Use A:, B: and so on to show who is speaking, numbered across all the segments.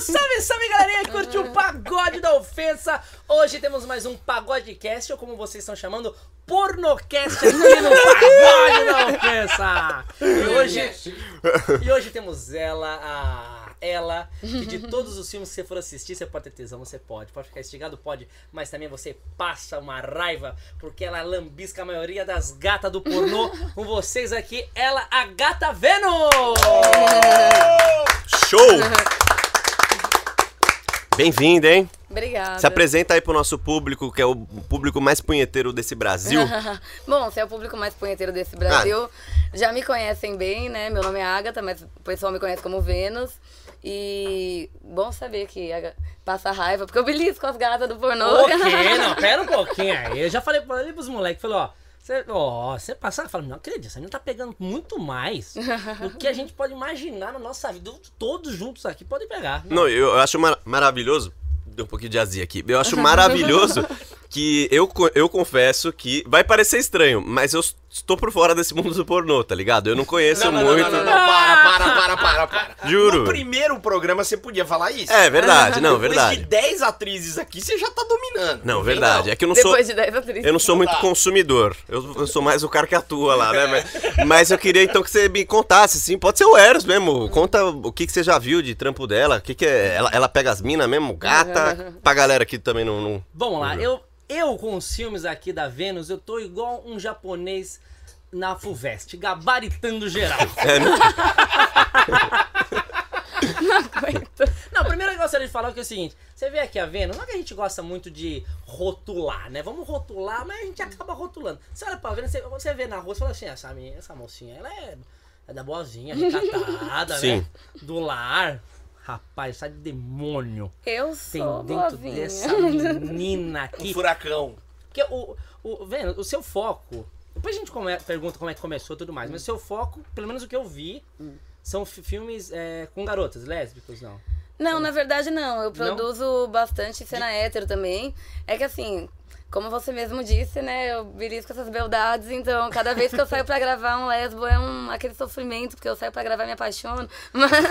A: Salve, salve galerinha que curtiu o pagode da ofensa! Hoje temos mais um pagodecast, ou como vocês estão chamando, pornocast aqui no pagode da ofensa! E hoje, e hoje temos ela, a ela, que de todos os filmes que você for assistir, você pode ter tesão, você pode, pode ficar estigado, pode, mas também você passa uma raiva, porque ela lambisca a maioria das gatas do pornô. Com vocês aqui, ela, a gata Venom!
B: Show! Bem-vindo, hein?
C: Obrigada.
B: Se apresenta aí pro nosso público, que é o público mais punheteiro desse Brasil.
C: Bom, você é o público mais punheteiro desse Brasil. Já me conhecem bem, né? Meu nome é Agatha, mas o pessoal me conhece como Vênus. E bom saber que a- passa raiva, porque eu belisco as gatas do pornô.
A: O quê? Não, pera um pouquinho aí. Eu já falei, falei pros moleques, falei, ó. Você, ó, você passar, fala, não acredito, essa menina tá pegando muito mais do que a gente pode imaginar na nossa vida. Todos juntos aqui podem pegar.
B: Não, eu, eu acho mar- maravilhoso. Deu um pouquinho de azia aqui. Eu acho maravilhoso que eu, co- eu confesso que vai parecer estranho, mas eu s- estou por fora desse mundo do pornô, tá ligado? Eu não conheço
D: Não, não, não,
B: muito.
D: não, não, não, para, para, para, para, para.
B: Juro.
D: No primeiro programa você podia falar isso.
B: É verdade, não,
D: Depois
B: verdade.
D: de 10 atrizes aqui, você já tá dominando.
B: Não, verdade. É que eu não sou.
C: Depois de 10 atrizes.
B: Eu não sou muito
D: dá.
B: consumidor. Eu, eu sou mais o cara que atua lá, né? Mas, mas eu queria então que você me contasse, assim. Pode ser o Eros mesmo. Conta o que, que você já viu de trampo dela. O que, que é. Ela, ela pega as minas mesmo, gata. Pra galera que também não. não-
A: Vamos lá, eu, eu com os filmes aqui da Vênus, eu tô igual um japonês na FUVEST, gabaritando geral.
B: É, não-
A: Não, primeiro que eu gostaria de falar que é o seguinte: você vê aqui a Vênus, não é que a gente gosta muito de rotular, né? Vamos rotular, mas a gente acaba rotulando. Você olha pra Vênus, você, você vê na rua, você fala assim: essa, menina, essa mocinha, ela é, é da boazinha, recatada, né?
B: Sim.
A: Do lar. Rapaz, sai de demônio.
C: Eu
A: Tem
C: sou
A: dentro
C: novinha.
A: dessa menina
D: Um
A: aqui.
D: furacão.
A: Porque o, o, vendo, o seu foco. Depois a gente come- pergunta como é que começou e tudo mais, mas o seu foco, pelo menos o que eu vi, são fi- filmes é, com garotas, lésbicos, não.
C: Não, na verdade não. Eu produzo bastante cena hétero também. É que assim, como você mesmo disse, né? Eu belisco essas beldades, então cada vez que eu saio pra gravar um lesbo é um aquele sofrimento, porque eu saio pra gravar e me apaixono. Mas-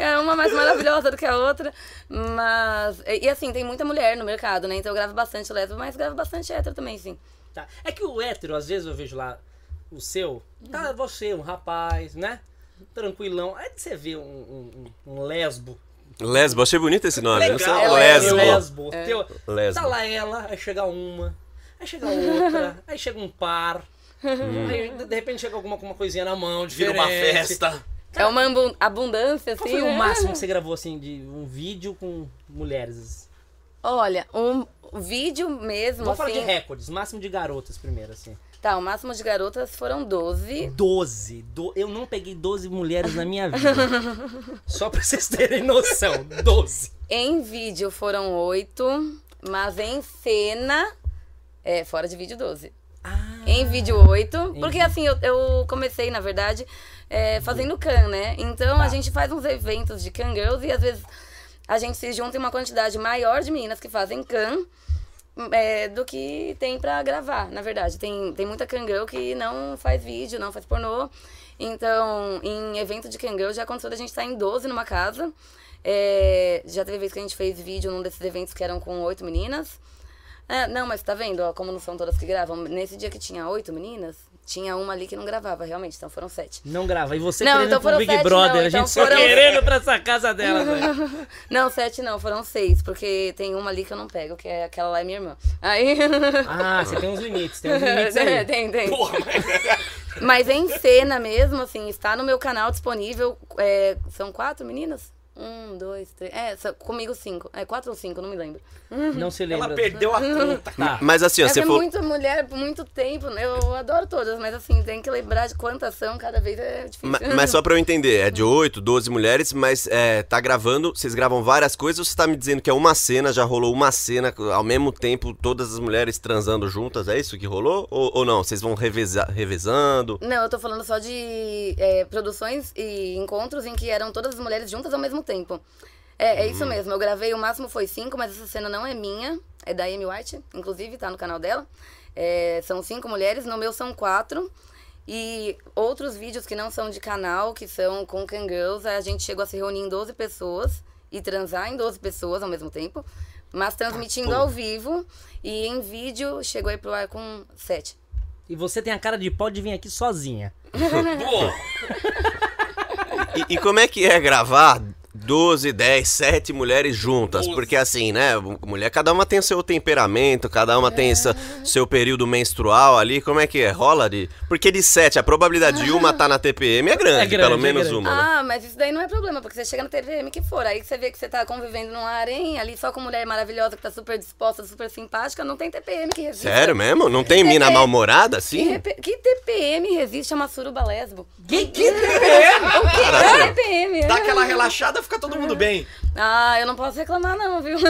C: é uma mais maravilhosa do que a outra. Mas. E e, assim, tem muita mulher no mercado, né? Então eu gravo bastante lesbo, mas gravo bastante hétero também, sim.
A: Tá. É que o hétero, às vezes eu vejo lá o seu, tá você, um rapaz, né? Tranquilão. Aí você vê um, um, um- um lesbo.
B: Lesbo, achei bonito esse nome.
A: Legal,
B: Você
A: ela
B: é
A: é
B: lesbo.
A: lesbo. Teu-
B: Lesbo.
A: Tá lá ela, aí chega uma, aí chega outra, aí chega um par. Aí, de de repente chega alguma, alguma coisinha na mão,
D: Hum. Vira
A: diferente.
D: uma festa.
C: É uma ambu- abundância, assim.
A: Qual foi o
C: né?
A: máximo que você gravou, assim, de um vídeo com mulheres?
C: Olha, um um vídeo mesmo.
A: Vamos falar
C: assim,
A: de recordes, máximo de garotas primeiro, assim.
C: Tá, o máximo de garotas foram 12.
A: Doze. Do... Eu não peguei 12 mulheres na minha vida. Só pra vocês terem noção. Doze.
C: Em vídeo foram 8, mas em cena. É, fora de vídeo 12.
A: Ah,
C: Em vídeo 8. Porque
A: Entendi.
C: assim, eu, eu comecei, na verdade, é, fazendo can, né? Então a gente faz uns eventos de can girls e às vezes a gente se junta em uma quantidade maior de meninas que fazem can. é, do que tem pra gravar, na verdade. Tem, tem muita cangirl que não faz vídeo, não faz pornô. Então, em evento de cangirl já aconteceu da gente estar em 12 numa casa. É, já teve vez que a gente fez vídeo num desses eventos que eram com oito meninas. É, não, mas tá vendo, ó, como não são todas que gravam. Nesse dia que tinha oito meninas, tinha uma ali que não gravava, realmente, então foram sete.
A: não grava. E você
C: Não,
A: querendo
C: então
A: pro
C: foram
A: Big
C: sete,
A: Brother.
C: não,
A: a
C: então
A: gente só
C: foram-
A: querendo pra essa casa dela, velho.
C: Não, sete não, foram seis, porque tem uma ali que eu não pego, que é aquela lá é minha irmã. Aí.
A: Ah, você tem uns limites. Tem uns limites
C: É,
A: aí.
C: tem, tem.
D: Porra, mas...
C: Mas em cena mesmo, assim, está no meu canal disponível. é, são quatro meninas? Um, dois, três. É, são- comigo cinco. É, quatro ou cinco, não me lembro.
A: Não se lembra.
D: Ela perdeu a conta.
A: Tá.
B: Mas assim, ó,
C: Essa
B: você
C: é
B: falou.
C: muita mulher, por muito tempo. né? Eu adoro todas, mas assim, tem que lembrar de quantas são, cada vez é difícil.
B: Ma- Mas só pra eu entender, é de 8, 12 mulheres, mas é, tá gravando, vocês gravam várias coisas ou você tá me dizendo que é uma cena, já rolou uma cena, ao mesmo tempo todas as mulheres transando juntas, é isso que rolou? Ou, ou não? Vocês vão revezar, revezando?
C: Não, eu tô falando só de é, produções e encontros em que eram todas as mulheres juntas ao mesmo tempo. É, é isso mesmo, eu gravei, o máximo foi cinco, mas essa cena não é minha, é da Amy White, inclusive, tá no canal dela. É, são cinco mulheres, no meu são quatro. E outros vídeos que não são de canal, que são com Kangirls, a gente chegou a se reunir em 12 pessoas e transar em 12 pessoas ao mesmo tempo, mas transmitindo ao vivo e em vídeo chegou aí pro ar com 7.
A: E você tem a cara de pau de vir aqui sozinha.
D: Pô,
B: E, e como é que é gravar 12, 10, 7 mulheres juntas?
D: Doze.
B: Porque assim, né? Mulher, cada uma tem seu temperamento, cada uma tem seu, seu período menstrual ali. Como é que é? Rola de. Porque de 7, a probabilidade de uma tá na TPM é grande,
A: É grande,
B: pelo
A: é
B: menos
A: grande.
B: uma. né?
C: Ah, mas isso daí não é problema, porque você chega na TVM que for, aí você vê que você tá convivendo numa aranha ali só com mulher maravilhosa que tá super disposta, super simpática, não tem TPM que resista.
B: Sério mesmo? Não tem mina
C: TPM. Que,
B: mal-humorada assim?
C: rep- que TPM resiste a uma suruba lesbo?
A: Que, que Tá TPM?
C: O que é TPM?
D: dá aquela relaxada, fica todo mundo bem.
C: Ah, eu não posso reclamar não, viu?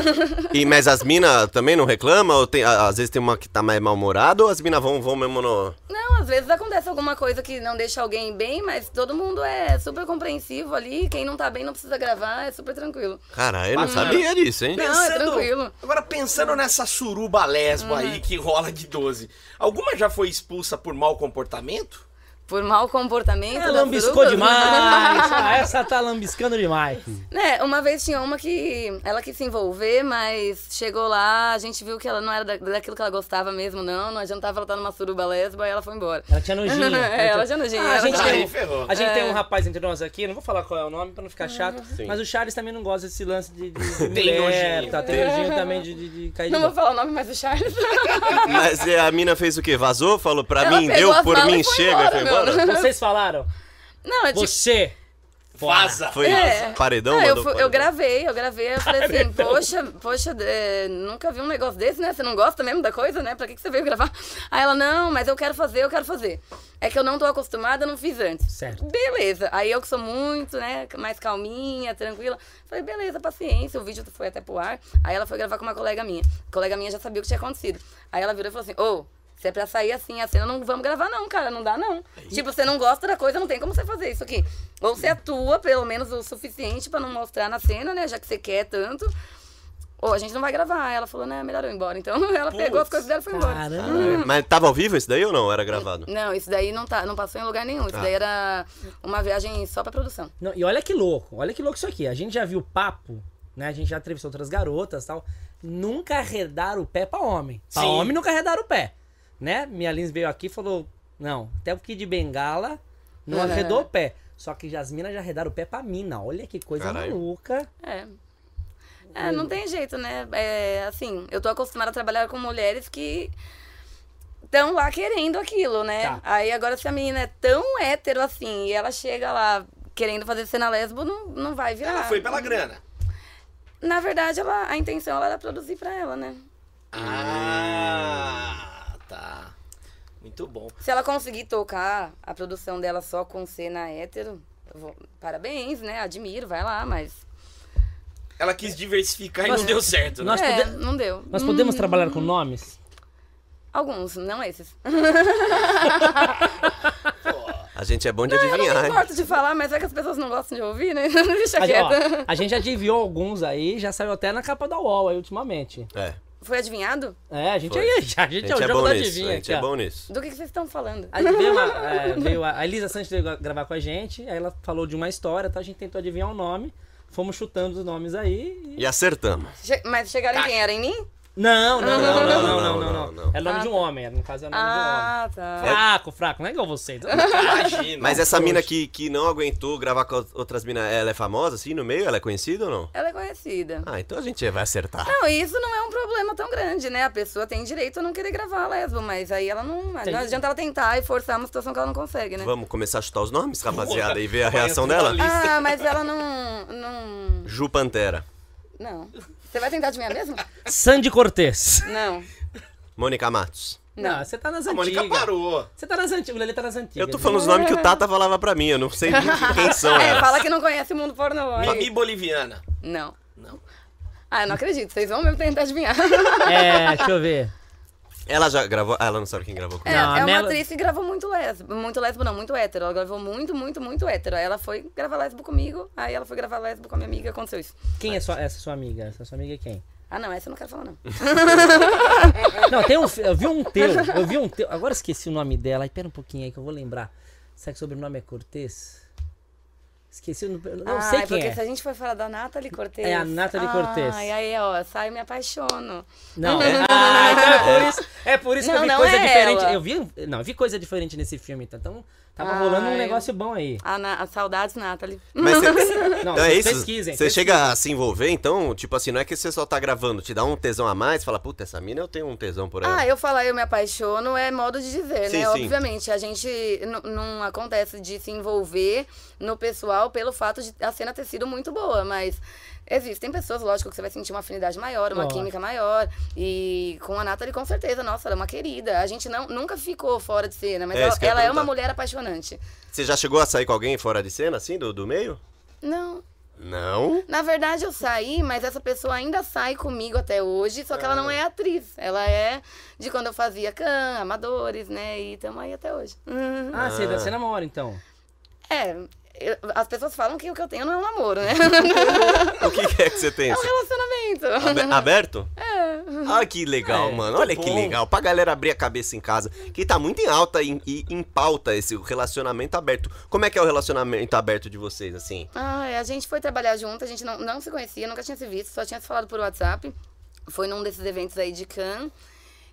B: E, mas as minas também não reclamam? Ou tem- a- às vezes tem uma que tá mais mal-humorada ou as minas vão, vão mesmo no.
C: Não, às vezes acontece alguma coisa que não deixa alguém bem, mas todo mundo é super compreensivo ali. Quem não tá bem não precisa gravar, é super tranquilo.
B: Caralho, eu não
D: Bacana.
B: sabia disso, hein?
C: Não, é tranquilo. Uhum.
D: Agora, pensando nessa suruba lesbo aí que rola de 12, alguma já foi expulsa por mau comportamento?
C: Por mau comportamento. né?
A: Ela
C: das
A: lambiscou
C: surubas,
A: demais. Ah, essa tá lambiscando demais.
C: Né, uma vez tinha uma que ela quis se envolver, mas chegou lá, a gente viu que ela não era da- daquilo que ela gostava mesmo, não. Não adiantava ela estar numa suruba lesba e ela foi embora.
A: Ela tinha nojinho.
C: é, ela tinha nojinho.
A: Ah, a
C: ela
A: gente,
C: tava-
D: Aí
A: tem, um-
D: ferrou.
A: a gente tem um rapaz entre nós aqui, não vou falar qual é o nome pra não ficar chato, mas o Charles também não gosta desse lance de, de de
D: Tem
A: mulher,
D: nojinho.
A: tá? Tem nojinho também de, de, de cair
C: Não
A: de
C: vou
A: boca.
C: falar o nome, mas o Charles.
B: Mas é, a mina fez o quê? Vazou? Falou pra
C: Ela
B: mim,
C: pegou
B: deu
C: as
B: por
C: malas e
B: mim,
C: foi
B: chega e
C: embora,
B: foi
C: meu.
B: embora?
A: Vocês falaram?
C: Não, é tipo.
A: Você!
D: Vaza!
B: Foi
C: É.
B: paredão,
C: Ah, eu,
B: mandou
C: fui- eu
B: paredão.
C: gravei, eu gravei, eu falei assim, poxa, poxa, é, nunca vi um negócio desse, né? Você não gosta mesmo da coisa, né? Pra que, que você veio gravar? Aí ela, não, mas eu quero fazer, eu quero fazer. É que eu não tô acostumada, eu não fiz antes.
A: Certo.
C: Beleza. Aí eu que sou muito, né, mais calminha, tranquila, falei, beleza, paciência, o vídeo foi até pro ar. Aí ela foi gravar com uma colega minha. A colega minha já sabia o que tinha acontecido. Aí ela virou e falou assim, ô, se é pra sair assim, a cena não vamos gravar, não, cara. Não dá, não. Tipo, você não gosta da coisa, não tem como você fazer isso aqui. Ou você atua, pelo menos, o suficiente pra não mostrar na cena, né? Já que você quer tanto. Ou a gente não vai gravar. Aí Ela falou, né? Melhor eu ir embora. Então ela pegou as coisas dela e foi embora.
A: Caramba!
C: Hum.
B: Caralho. Mas tava ao vivo isso daí ou não? Era gravado?
C: Não, isso daí não, tá, não passou em lugar nenhum. Isso daí era uma viagem só pra produção.
A: Não, e olha que louco, olha que louco isso aqui. A gente já viu papo, né? A gente já entrevistou outras garotas e tal. Nunca arredaram o pé pra homem. Pra
D: Sim.
A: homem nunca arredaram o pé. Né? Minha Lins veio aqui e falou: Não, até o Kid Bengala
C: É.
A: não arredou o pé. Só que Jasmina já arredaram o pé pra mina. Olha que coisa
B: Caralho.
A: maluca.
C: É. É, não tem jeito, né? É, assim, eu tô acostumada a trabalhar com mulheres que estão lá querendo aquilo, né?
A: Tá.
C: Aí agora se a menina é tão hétero assim e ela chega lá querendo fazer cena lesbo, não, não vai virar.
D: Ela foi pela grana.
C: Na verdade, ela, a intenção ela era produzir pra ela, né?
D: Ah, tá. Muito bom.
C: Se ela conseguir tocar a produção dela só com cena hétero, eu vou- parabéns, né? Admiro, vai lá, mas.
D: Ela quis diversificar
A: Nós-
D: e não deu certo, né?
A: nós-
C: é,
A: pode-
C: não deu.
A: Nós podemos trabalhar com nomes?
C: Alguns, não esses.
B: A gente é bom de
C: Eu não
B: adivinhar,
C: me
B: hein?
C: importo de falar, mas é que as pessoas não gostam de ouvir, né? Deixa
A: A, ó,
C: quieto.
A: a gente já adivinhou alguns aí, já saiu até na capa da UOL aí ultimamente.
B: É,
C: Foi adivinhado?
A: É, a gente,
B: Foi.
A: aí, já- a
B: a
A: gente,
B: gente
A: é o
B: é
A: jogo
B: bom
A: da
B: nisso. A
A: adivinha.
B: gente
A: aqui,
B: é
A: ó.
B: bom nisso.
C: Do que, que vocês estão falando?
A: Aí veio, uma, é, veio a, a Elisa Santos veio gra- gravar com a gente, aí ela falou de uma história, tá? A gente tentou adivinhar o nome, fomos chutando os nomes aí e...
B: E acertamos.
C: Che- mas chegaram em quem? Era em mim?
A: Não, não, não, não, não,
B: não,
A: não, não,
B: não,
A: não,
B: não.
A: É nome de um homem, era, no caso é nome
C: Ah,
A: de um
C: tá.
A: homem. Fraco, fraco, não é igual você.
D: Imagina.
B: Mas essa mina que, que não aguentou gravar com as outras minas, ela é famosa assim no meio? Ela é conhecida ou não?
C: Ela é conhecida.
B: Ah, então a gente vai acertar.
C: Não, isso não é um problema tão grande, né? A pessoa tem direito a não querer gravar a lesbo, mas aí ela não.
A: Tem.
C: Não adianta ela tentar e forçar uma situação que ela não consegue, né?
B: Vamos começar a chutar os nomes, rapaziada, e ver a
D: Vai
B: reação
D: entrar
B: dela?
D: ali.
C: Ah, mas ela não. Não.
B: Ju Pantera,
C: Não. Você vai tentar adivinhar mesmo?
A: Sandy Cortez.
C: Não.
B: Mônica Matos.
A: Não, você tá nas
D: A Mônica
A: antigas.
D: parou.
A: Você tá nas antigas, o Lelê tá nas antigas.
B: Eu tô falando os nomes que o Tata falava pra mim, eu não sei de quem são
C: É,
B: elas.
C: fala que não conhece o mundo pornô. aí.
D: Mami boliviana.
C: Não.
D: Não.
C: Ah, eu não acredito. Vocês vão mesmo tentar adivinhar.
A: É, deixa eu ver.
B: Ela já gravou. Ah, ela não sabe quem gravou com
C: É,
B: ela.
A: Não, a
C: é uma
A: Mela-
C: atriz que gravou muito lesbo. Muito lesbo, não, muito hétero. Ela gravou muito, muito, muito hétero. Aí ela foi gravar lesbo comigo, aí ela foi gravar lesbo com a minha amiga, aconteceu isso.
A: Quem é sua, essa sua amiga? Essa sua amiga é quem?
C: Ah, não, essa eu não quero falar, não.
A: Não, tem um. Eu vi um teu. Eu vi um teu. Agora esqueci o nome dela. Aí pera um pouquinho aí que eu vou lembrar. Será que o sobrenome é Cortez? Esqueci o nome. eu Não
C: Ai,
A: sei quem
C: Ah, porque
A: é.
C: se a gente for falar da Nathalie Cortez.
A: É a Nathalie Cortez.
C: Ai, aí, ó, sai, me apaixono.
A: Não, é, ah, então é por isso, é por isso que
C: Não,
A: eu vi
C: não
A: coisa
C: é
A: diferente.
C: ela.
A: Eu vi, não, eu vi coisa diferente nesse filme, então, então tava
C: Ai.
A: rolando um negócio bom aí.
C: A, na, a saudades, Nathalie.
B: Mas cê,
A: Não,
B: então é
A: vocês
B: isso.
A: pesquisem,
B: Você
A: pesquisem.
B: chega a se envolver, então, tipo assim, não é que você só tá gravando, te dá um tesão a mais, fala, puta, essa mina eu tenho um tesão por ela.
C: Ah, eu falar eu me apaixono é modo de dizer,
B: Sim,
C: né?
B: sim.
C: Obviamente, a gente n- não acontece de se envolver no pessoal pelo fato de a cena ter sido muito boa, mas existem pessoas, lógico, que você vai sentir uma afinidade maior, uma
A: Lógico.
C: química maior. E com a Nathalie, com certeza, nossa, ela é uma querida. A gente não, nunca ficou fora de cena, mas
B: É,
C: ela,
B: isso que eu ia
C: ela é
B: perguntar.
C: uma mulher apaixonante.
B: Você já chegou a sair com alguém fora de cena, assim, do, do meio?
C: Não.
B: Não.
C: Na verdade, eu saí, mas essa pessoa ainda sai comigo até hoje, só que ela não é atriz. Ela é de quando eu fazia can, amadores, né? E tamo aí até hoje. Uhum.
A: Ah, você,
B: Ah.
A: você namora então.
C: É, eu- as pessoas falam que o que eu tenho não é um namoro, né?
B: O que, que é que você tem?
C: É um
B: Você-
C: relacionamento.
B: Abe- Aberto?
C: É.
B: Ah, que legal,
A: É,
B: mano. Olha que
D: tá bom.
B: legal. Pra galera abrir a cabeça em casa. Que tá muito em alta e e em pauta esse relacionamento aberto. Como é que é o relacionamento aberto de vocês, assim?
C: Ai, Ah, é, a gente foi trabalhar junto, a gente não, não se conhecia, nunca tinha se visto, só tinha se falado por WhatsApp. Foi num desses eventos aí de Cannes.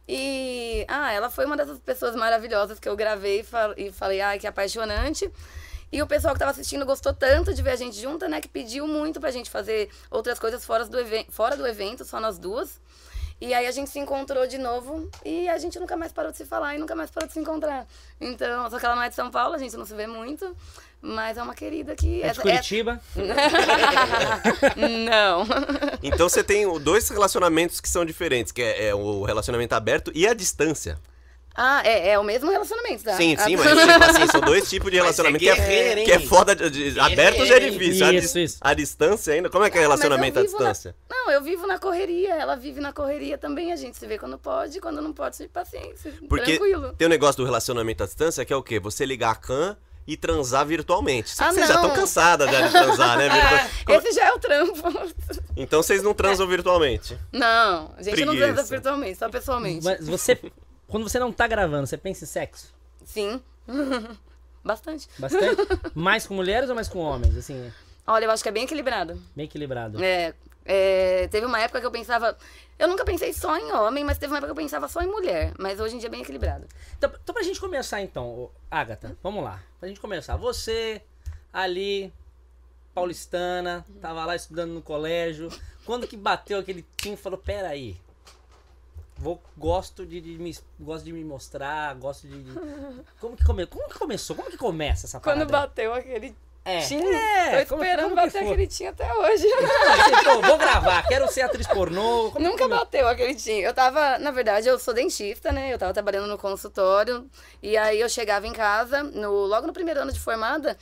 C: E, ah, ela foi uma dessas pessoas maravilhosas que eu gravei e fal- e falei, ai, que apaixonante. E o pessoal que tava assistindo gostou tanto de ver a gente junta, né, que pediu muito pra gente fazer outras coisas fora do, even- fora do evento, só nós duas. E aí a gente se encontrou de novo e a gente nunca mais parou de se falar e nunca mais parou de se encontrar. Então, só que ela não é de São Paulo, a gente não se vê muito, mas é uma querida que...
A: É de Curitiba.
C: Não.
B: Então você tem o- dois relacionamentos que são diferentes, que é, é o relacionamento aberto e a distância.
C: Ah, é, é o mesmo relacionamento, tá?
B: Sim, sim,
C: Ah,
B: mas tipo assim, são dois tipos de
D: Mas é
B: relacionamento que é-
D: guerreiro,
B: que, é,
D: hein?
B: foda. de- de- aberto já é difícil. A, dis-
A: Isso, isso.
B: a distância ainda. Como é que é
C: Ah, mas eu
B: relacionamento à
C: vivo na-
B: distância?
C: Não, eu vivo na correria, ela vive na correria também, a gente se vê quando pode, quando não pode, paciência,
B: Porque
C: tranquilo.
B: tem um negócio do relacionamento à distância que é o quê? Você ligar a can e transar virtualmente. Só que
C: Ah,
B: vocês já
C: não.
B: estão cansadas já de transar, né? virtua- Como-
C: Esse já é o trampo.
B: Então vocês não transam virtualmente.
C: Não, a gente não
B: Preguiça.
C: transa virtualmente, só pessoalmente.
A: Mas você. Quando você não tá gravando, você pensa em sexo?
C: Sim. Bastante.
A: Bastante? mais com mulheres ou mais com homens? Assim,
C: Olha, eu acho que é bem equilibrado.
A: bem equilibrado.
C: É, é, teve uma época que eu pensava. Eu nunca pensei só em homem, mas teve uma época que eu pensava só em mulher. Mas hoje em dia é bem equilibrado.
A: Então, então, pra gente começar então, ô,
C: Hum?
A: Agatha, vamos lá. Pra gente começar. Você, ali, paulistana,
C: Uhum.
A: tava lá estudando no colégio. Quando que bateu aquele tim e falou, peraí. Vou, gosto de, de me, gosto de me mostrar, gosto de. de- Como, que come, como que começou? Como que começa essa parada?
C: Quando bateu aquele
A: é.
C: tinha,
A: é,
C: tô
A: como-
C: esperando
A: como que
C: bater
A: foi?
C: aquele tinha até hoje.
A: Ah, você falou, vou gravar, quero ser atriz pornô. Como que
C: Nunca
A: come-
C: bateu aquele tinha. Eu tava, na verdade, eu sou dentista, né? Eu tava trabalhando no consultório. E aí eu chegava em casa, no, logo no primeiro ano de formada,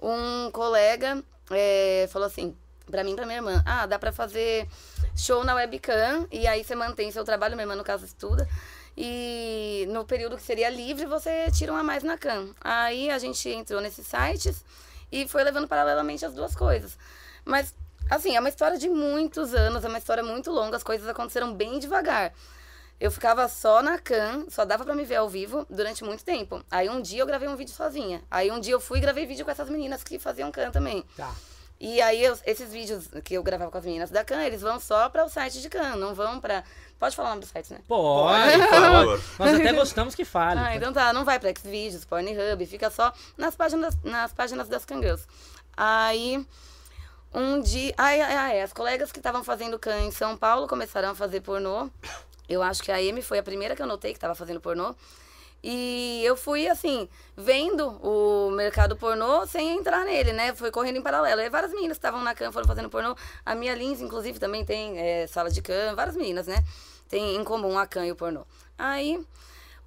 C: um colega eh, falou assim, pra mim e pra minha irmã, ah, dá pra fazer show na webcam, e aí você mantém seu trabalho, minha irmã no caso estuda. E no período que seria livre, você tira um a mais na cam. Aí a gente entrou nesses sites e foi levando paralelamente as duas coisas. Mas, assim, é uma história de muitos anos, é uma história muito longa, as coisas aconteceram bem devagar. Eu ficava só na can, só dava pra me ver ao vivo durante muito tempo. Aí um dia eu gravei um vídeo sozinha. Aí um dia eu fui e gravei vídeo com essas meninas que faziam can também.
A: Tá.
C: E aí eu- esses vídeos que eu gravava com as meninas da can, eles vão só pra o site de can, não vão pra. Pode falar o nome do site, né?
A: Pode,
B: Por
A: pode.
B: favor.
A: Nós até gostamos que fale.
C: Ah, então tá, não vai pra Xvideos, Pornhub, fica só nas páginas, nas páginas das Kangirls. Aí, um dia... Ai, ai, ai, as colegas que estavam fazendo can em São Paulo começaram a fazer pornô. Eu acho que a Amy foi a primeira que eu notei que tava fazendo pornô. E eu fui, assim, vendo o mercado pornô sem entrar nele, né? Fui correndo em paralelo. E várias meninas que estavam na can foram fazendo pornô. A minha Lins, inclusive, também tem eh, sala de can. Várias meninas, né? Tem em comum a can e o pornô. Aí,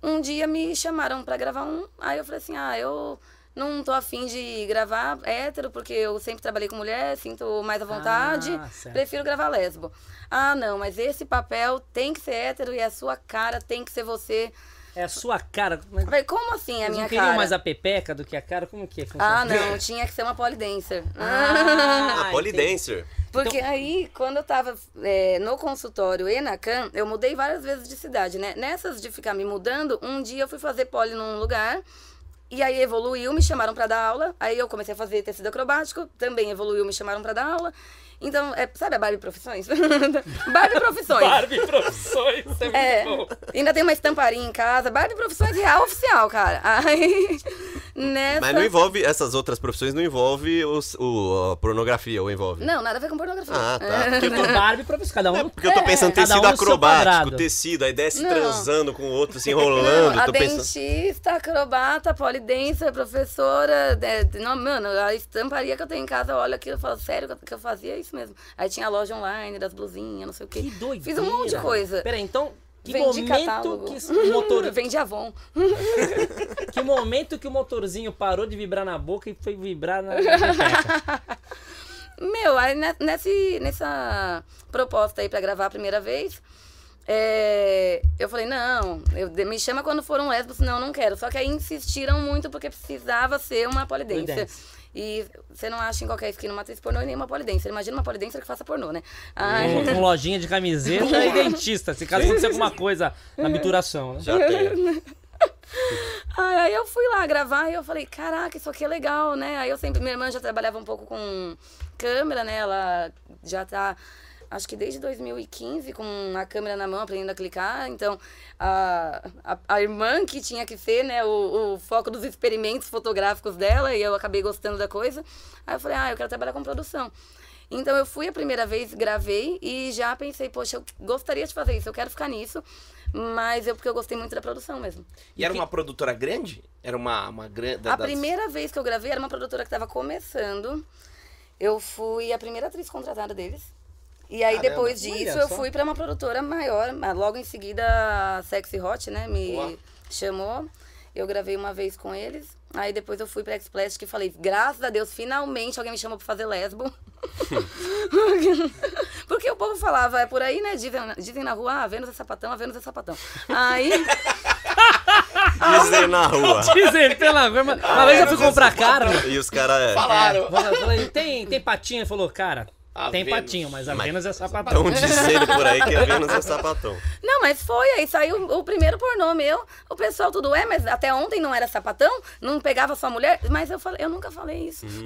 C: um dia me chamaram pra gravar um, aí eu falei assim, ah, eu não tô afim de gravar hétero, porque eu sempre trabalhei com mulher, sinto mais à vontade,
A: Ah, certo.
C: prefiro gravar lesbo. Ah, não, mas esse papel tem que ser hétero e a sua cara tem que ser você.
A: É a sua cara. Mas
C: Eu falei, como assim a
A: Vocês
C: minha
A: não queriam
C: cara?
A: mais a pepeca do que a cara? Como que é?
C: Ah, não, tinha que ser uma polidancer.
A: Ah,
B: Ah, polidancer.
C: Porque aí, quando eu tava é, no consultório e na CAM, eu mudei várias vezes de cidade, né? Nessas de ficar me mudando, um dia eu fui fazer pole num lugar. E aí evoluiu, me chamaram pra dar aula. Aí eu comecei a fazer tecido acrobático, também evoluiu, me chamaram pra dar aula. Então, é, sabe a Barbie Profissões? Barbie Profissões.
A: Barbie Profissões, é muito
C: É,
A: bom.
C: ainda tem uma estamparia em casa. Barbie Profissões real oficial, cara. Aí, nessa...
B: Mas não envolve, essas outras profissões não envolve os, o, a pornografia, ou envolve?
C: Não, nada a ver com pornografia.
B: Ah, tá. Porque eu tô,
A: Então, Barbie Profissões, cada um.
B: É, porque eu
C: é,
B: tô pensando
A: cada
B: tecido
A: um no seu
B: acrobático,
A: quadrado.
B: tecido, aí desce
C: Não.
B: transando com o outro, se
C: Não,
B: enrolando,
C: a
B: tô pensando...
C: dentista, acrobata, polidencer, professora. é, não, mano, a estamparia que eu tenho em casa, eu olho aquilo e falo, sério, que eu- que eu fazia isso mesmo. Aí tinha a loja online das blusinhas, não sei o quê.
A: Que doideira.
C: Fiz um monte de coisa.
A: Peraí, então, que
C: Vendi
A: momento
C: catálogo.
A: que o motor,
C: Vendi Avon.
A: que momento que o motorzinho parou de vibrar na boca e foi vibrar na, na pepeca?
C: Meu, aí ne- nesse, nessa proposta aí pra gravar a primeira vez, é, eu falei, não, eu, de- me chama quando for um lésbico, senão eu não quero. Só que aí insistiram muito porque precisava ser uma polidência.
A: Polidense.
C: E você não acha em qualquer esquina uma atriz pornô e nem uma polidência. Imagina uma polidência que faça pornô, né? Ai,
A: Com- Com lojinha de camiseta e dentista, se caso acontecer alguma coisa
C: Uhum.
A: na mituração, né?
D: É.
B: Já tem.
C: ai, aí eu fui lá gravar e eu falei, caraca, isso aqui é legal, né? Aí eu sempre, minha irmã já trabalhava um pouco com câmera, né? Ela já tá, acho que desde 2015, com a câmera na mão, aprendendo a clicar. Então, a, a, a irmã que tinha que ser, né? O, o foco dos experimentos fotográficos dela e eu acabei gostando da coisa. Aí eu falei, ah, eu quero trabalhar com produção. Então eu fui a primeira vez, gravei e já pensei, poxa, eu gostaria de fazer isso, eu quero ficar nisso, mas eu porque eu gostei muito da produção mesmo.
D: E era uma produtora grande? Era uma, uma grande.
C: A primeira vez que eu gravei era uma produtora que estava começando. Eu fui a primeira atriz contratada deles. E aí,
D: Caramba,
C: depois
A: olha
C: disso, eu
A: só.
C: fui para uma produtora maior. mas Logo em seguida, a Sexy Hot, né? Me
D: Boa.
C: chamou. Eu gravei uma vez com eles. Aí depois eu fui pra X-Plastic e falei, graças a Deus, finalmente alguém me chamou pra fazer lesbo. Porque o povo falava, é por aí, né? Dizem, dizem na rua, ah, Vênus é sapatão, a Vênus é sapatão. Aí...
B: Dizer na rua.
A: Dizem, pela verba. Uma vez eu fui
C: é
A: comprar carne.
B: E os é, caras
D: Falaram.
A: Eu falei, tem, tem patinho? Ele falou, cara,
D: A
A: tem
D: Vênus.
A: patinho, mas
B: Mas-
A: apenas é sapatão.
B: estão dizendo por aí que a Vênus é sapatão.
C: Não, mas foi, aí saiu o primeiro pornô meu. O pessoal tudo é, mas até ontem não era sapatão, não pegava sua mulher. Mas eu falei, eu nunca falei isso.
A: Hum.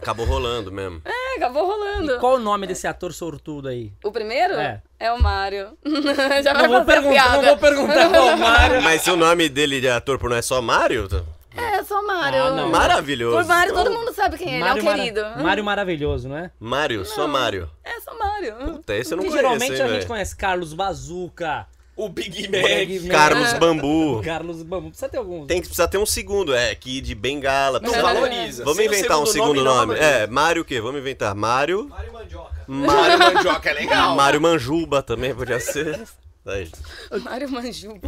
B: Acabou rolando mesmo.
C: é, acabou rolando.
A: E qual o nome desse ator sortudo aí?
C: O primeiro
A: É.
C: o Mário. Já vai
A: Não vou,
C: fazer a
A: perguntar, não
C: piada.
A: vou perguntar qual o Mário.
B: Mas se o nome dele de ator por não é só Mário?
C: É, só Mário.
A: Ah, não.
B: Maravilhoso.
C: Por Mário,
B: Então,
C: todo mundo sabe quem é, ele é um
A: Mara-
C: querido.
A: Mário Maravilhoso, não é?
B: Mário, só Mário.
C: É, só Mário.
B: Puta, esse eu não
A: Que
B: conheço,
A: geralmente
B: hein,
A: a gente
B: velho.
A: conhece Carlos Bazuca,
D: O Big
A: Big
D: Mac.
A: Mac.
B: Carlos Bambu.
A: Carlos Bambu. Precisa ter alguns.
B: Tem que precisar ter um segundo, é, aqui de Bengala.
D: Não
B: precisa-
D: valoriza.
B: Vamos
D: Sem o
B: inventar um segundo nome.
D: não
B: É, Mário o quê? Vamos inventar Mário. Mário
D: Mário Mandioca é legal.
B: Mário Manjuba também podia ser. Aí.
C: Mário Manjuba.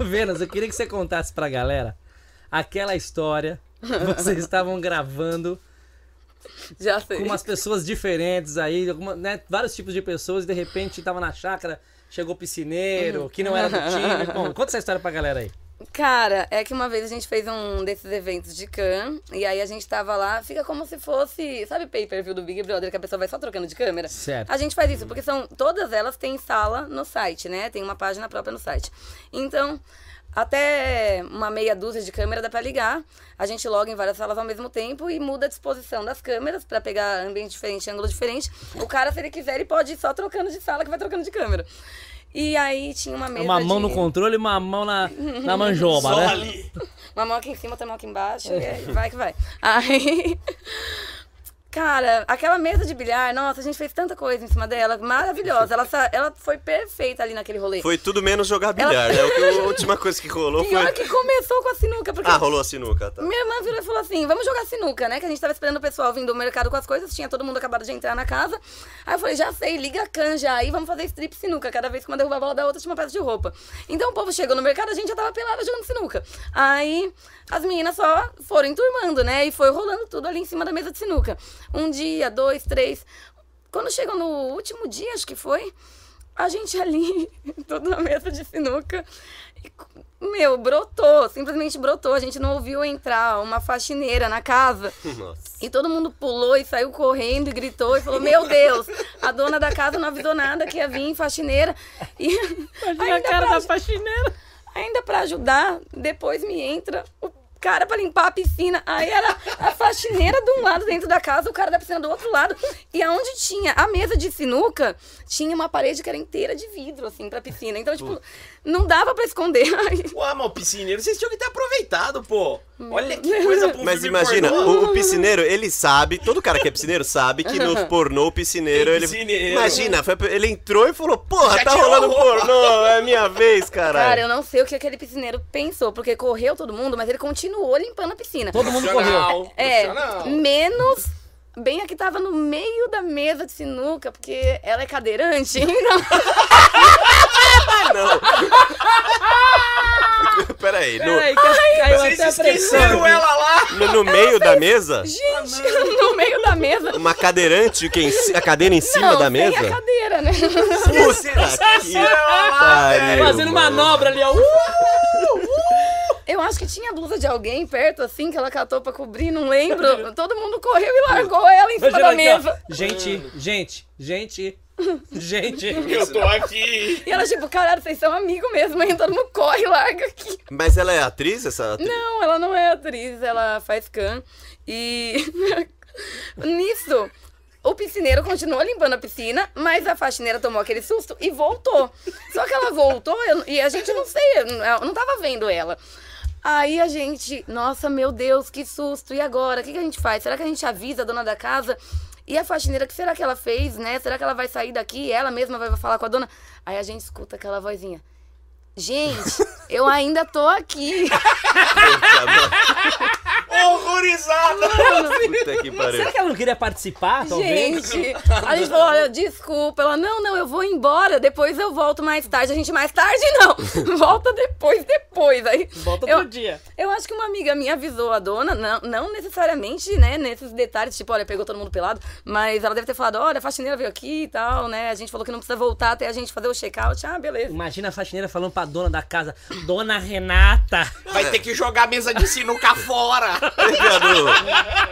A: Vênus, eu queria que você contasse pra galera aquela história. que Vocês estavam gravando
C: Já sei.
A: com umas pessoas diferentes aí, alguma- né, vários tipos de pessoas, e de repente tava na chácara, chegou
C: Uhum.
A: piscineiro, que não era do time. Bom, conta essa história pra galera aí.
C: Cara, é que uma vez a gente fez um desses eventos de can e aí a gente tava lá, fica como se fosse, sabe, pay-per-view do Big Brother, que a pessoa vai só trocando de câmera?
A: Certo.
C: A gente faz isso, porque são todas elas têm sala no site, né? Tem uma página própria no site. Então, até uma meia dúzia de câmera dá pra ligar. A gente loga em várias salas ao mesmo tempo e muda a disposição das câmeras pra pegar ambiente diferente, ângulo diferente. O cara, se ele quiser, ele pode ir só trocando de sala que vai trocando de câmera. E aí tinha uma mesa
A: É Tá Uma mão
C: de-
A: no controle e uma mão na, na manjoba,
D: Só
A: né?
D: ali.
C: uma mão aqui em cima, outra mão aqui embaixo, e aí vai que vai. Aí. Cara, aquela mesa de bilhar, nossa, a gente fez tanta coisa em cima dela, maravilhosa. Ela, sa- ela foi perfeita ali naquele rolê.
B: Foi tudo menos jogar bilhar, né? O que- A última coisa que rolou
C: Pior
B: foi.
C: que começou com a sinuca, porque
B: Ah, rolou a sinuca, tá.
C: minha irmã virou e falou assim: vamos jogar sinuca, né? Que a gente tava esperando o pessoal vindo do mercado com as coisas, tinha todo mundo acabado de entrar na casa. Aí eu falei: já sei, liga a canja aí, vamos fazer strip sinuca. Cada vez que uma derrubava a bola da outra, tinha uma peça de roupa. Então o povo chegou no mercado, a gente já tava pelada jogando sinuca. Aí as meninas só foram enturmando, né? E foi rolando tudo ali em cima da mesa de sinuca. Um dia, dois, três. Quando chegou no último dia, acho que foi. a gente ali, tudo na mesa de sinuca. E, meu, brotou, simplesmente brotou. A gente não ouviu entrar uma faxineira na casa.
B: Nossa.
C: E todo mundo pulou e saiu correndo e gritou e falou: Meu Deus, a dona da casa não avisou nada que ia vir faxineira. E
A: Imagina a
C: ainda
A: cara
C: pra
A: da faxineira.
C: Ainda pra ajudar, depois me entra o cara pra limpar a piscina. Aí era a faxineira de um lado dentro da casa, o cara da piscina do outro lado. E aonde tinha a mesa de sinuca, tinha uma parede que era inteira de vidro, assim, pra piscina. Então, tipo, não dava pra esconder. Aí,
D: Ué, mas o piscineiro, vocês tinham que ter aproveitado, pô. Olha que coisa pra um
B: Mas
D: filme
B: imagina,
D: pornô.
B: o, o piscineiro, ele sabe, todo cara que é piscineiro sabe que no pornô o piscineiro,
D: Tem
B: ele.
D: piscineiro.
B: Imagina, foi- ele entrou e falou: Porra,
D: Já
B: tá
D: tirou
B: rolando
D: a roupa."
B: pornô, é minha vez, caralho.
C: Cara, eu não sei o que aquele piscineiro pensou, porque correu todo mundo, mas ele continuou limpando a piscina.
E: Todo mundo correu.
D: Profissional,
C: É,
D: profissional.
C: menos. Bem a que tava no meio da mesa de sinuca, porque ela é cadeirante. Então,
B: Pera aí, no,
A: Peraí, que caiu até
D: Vocês
A: a pressão.
D: esqueceram ela lá.
B: no- no meio da mesa,
C: gente, no meio da mesa.
B: uma cadeirante, que em ci- a cadeira em cima
C: não,
B: da
C: sem
B: mesa.
C: a cadeira, né?
B: Puta que é pariu,
E: Fazendo
B: mano.
E: manobra ali, ó. Uh!
C: Eu acho que tinha a blusa de alguém perto, assim, que ela catou pra cobrir, não lembro. Todo mundo correu e largou ela em cima
E: Imagina
C: da
E: aqui, ó.
C: mesa.
E: Gente, gente, gente, gente.
D: Eu tô aqui.
C: E ela, tipo, caralho, vocês são amigos mesmo, hein? Todo mundo corre e larga aqui.
B: Mas ela é atriz, essa atriz?
C: Não, ela não é atriz, ela faz can. E nisso, o piscineiro continuou limpando a piscina, mas a faxineira tomou aquele susto e voltou. Só que ela voltou eu- e a gente não sei, eu não- eu não tava vendo ela. Aí a gente, nossa, meu Deus, que susto! E agora? O que, que a gente faz? Será que a gente avisa a dona da casa? E a faxineira, o que será que ela fez, né? Será que ela vai sair daqui? Ela mesma vai falar com a dona? Aí a gente escuta aquela vozinha. Gente, eu ainda tô aqui.
D: Horrorizada.
B: Puta que pariu.
E: Será que ela não queria participar, talvez?
C: Gente, a gente falou, olha, desculpa. Ela, não, não, eu vou embora, depois eu volto mais tarde. A gente, mais tarde não, volta depois, depois. Aí,
E: Volta
C: eu,
E: outro dia.
C: Eu acho que uma amiga minha avisou a dona, não, não necessariamente, né, nesses detalhes, tipo, olha, pegou todo mundo pelado, mas ela deve ter falado, olha, a faxineira veio aqui e tal, né, a gente falou que não precisa voltar até a gente fazer o check-out, ah, beleza.
E: Imagina a faxineira falando pra dona da casa, Dona Renata.
D: Vai ter que jogar a mesa de sinuca fora.
B: Teve a do-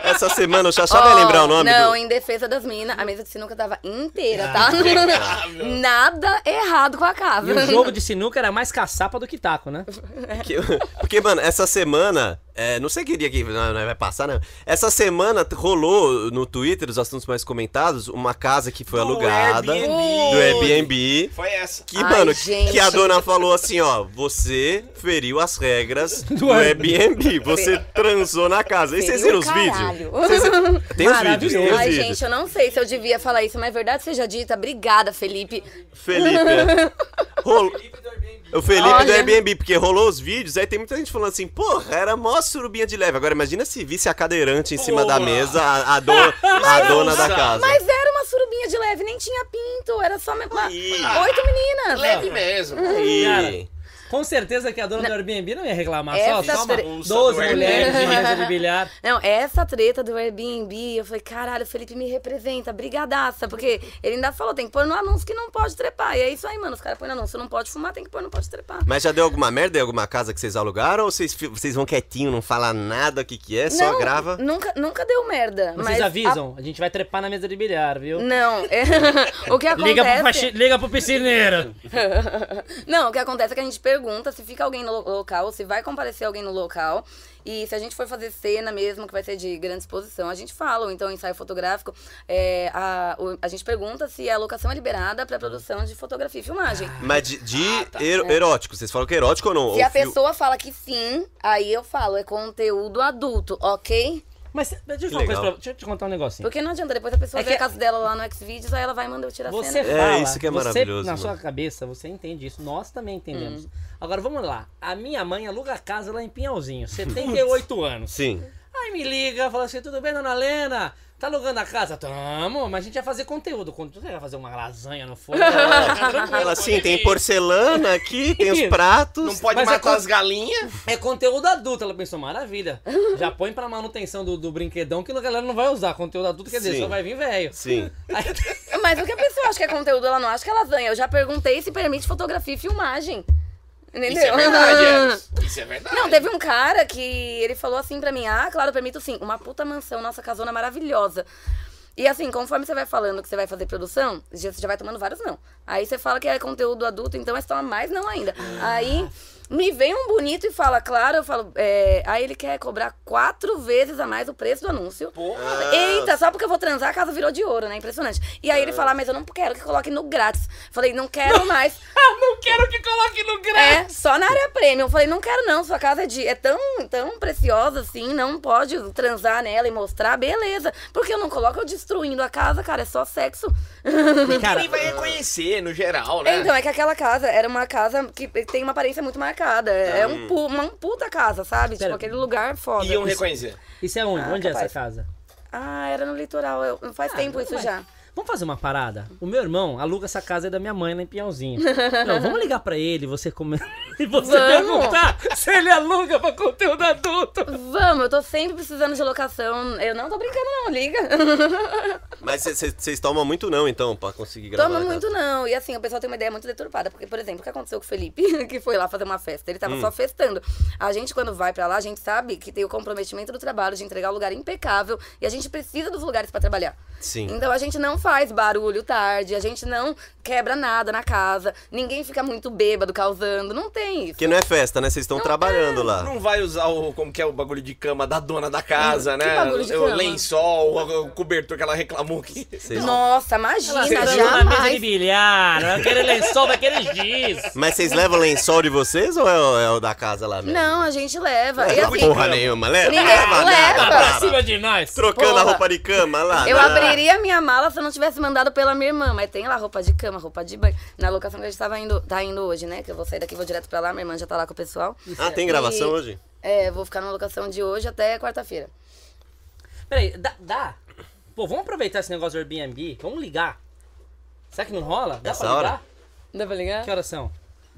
B: Essa semana o Xaxá vai
C: Ó,
B: lembrar o nome
C: Não,
B: do... Ah,
C: em defesa das minas, a mesa de sinuca tava inteira, tá? Nada errado com a casa.
E: E o jogo de sinuca era mais caçapa do que taco, né?
B: que- Porque, mano, essa semana... é, não sei que dia que não, não vai passar, não. Essa semana rolou no Twitter, os assuntos mais comentados, uma casa que foi
D: Do
B: alugada
D: Airbnb.
B: do Airbnb.
D: Foi essa.
B: Que,
C: Ai,
B: mano,
C: gente.
B: que a dona falou assim, ó, você feriu as regras do Airbnb, você transou na casa. E vocês viram os vídeos? Tem os vídeos, tem os
C: Ai,
B: vídeos.
C: gente, eu não sei se eu devia falar isso, mas é verdade seja dita. Obrigada, Felipe.
B: Felipe, é. Rolo- O Felipe do
C: Olha.
B: Airbnb, porque rolou os vídeos, aí tem muita gente falando assim, porra, era mó surubinha de leve. Agora imagina se visse a cadeirante em cima da
D: Boa.
B: mesa, a, a do- a dona da casa.
C: Mas era uma surubinha de leve, nem tinha pinto, era só me- uma...
B: Ih.
C: oito meninas.
D: Leve mesmo.
B: E-
E: Cara, com certeza que a dona do Airbnb não ia reclamar. Só
C: Essa
E: toma
C: tre-
E: 12
D: Bolsa do
E: mulheres de
C: Airbnb.
E: mesa de bilhar.
C: Não, essa treta do Airbnb, eu falei, caralho, o Felipe me representa, brigadaça, porque ele ainda falou, tem que pôr no anúncio que não pode trepar. E é isso aí, mano, os caras põem no anúncio, não pode fumar, tem que pôr, não pode trepar.
B: Mas já deu alguma merda em alguma casa que vocês alugaram? Ou vocês, fi- vocês vão quietinho, não fala nada o que, que é, só
C: não,
B: grava?
C: Nunca, nunca deu merda.
E: Vocês
C: mas a-
E: avisam? A... gente vai trepar na mesa de bilhar, viu?
C: Não, o que acontece...
E: Liga pro, faxi- Liga pro piscineiro.
C: Não, o que acontece é que a gente pergunta se fica alguém no lo- local, se vai comparecer alguém no local. E se a gente for fazer cena mesmo, que vai ser de grande exposição, a gente fala. Ou então ensaio fotográfico, é, a, o- a gente pergunta se a locação é liberada pra produção de fotografia e filmagem.
B: Mas de, de ero- erótico, vocês falam que é erótico ou não?
C: Ah, tá Se
B: Ah. Ou
C: a
B: fio-
C: pessoa fala que sim, aí eu falo, é conteúdo adulto, ok?
E: Mas deixa eu, falar uma coisa pra...
B: legal.
E: deixa eu te contar um negócio.
C: Porque não adianta, depois a pessoa
E: É
C: vê
E: que-
C: a casa dela lá no Xvideos, aí ela vai e manda eu tirar a
E: Você
C: cena.
B: É,
E: fala,
B: isso que é
E: você,
B: maravilhoso,
E: na
B: mano.
E: sua cabeça, você entende isso. Nós também
C: Hum.
E: entendemos. Agora, vamos lá. A minha mãe aluga casa lá em Pinhalzinho, 78 anos.
B: Sim.
E: Aí me liga, fala assim, tudo bem, dona Lena? Tá alugando a casa? Tamo, mas a gente vai fazer conteúdo. Quando Você vai fazer uma lasanha no forno?
C: Tá
B: Ela assim, tem porcelana aqui, tem os
D: Não
B: pratos.
D: pode
E: Mas é
D: matar
E: com-
D: as galinhas.
E: É conteúdo adulto. Ela pensou, maravilha. Já põe pra manutenção do, do brinquedão que a galera não vai usar. Conteúdo adulto, quer dizer,
B: Sim.
E: só vai vir velho.
B: Sim.
E: Aí-
C: mas o que a pessoa acha que é conteúdo, ela não acha que é lasanha. Eu já perguntei se permite fotografia e filmagem. Entendeu?
D: Isso é verdade, Eros. Isso é verdade.
C: Não, teve um cara que ele falou assim pra mim: ah, claro, eu permito sim, uma puta mansão, nossa casona maravilhosa. E assim, conforme você vai falando que você vai fazer produção, já- você já vai tomando vários não. Aí você fala que é conteúdo adulto, então você toma mais não ainda. Aí me vem um bonito e fala, claro, eu falo, é, aí ele quer cobrar quatro vezes a mais o preço do anúncio.
D: Porra.
C: Eita, só porque eu vou transar, a casa virou de ouro, né? Impressionante. E aí ele fala, mas eu não quero que coloque no grátis. Falei, não quero mais.
A: Eu não quero que coloque no grátis.
C: É, só na área premium. Eu falei, não quero não, sua casa é, de- é tão, tão preciosa assim, não pode transar nela e mostrar, beleza. Porque eu não coloco eu destruindo a casa, cara, é só sexo. é
D: Ninguém nem vai reconhecer, no geral, né?
C: Então, é que aquela casa era uma casa que tem uma aparência muito marcada. É um, pu- uma um puta casa, sabe?
A: Pera.
C: Tipo, aquele lugar foda.
D: Iam reconhecer.
A: Isso é onde?
C: Ah,
A: onde é
C: capaz.
A: essa casa?
C: Ah, era no litoral, eu- faz tempo isso
A: Ué,
C: já.
A: Vamos fazer uma parada? O meu irmão aluga essa casa aí da minha mãe lá em Pinhalzinho. Não, vamos ligar pra ele, você come... e você
C: Vamos.
A: perguntar se ele aluga pra conteúdo adulto.
C: Vamos, eu tô sempre precisando de locação. Eu não tô brincando, não, liga.
B: Mas vocês tomam muito não, então, pra conseguir gravar.
C: Toma
B: na
C: muito,
B: casa.
C: não. E assim, o pessoal tem uma ideia muito deturpada. Porque, por exemplo, o que aconteceu com o Felipe, que foi lá fazer uma festa? Ele
B: Hum.
C: tava só festando. A gente, quando vai pra lá, a gente sabe que tem o comprometimento do trabalho, de entregar o lugar impecável. E a gente precisa dos lugares pra trabalhar.
B: Sim.
C: Então a gente não faz barulho tarde, a gente não quebra nada na casa, ninguém fica muito bêbado causando. Não tem isso.
B: Porque não é festa, né? Vocês estão trabalhando lá.
D: Não é. vai usar o, como que é o bagulho de cama da dona da casa, né?
C: bagulho de
D: o
C: cama?
D: lençol, o, o cobertor que ela reclamou que...
B: Vocês-
C: Nossa, imagina,
A: Você na mesa de
C: jamais.
A: bilhar, aquele lençol daquele giz.
B: Mas vocês levam lençol de vocês ou é o, é o da casa lá mesmo?
C: Não, a gente leva. E,
B: Leva
C: assim,
B: porra nenhuma, leva.
C: Ninguém
B: leva, nada,
C: leva.
B: para.
A: Tá Pra cima de nós.
B: Trocando a
C: Porra.
B: roupa de cama lá.
C: Eu
B: né?
C: abriria minha mala se eu não tivesse mandado pela minha irmã, mas tem lá roupa de cama, roupa de banho. Na locação que a gente tava indo, tá indo hoje, né? Que eu vou sair daqui, vou direto pra lá, minha irmã já tá lá com o pessoal.
B: Ah, tem gravação
C: E-
B: hoje?
C: É, vou ficar na locação de hoje até quarta-feira.
A: Peraí, dá, dá? Pô, vamos aproveitar esse negócio do Airbnb, vamos ligar. Será que não rola? Dá
B: Nessa
A: pra
B: hora?
A: ligar?
C: Dá pra ligar?
A: Que horas são?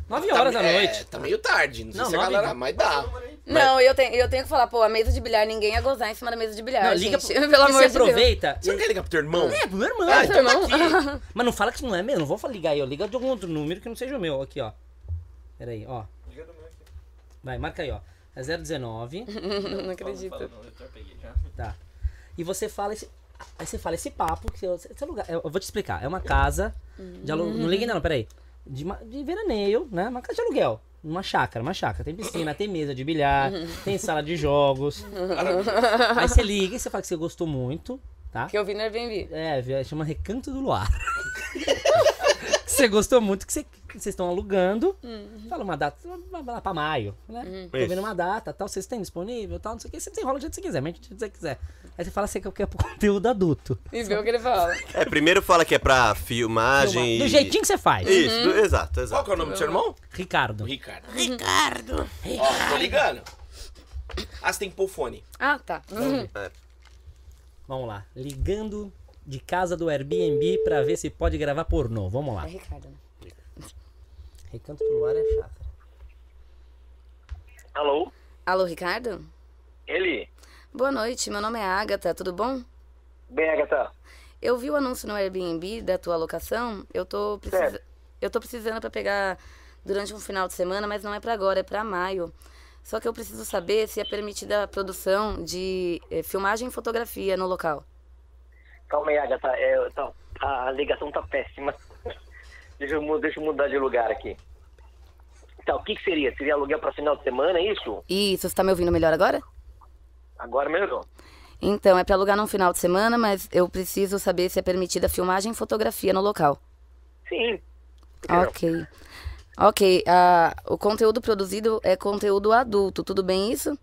A: 9 horas
D: tá,
A: da
D: é,
A: noite.
D: tá meio tarde, não sei
A: Não,
D: se a
A: nove-
D: galera... Mas dá.
C: Não, eu tenho, eu tenho que falar, pô, a mesa de bilhar, ninguém ia gozar em cima da mesa de bilhar,
A: Não, liga
C: liga É, gente.
A: pro-
C: Pelo
A: e
C: amor
A: você
C: de Deus.
A: aproveita.
D: Você não quer ligar pro teu irmão?
A: É, pro meu irmão.
D: Ah, então
C: irmão?
D: tá aqui.
A: Mas não fala que isso não é meu, não vou falar ligar aí, ó. Liga de algum outro número que não seja o meu. Aqui, ó. Pera aí, ó. Vai, marca aí, ó. É 019,
C: Não acredito.
A: tá. E você fala esse... Aí você fala esse papo, que você- esse lugar... Eu eu vou te explicar. É uma casa de alu... Não liga ainda não, peraí. De, ma- de veraneio, né? Uma casa de aluguel. Uma chácara, uma chácara. Tem piscina, tem mesa de bilhar, tem sala de jogos. Aí você liga e você fala que você gostou muito, tá?
C: Que eu vi no Airbnb.
A: É, vi- chama Recanto do Luar. Que você gostou muito, que você- que vocês estão alugando. Fala uma data, vai lá pra maio, né? Tô
B: Isso.
A: vendo uma data, tal, vocês têm disponível, tal, não sei o que. Você desenrola do jeito que você quiser, mente do jeito que você quiser. Aí você fala assim que eu quero pro conteúdo adulto.
C: E vê o que ele fala.
B: É, primeiro fala que é pra filmagem.
A: Do
B: e-
A: jeitinho que você faz.
B: Isso, do- exato,
D: Qual
B: exato.
D: que é o nome do seu irmão?
A: Ricardo.
D: O Ricardo. Ricardo. Ó, tô ligando. Ah, você tem que pôr o fone.
C: Ah, tá.
B: É.
A: Vamos lá. Ligando de casa do Airbnb pra ver se pode gravar pornô. Vamos lá.
C: É Ricardo, né?
A: Recanto do Luar é chácara.
F: Alô?
C: Alô, Ricardo?
F: Ele?
C: Boa noite, meu nome é Agatha, tudo bom?
F: Bem, Agatha.
C: Eu vi o anúncio no Airbnb da tua locação. Eu tô, precisa-
F: Certo.
C: eu tô precisando pra pegar durante um final de semana, mas não é pra agora, é pra maio. Só que eu preciso saber se é permitida a produção de eh, filmagem e fotografia no local.
F: Calma aí, Agatha. É, tá- a a ligação tá péssima. deixa, eu, mu- deixa eu mudar de lugar aqui. Tá, o que, que seria? Seria aluguel pra final de semana, é isso?
C: Isso, você tá me ouvindo melhor agora?
F: Agora melhorou.
C: Então, é pra alugar num final de semana, mas eu preciso saber se é permitida filmagem e fotografia no local.
F: Sim.
C: Ok. Ok, ah, o conteúdo produzido é conteúdo adulto, tudo bem isso?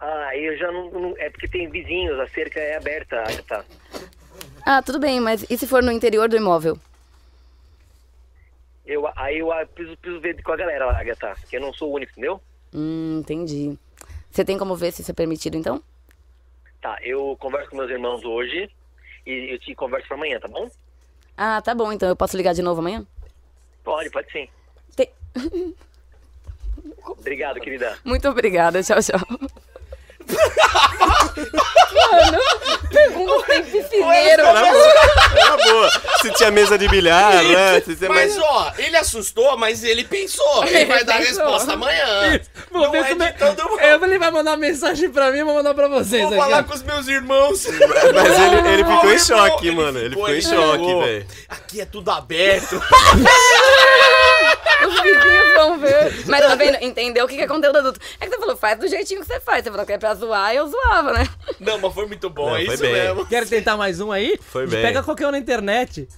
F: Ah, eu já não, não- É porque tem vizinhos, a cerca é aberta, Agatha.
C: Ah, tudo bem, mas e se for no interior do imóvel?
F: Eu, aí eu ah, preciso, preciso ver com a galera lá, Agatha. Porque eu não sou o único, entendeu?
C: Hum, entendi. Você tem como ver se isso é permitido, então?
F: Tá, eu converso com meus irmãos hoje e eu te converso pra amanhã, tá bom?
C: Ah, tá bom, então eu posso ligar de novo amanhã?
F: Pode, pode sim.
C: Tem-
F: Obrigado, querida.
C: Muito obrigada, tchau, tchau. Mano, pergunta tem piscineiro.
B: É Era boa. tinha mesa de bilhar, né? Você tem
D: Mas
B: mais-
D: ó, ele assustou, mas ele pensou. Ele vai dar a
A: Pensou.
D: resposta amanhã.
A: Vou
D: Não
A: ver
D: é
A: como é-
D: de todo mundo.
A: Eu- Ele vai mandar mensagem pra mim, eu vou mandar pra vocês.
D: Vou
A: aqui, ó.
D: falar com os meus irmãos.
B: Mas ele, ele
D: Ó,
B: ficou
D: o
B: em
D: irmão,
B: choque, mano. Ele ficou em choque,
D: ficou.
B: velho.
D: Aqui é tudo aberto.
C: Os vizinhos vão ver. Mas tá vendo? Entendeu o que que é conteúdo adulto. É que você falou, faz do jeitinho que você faz. Você falou que é pra zoar, eu zoava, né?
D: Não, mas foi muito bom,
B: Não,
D: é
B: foi
D: isso
B: bem.
D: mesmo.
A: Quer tentar mais um aí?
B: Foi
A: A gente
B: bem.
A: Pega qualquer um na internet.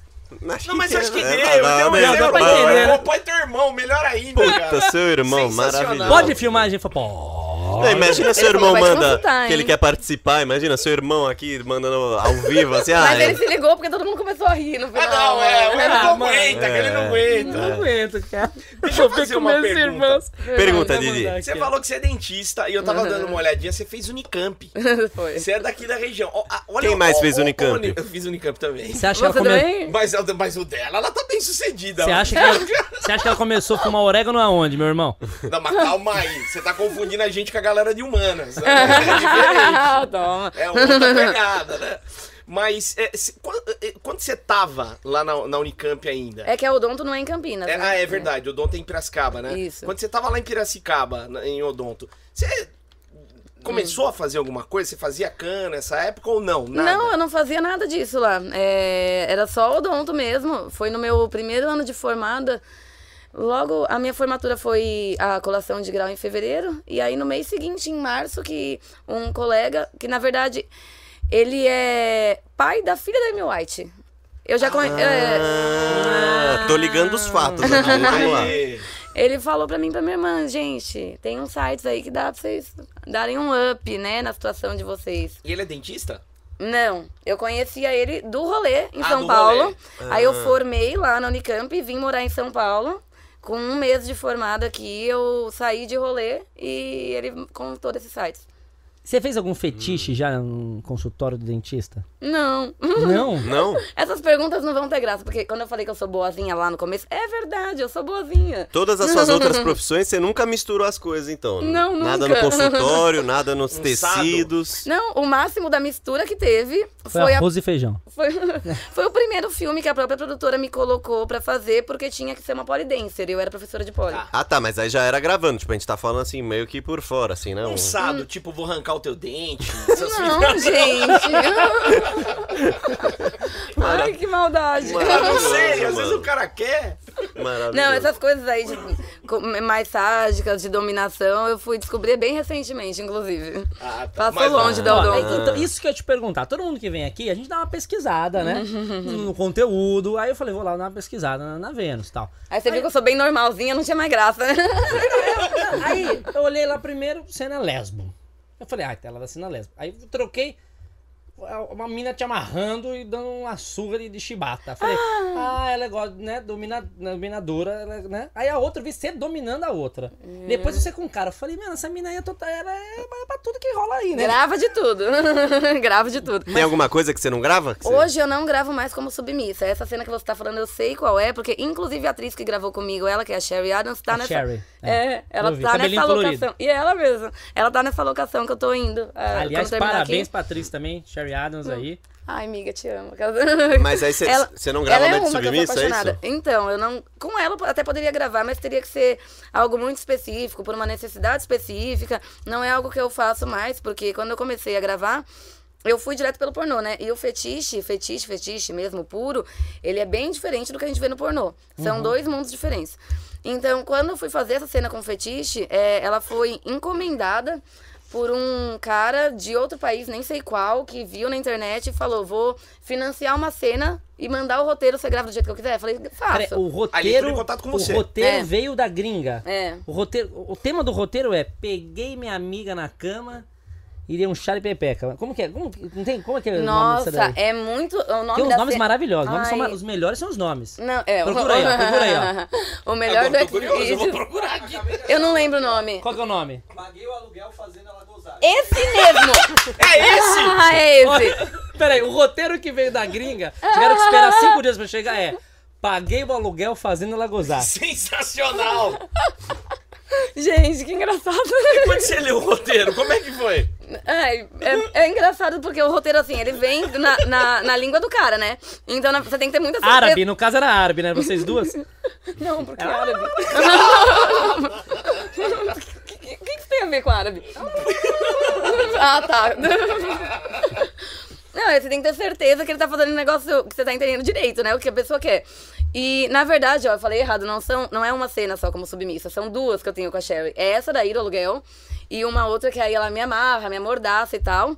D: Não, mas acho que
B: É,
D: deu,
B: não,
D: deu,
B: não, não,
D: deu,
A: dá pra
D: irmão.
A: entender, né?
D: Pô, Pode ter irmão, melhor ainda, cara.
B: Puta, seu irmão,
D: Sensacional.
B: maravilhoso.
A: Pode filmar, a gente fala, pô.
B: Não, imagina seu
C: Ele falou,
B: irmão
C: vai te
B: manda
C: consultar,
B: que ele
C: hein?
B: quer participar, imagina seu irmão aqui mandando ao vivo, assim, ah,
C: Mas ele
B: é-
C: se ligou porque todo mundo começou a rir no final.
D: Ah, não, é, o
C: né?
D: ele não
A: Ah, mano.
D: aguenta, que ele não
A: Não
B: É.
D: aguenta.
A: aguento, cara.
D: Deixa eu fazer uma pergunta. Tá
B: pergunta,
A: Vou
B: Didi.
A: mandar aqui,
D: Você
A: ó.
D: falou que você é dentista e eu
B: Uhum.
D: tava dando uma olhadinha, você fez Unicamp.
C: Foi.
D: Você é daqui da região. Ó, a- olha
B: Quem
D: o-
B: mais
D: ó,
B: fez
D: ó,
B: Unicamp?
D: o Uni- Eu fiz Unicamp também.
A: Você acha que
C: Você
A: ela come-
C: também?
D: Mas, a- mas o dela, ela tá bem sucedida.
A: Você acha que ela- você acha que ela começou a fumar orégano aonde, meu irmão?
D: Não, mas calma aí. Você tá confundindo a gente com a galera de humanas. né?
C: Toma.
D: É outra pegada, né? Mas é, se- quan- é, quando você tava lá na, na Unicamp ainda?
C: É que a Odonto não é em Campinas.
D: É,
C: né?
D: ah, é verdade, Odonto é em Piracicaba, né?
C: Isso.
D: Quando você tava lá em Piracicaba, na- em Odonto, você
C: Hum.
D: começou a fazer alguma coisa? Você fazia cana nessa época ou não? Nada.
C: Não, eu não fazia nada disso lá. É, era só odonto mesmo. Foi no meu primeiro ano de formada. Logo, a minha formatura foi a colação de grau em fevereiro. E aí, no mês seguinte, em março, que um colega, que na verdade, ele é pai da filha da Amy White. Eu já é, conheço.
B: Ah, tô ligando os fatos aqui,
D: é.
B: vamos lá.
D: Aí,
C: Ele falou pra mim e pra minha irmã, gente, tem uns sites aí que dá pra vocês darem um up, né, na situação de vocês.
D: E ele é dentista?
C: Não, eu conhecia ele do rolê em
D: Ah,
C: São
D: do
C: Paulo.
D: rolê. Ah.
C: Aí eu formei lá na Unicamp e vim morar em São Paulo. Com um mês de formada aqui, eu saí de rolê e ele contou desses sites.
A: Você fez algum fetiche já no consultório do dentista?
C: Não.
A: Não?
B: Não?
C: Essas perguntas não vão ter graça, porque quando eu falei que eu sou boazinha lá no começo, é verdade, eu sou boazinha.
B: Todas as suas outras profissões, você nunca misturou as coisas, então. né?
C: Não,
B: Nada
C: nunca.
B: no consultório, nada nos
D: Um sado.
B: tecidos.
C: Não, o máximo da mistura que teve
A: Foi,
C: foi a
A: arroz e feijão.
C: Foi, foi o primeiro filme que a própria produtora me colocou pra fazer, porque tinha que ser uma polidancer. e Eu era professora de poli.
D: Tá.
B: Ah, tá, mas aí já era gravando, tipo, a gente tá falando assim, meio que por fora, assim, não.
D: Um sado, tipo, vou arrancar o teu dente. essas
C: Hum. Não, gente. Ai, que maldade.
D: Eu não sei,
B: Maravilhoso,
D: às vezes
B: mano.
D: o cara quer.
B: Maravilhoso.
C: Não, essas coisas aí de, com- mais sádicas, de dominação, eu fui descobrir bem recentemente, inclusive.
D: Ah, tá.
C: Passou
D: Mas-
C: longe da
A: Ó,
C: odonto.
A: então, isso que eu ia te perguntar. Todo mundo que vem aqui, a gente dá uma pesquisada, né? no conteúdo. Aí eu falei, vou lá dar uma pesquisada na, na Vênus e tal.
C: Aí você viu que eu sou bem normalzinha, não tinha mais graça.
A: Aí eu olhei lá primeiro, cena lesbo. Eu falei, ah, tela da cena lesbo. Aí eu troquei uma mina te amarrando e dando uma surra de, de chibata. Eu Falei, ah, ela gosta, né? domina- dominadora, ela, né? Aí a outra vi você dominando a outra.
C: É.
A: Depois você com o cara. Eu falei, mano, essa mina aí é total. Ela é pra- pra tudo que rola aí, né?
C: Grava de tudo. Grava de tudo.
B: Tem alguma coisa que você não grava? Que você-
C: Hoje eu não gravo mais como submissa. Essa cena que você tá falando, eu sei qual é, porque inclusive a atriz que gravou comigo, ela que é a Sherry Adams, tá
A: A
C: nessa.
A: Sherry,
C: É,
A: é.
C: ela
A: Eu vi,
C: tá
A: cabelinho
C: nessa
A: colorido.
C: locação. E é ela mesma. Ela tá nessa locação que eu tô indo. ah,
A: Aliás,
C: quando terminar
A: parabéns
C: Aqui.
A: pra atriz também, Sherry Adams aí.
C: Ai, amiga, te amo.
B: Mas aí cê-
C: Ela-
B: cê não
C: ela
B: grava
C: é
B: mais de
C: uma que eu sou
B: submissa, é isso?
C: apaixonada. Então, eu não. Com ela eu até poderia gravar, mas teria que ser algo muito específico, por uma necessidade específica. Não é algo que eu faço mais, porque quando eu comecei a gravar, eu fui direto pelo pornô, né? E o fetiche, fetiche, fetiche mesmo puro, ele é bem diferente do que a gente vê no pornô. São
B: Uhum.
C: dois mundos diferentes. Então, quando eu fui fazer essa cena com fetiche, é, ela foi encomendada por um cara de outro país, nem sei qual, que viu na internet e falou: vou financiar uma cena e mandar o roteiro ser grava do jeito que eu quiser. Eu falei,
A: Cara,
C: faço.
A: o roteiro,
D: entrou em contato com
A: o
D: você.
A: roteiro
C: É.
A: veio da gringa.
C: É.
A: O, roteiro, o tema do roteiro é peguei minha amiga na cama e dei um chá de pepeca. Como que é? Como, não tem, como é que é o nome dessa
C: Nossa,
A: daí?
C: é muito. O nome
A: Tem uns
C: da
A: nomes
C: ce-
A: maravilhosos. Nomes são
C: Ai.
A: ma- os melhores são os nomes.
C: Não, é, o-
A: Procura aí, ó, procura aí,
C: o melhor
D: Agora
C: do
D: eu tô curioso, eu vou
C: vídeo.
D: procurar aqui.
C: Eu não lembro o nome.
A: Qual que é o nome?
C: Esse mesmo!
D: É esse!
C: ah, é esse!
A: Peraí, o roteiro que veio da gringa, tiveram que esperar cinco dias pra chegar, é paguei o aluguel fazendo ela gozar.
D: Sensacional!
C: Gente, que engraçado.
D: Quando você leu o roteiro, como é que foi?
C: Ai, é, é engraçado porque o roteiro, assim, ele vem na, na, na língua do cara, né? Então na- você tem que ter muita certeza.
A: Árabe, né? no caso era árabe, né? Vocês duas?
C: Não, porque árabe. O que, que, que isso tem a ver com árabe? ah, tá. Não, você tem que ter certeza que ele tá fazendo um negócio que você tá entendendo direito, né? O que a pessoa quer. E, na verdade, ó, eu falei errado, não, são, não é uma cena só como submissa, são duas que eu tenho com a Sherry. É essa daí do aluguel e uma outra que aí ela me amarra, me amordaça e tal.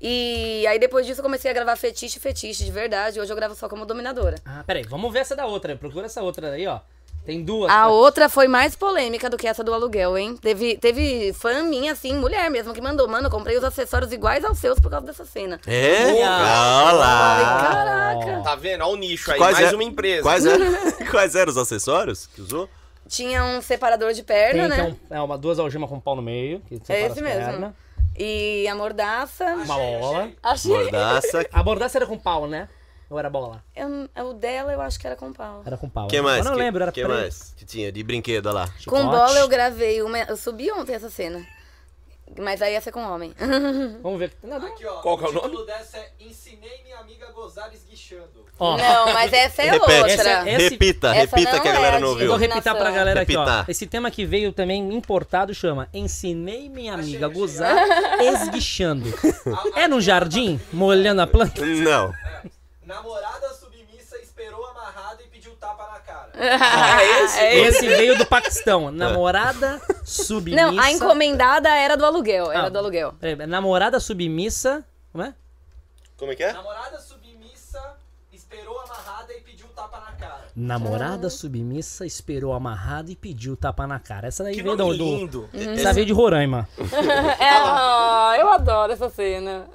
C: E aí depois disso eu comecei a gravar fetiche, fetiche, de verdade. Hoje eu gravo só como dominadora.
A: Ah, peraí, vamos ver essa da outra. Procura essa outra aí, ó. Tem duas.
C: A
A: tá?
C: outra foi mais polêmica do que essa do aluguel, hein? Teve, teve fã minha, assim, mulher mesmo, que mandou, mano, eu comprei os acessórios iguais aos seus por causa dessa cena.
B: É?
A: Olha.
B: Olha lá.
C: Caraca!
D: Tá vendo? Olha o nicho aí,
B: Quais
D: mais
B: é-
D: uma empresa.
B: Quais, é- quais eram os acessórios que usou?
C: Tinha um separador de
A: Tem, que
C: perna, né?
A: é, um- é uma, duas algemas com um pau no meio. Que
C: É
A: separa
C: esse
A: as
C: mesmo.
A: pernas,
C: E a mordaça.
A: Uma bola.
C: Achei.
B: Mordaça.
A: A bordaça era com pau, né? Ou era bola?
C: Eu- o dela eu acho que era com pau.
A: Era com pau.
B: que
A: né?
B: mais?
A: Eu não
B: que,
A: lembro, era
B: que
A: preto.
B: mais? Que tinha de brinquedo, olha lá.
A: Chicote.
C: Com bola eu gravei uma. Eu subi ontem essa cena. Mas aí ia ser com homem.
A: Vamos ver. Não, não.
G: Aqui, ó.
D: Qual que é o
G: O título dessa é Ensinei minha amiga a gozar esguichando.
A: Ó,
C: Não, mas essa é
B: Repete.
C: outra.
A: Esse-
B: repita,
C: essa
B: repita
C: não
B: que a galera
C: é
B: não
C: de-
A: eu
B: ouviu.
A: vou repitar pra galera aqui, ó.
B: Repitar.
A: Esse tema que veio também importado chama Ensinei minha amiga a gozar esguichando. É num jardim, molhando a planta?
B: Não.
G: Namorada submissa esperou amarrado e pediu tapa na cara.
A: Ah,
C: É esse?
A: Esse veio do
B: É.
A: Paquistão. Namorada submissa.
C: Não, a encomendada era do aluguel. Era
A: Ah.
C: do aluguel.
A: Peraí, namorada submissa. Como é?
B: Como é que é?
G: Namorada submissa esperou amarrada e pediu tapa na cara.
A: Namorada submissa esperou amarrado e pediu tapa na cara. Essa daí
D: Que
A: veio
D: nome
A: do, do,
D: lindo.
C: Uhum.
A: essa veio de Roraima.
C: É, ah, eu adoro essa cena.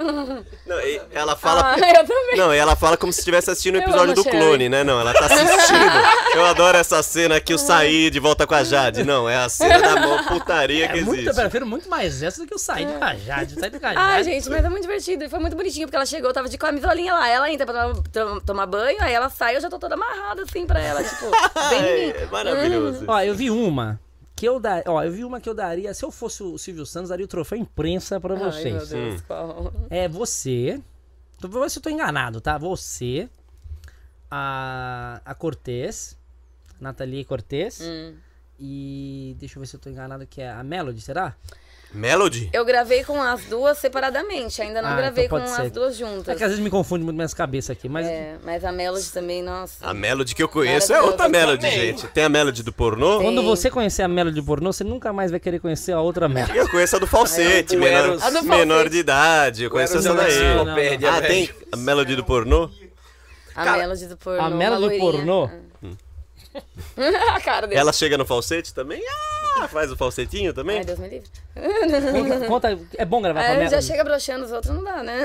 B: Não, e- ela fala.
C: Ah, eu também.
B: Não, e ela fala como se estivesse assistindo o
C: Eu
B: episódio
C: amo
B: do
C: Sherry.
B: clone, né? Não, ela tá assistindo. Eu adoro essa cena que eu saí de volta com a Jade. Não, é a cena da maior putaria que
A: É muito, eu
B: existe.
A: prefiro muito mais essa do que o sair de Cajade. Sair de Cajade.
C: É. Ai, gente, mas é muito divertido. E foi muito bonitinho, porque ela chegou, eu tava de camisolinha lá. Ela entra pra tomar, to- tomar banho, aí ela sai, eu já tô toda amarrada assim pra ela. Tipo, bem.
B: É, é maravilhoso.
A: Ó, eu vi uma que eu da... Ó, eu vi uma que eu daria, se eu fosse o Silvio Santos, daria o troféu imprensa pra
C: Ai, meu
A: vocês.
C: Deus, qual.
A: é você. tô- Vou ver se eu tô enganado, tá? Você, a, a Cortez, Nathalie Cortez,
C: Hum.
A: e deixa eu ver se eu tô enganado, que é a Melody, será?
B: Melody?
C: Eu gravei com as duas separadamente, ainda não
A: Ah,
C: gravei
A: então
C: com
A: pode ser.
C: as duas
A: É
C: juntas.
A: que às vezes me confunde muito minhas cabeças aqui, mas.
C: É, mas a Melody também, nossa.
B: A Melody que eu conheço é
C: Maravilhoso.
B: outra Melody, gente. Tem a Melody do pornô?
A: Quando
C: Sim.
A: você conhecer a Melody pornô, você nunca mais vai querer conhecer a outra Melody.
B: Eu conheço a do falsete,
D: É, o
B: menor,
D: Eros-
C: A do
B: menor
C: falsete.
B: de idade.
D: é
B: Eu conheço essa daí.
A: Não, não,
D: não.
B: Ah, tem a Melody do pornô?
C: A Melody do pornô.
A: A Melody
C: uma
A: pornô?
C: loirinha. a cara dele.
B: Ela chega no falsete também? Ah, faz o falsetinho também?
C: Ai, Deus me livre.
A: Conta, conta- é bom gravar com a
C: Aí
A: Melody.
C: já chega broxando os outros, não dá, né?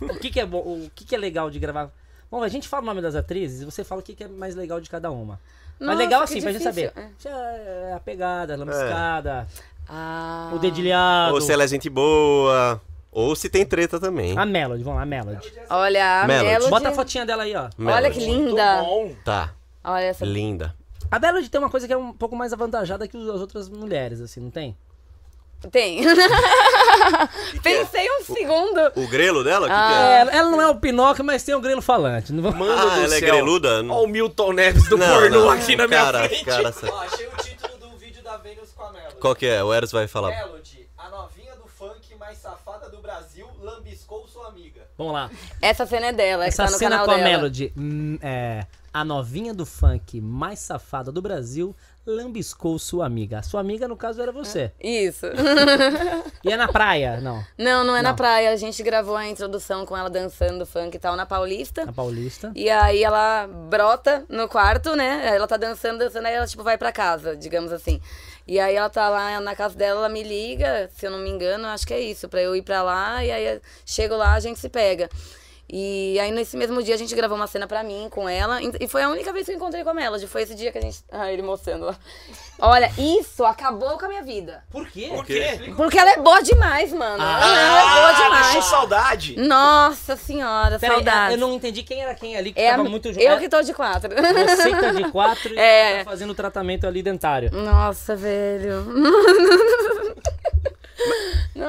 A: O que, que é bom, o que, que é legal de gravar? Bom, a gente fala o nome das atrizes e você fala o que, que é mais legal de cada uma. Mas
C: Nossa,
A: legal
C: que
A: assim, pra gente saber.
C: difícil.
A: É, A pegada, a lambiscada,
C: Ah.
A: o dedilhado.
B: Ou se ela é gente boa. Ou se tem treta também.
A: A Melody, vamos lá, a Melody.
C: Ah, Olha, a
B: Melody.
C: Melody.
A: Bota a fotinha dela aí, ó.
C: Olha que
B: Melody.
D: Muito
C: linda.
D: bom.
B: Tá,
C: Olha essa.
B: linda.
A: A Melody tem uma coisa que é um pouco mais avantajada que as outras mulheres, assim, não tem? Hum.
C: Tem. Pensei um segundo.
B: O grelo dela? Que
C: Ah.
A: É,
B: que é?
A: ela ela não é o Pinóquio, mas tem o grelo falante. Não vamos...
D: Mano
B: Ah,
D: do
B: ela é
D: céu.
B: greluda?
D: Olha o Milton Neves do pornô aqui na minha
B: cara,
D: frente.
B: Cara,
G: Ó, achei o título do vídeo da Vênus com a Melody.
B: qual que é? O Eros vai falar.
G: Melody, a novinha do funk mais safada do Brasil, lambiscou sua amiga.
A: Vamos lá.
C: Essa cena é dela,
A: Essa
C: que tá no
A: cena
C: canal
A: com a
C: dela.
A: Melody. hum, é, a novinha do funk mais safada do Brasil lambiscou sua amiga. A sua amiga, no caso, era você.
C: Isso.
A: E é na praia, não.
C: não, não é
A: Não.
C: na praia. A gente gravou a introdução com ela dançando funk e tal na Paulista.
A: Na Paulista.
C: E aí ela brota no quarto, né? Ela tá dançando, dançando, aí ela tipo vai pra casa, digamos assim. E aí ela tá lá na casa dela, ela me liga, se eu não me engano, acho que é isso, pra eu ir pra lá e aí chego lá, a gente se pega. E aí nesse mesmo dia a gente gravou uma cena pra mim com ela, e- e foi a única vez que eu encontrei com a Melody, foi esse dia que a gente, ah, ele mostrando lá. Olha, isso acabou com a minha vida.
A: Por quê?
D: Por quê?
C: Porque ela é boa demais, mano. ela é boa
D: Ah, deixou
C: demais. Hum,
D: saudade.
C: Nossa senhora,
A: Peraí,
C: saudade.
A: Eu não entendi quem era quem ali, que
C: É a-
A: tava muito junto.
C: eu que tô de quatro.
A: Você que tá de quatro e
C: É.
A: tá fazendo tratamento ali dentário.
C: Nossa, velho.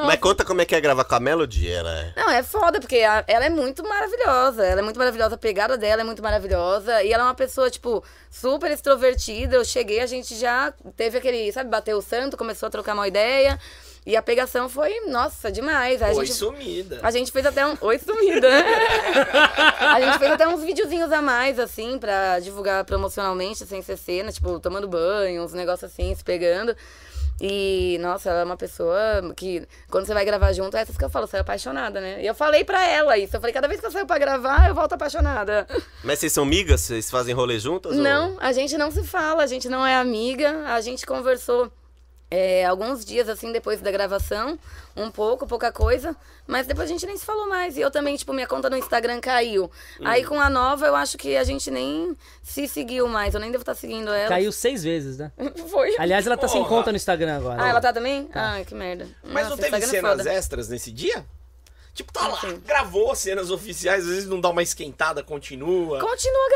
B: Mas conta como é que é gravar com a Melody, ela é.
C: Não, é foda, porque a- ela é muito maravilhosa. Ela é muito maravilhosa, a pegada dela é muito maravilhosa. E ela é uma pessoa, tipo, super extrovertida. Eu cheguei, a gente já teve aquele, sabe, bateu o santo, começou a trocar uma ideia. E a pegação foi, nossa, demais. A
D: Foi
C: gente,
D: sumida.
C: a gente fez até um. Oi, sumida! a gente fez até uns videozinhos a mais, assim, pra divulgar promocionalmente, sem ser cena, tipo, tomando banho, uns negócios assim, se pegando. E, nossa, ela é uma pessoa que, quando você vai gravar junto, é essas que eu falo, você é apaixonada, né? E eu falei pra ela isso. Eu falei, cada vez que eu saio pra gravar, eu volto apaixonada.
B: Mas vocês são migas? Vocês fazem rolê juntas? ou-
C: Não, a gente não se fala, a gente não é amiga, a gente conversou é, alguns dias assim depois da gravação, um pouco, pouca coisa, mas depois a gente nem se falou mais. E eu também, tipo, minha conta no Instagram caiu. Aí com a nova, eu acho que a gente nem se seguiu mais, eu nem devo estar seguindo ela.
A: Caiu seis vezes, né?
C: Foi.
A: Aliás, ela tá sem
D: Porra.
A: conta no Instagram agora.
C: Ah, ela tá também? Ai, que merda.
D: Mas
C: Nossa,
D: não teve
C: Instagram é
D: cenas
C: foda.
D: extras nesse dia? Tipo, tá lá,
C: Assim.
D: gravou cenas oficiais, às vezes não dá uma esquentada, continua.
C: Continua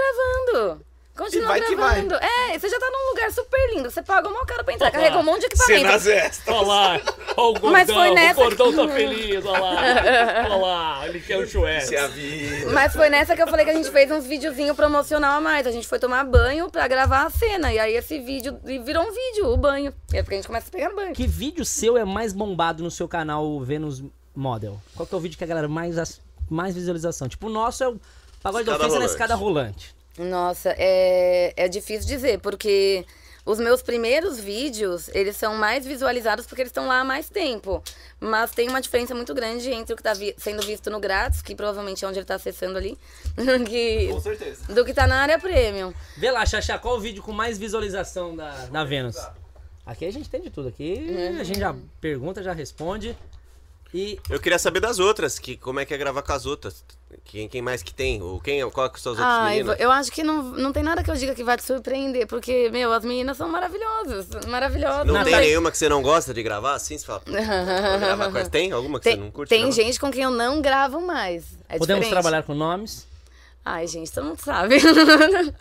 C: gravando. Continua
D: vai que vai.
C: gravando. É, você já tá num lugar super lindo. Você pagou mal caro pra entrar,
A: Opa.
C: carregou um monte de equipamento.
D: Cenas extras.
A: Olha lá, olha o gordão,
C: Mas foi nessa
A: o gordão tá feliz, olha lá, olha lá, ele quer o chué.
D: Você avisa.
C: Mas foi nessa que eu falei que a gente fez uns videozinhos promocional a mais. A gente foi tomar banho pra gravar a cena. E aí esse vídeo e virou um vídeo, o banho. E é porque a gente começa a pegar banho.
A: Que vídeo seu é mais bombado no seu canal Vênus Model? Qual que é o vídeo que a galera mais, as- mais visualização? Tipo, o nosso é o pagode da
B: Escada
A: ofensa na
B: rolante.
A: escada rolante.
C: Nossa, é, é difícil dizer, porque os meus primeiros vídeos, eles são mais visualizados porque eles estão lá há mais tempo. Mas tem uma diferença muito grande entre o que tá vi- sendo visto no grátis, que provavelmente é onde ele tá acessando ali, que-
G: Com certeza.
C: do que tá na área premium.
A: Vê lá, Xaxá, qual o vídeo com mais visualização da, da Vênus? Aqui a gente tem de tudo, aqui
C: É.
A: a gente já pergunta, já responde. E
B: Eu queria saber das outras, que como é que é gravar com as outras? Quem, quem mais que tem? Ou quem, qual que são as outras
C: Ai,
B: meninas?
C: Ah, eu acho que não, não tem nada que eu diga que vai te surpreender, porque, meu, as meninas são maravilhosas. Maravilhosas.
B: Não tem
C: sei.
B: nenhuma que você não gosta de gravar assim? Você fala, "Pô, vou gravar com essa." Tem alguma que você não
C: Tem,
B: curte?
C: tem
B: gravar?
C: gente com quem eu não gravo mais. É
A: podemos
C: diferente.
A: trabalhar com nomes?
C: Ai, gente, todo mundo sabe.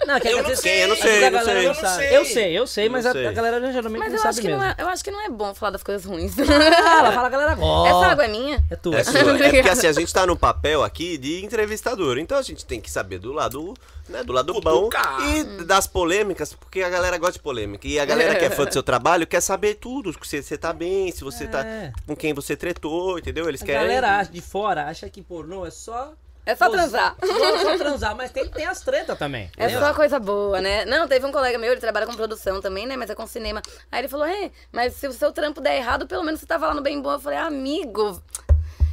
A: Não, quer
D: Eu
A: dizer,
D: não sei, eu não
A: às
D: sei,
A: vezes a
D: eu não
A: galera
D: sei, eu não sei.
A: Eu sei, eu sei,
B: Eu
A: mas
B: não
A: a,
B: sei.
A: a galera geralmente
C: Mas
A: não
C: eu
A: sabe
C: acho, que
A: mesmo.
C: não é, eu acho que não é bom falar das coisas ruins.
A: Fala, fala, a galera gosta.
C: Essa água é minha?
A: É tua.
B: É sua. É porque
C: Obrigada.
B: assim, a gente tá no papel aqui de entrevistador. Então a gente tem que saber do lado, né, do lado bom
D: Cutucar.
B: e das polêmicas, porque a galera gosta de polêmica. E a galera que é fã do seu trabalho quer saber tudo. Se você tá bem, se você tá
A: É.
B: com quem você tretou, entendeu? Eles
A: A
B: querem.
A: galera acha- de fora acha que pornô é só.
C: É só
A: gozar-
C: transar.
A: Só, só transar, mas tem, tem as tretas também.
C: É só coisa boa, né? Não, teve um colega meu, ele trabalha com produção também, né? Mas é com cinema. Aí ele falou, é, mas se o seu trampo der errado, pelo menos você tava lá no bem bom. Eu falei, amigo,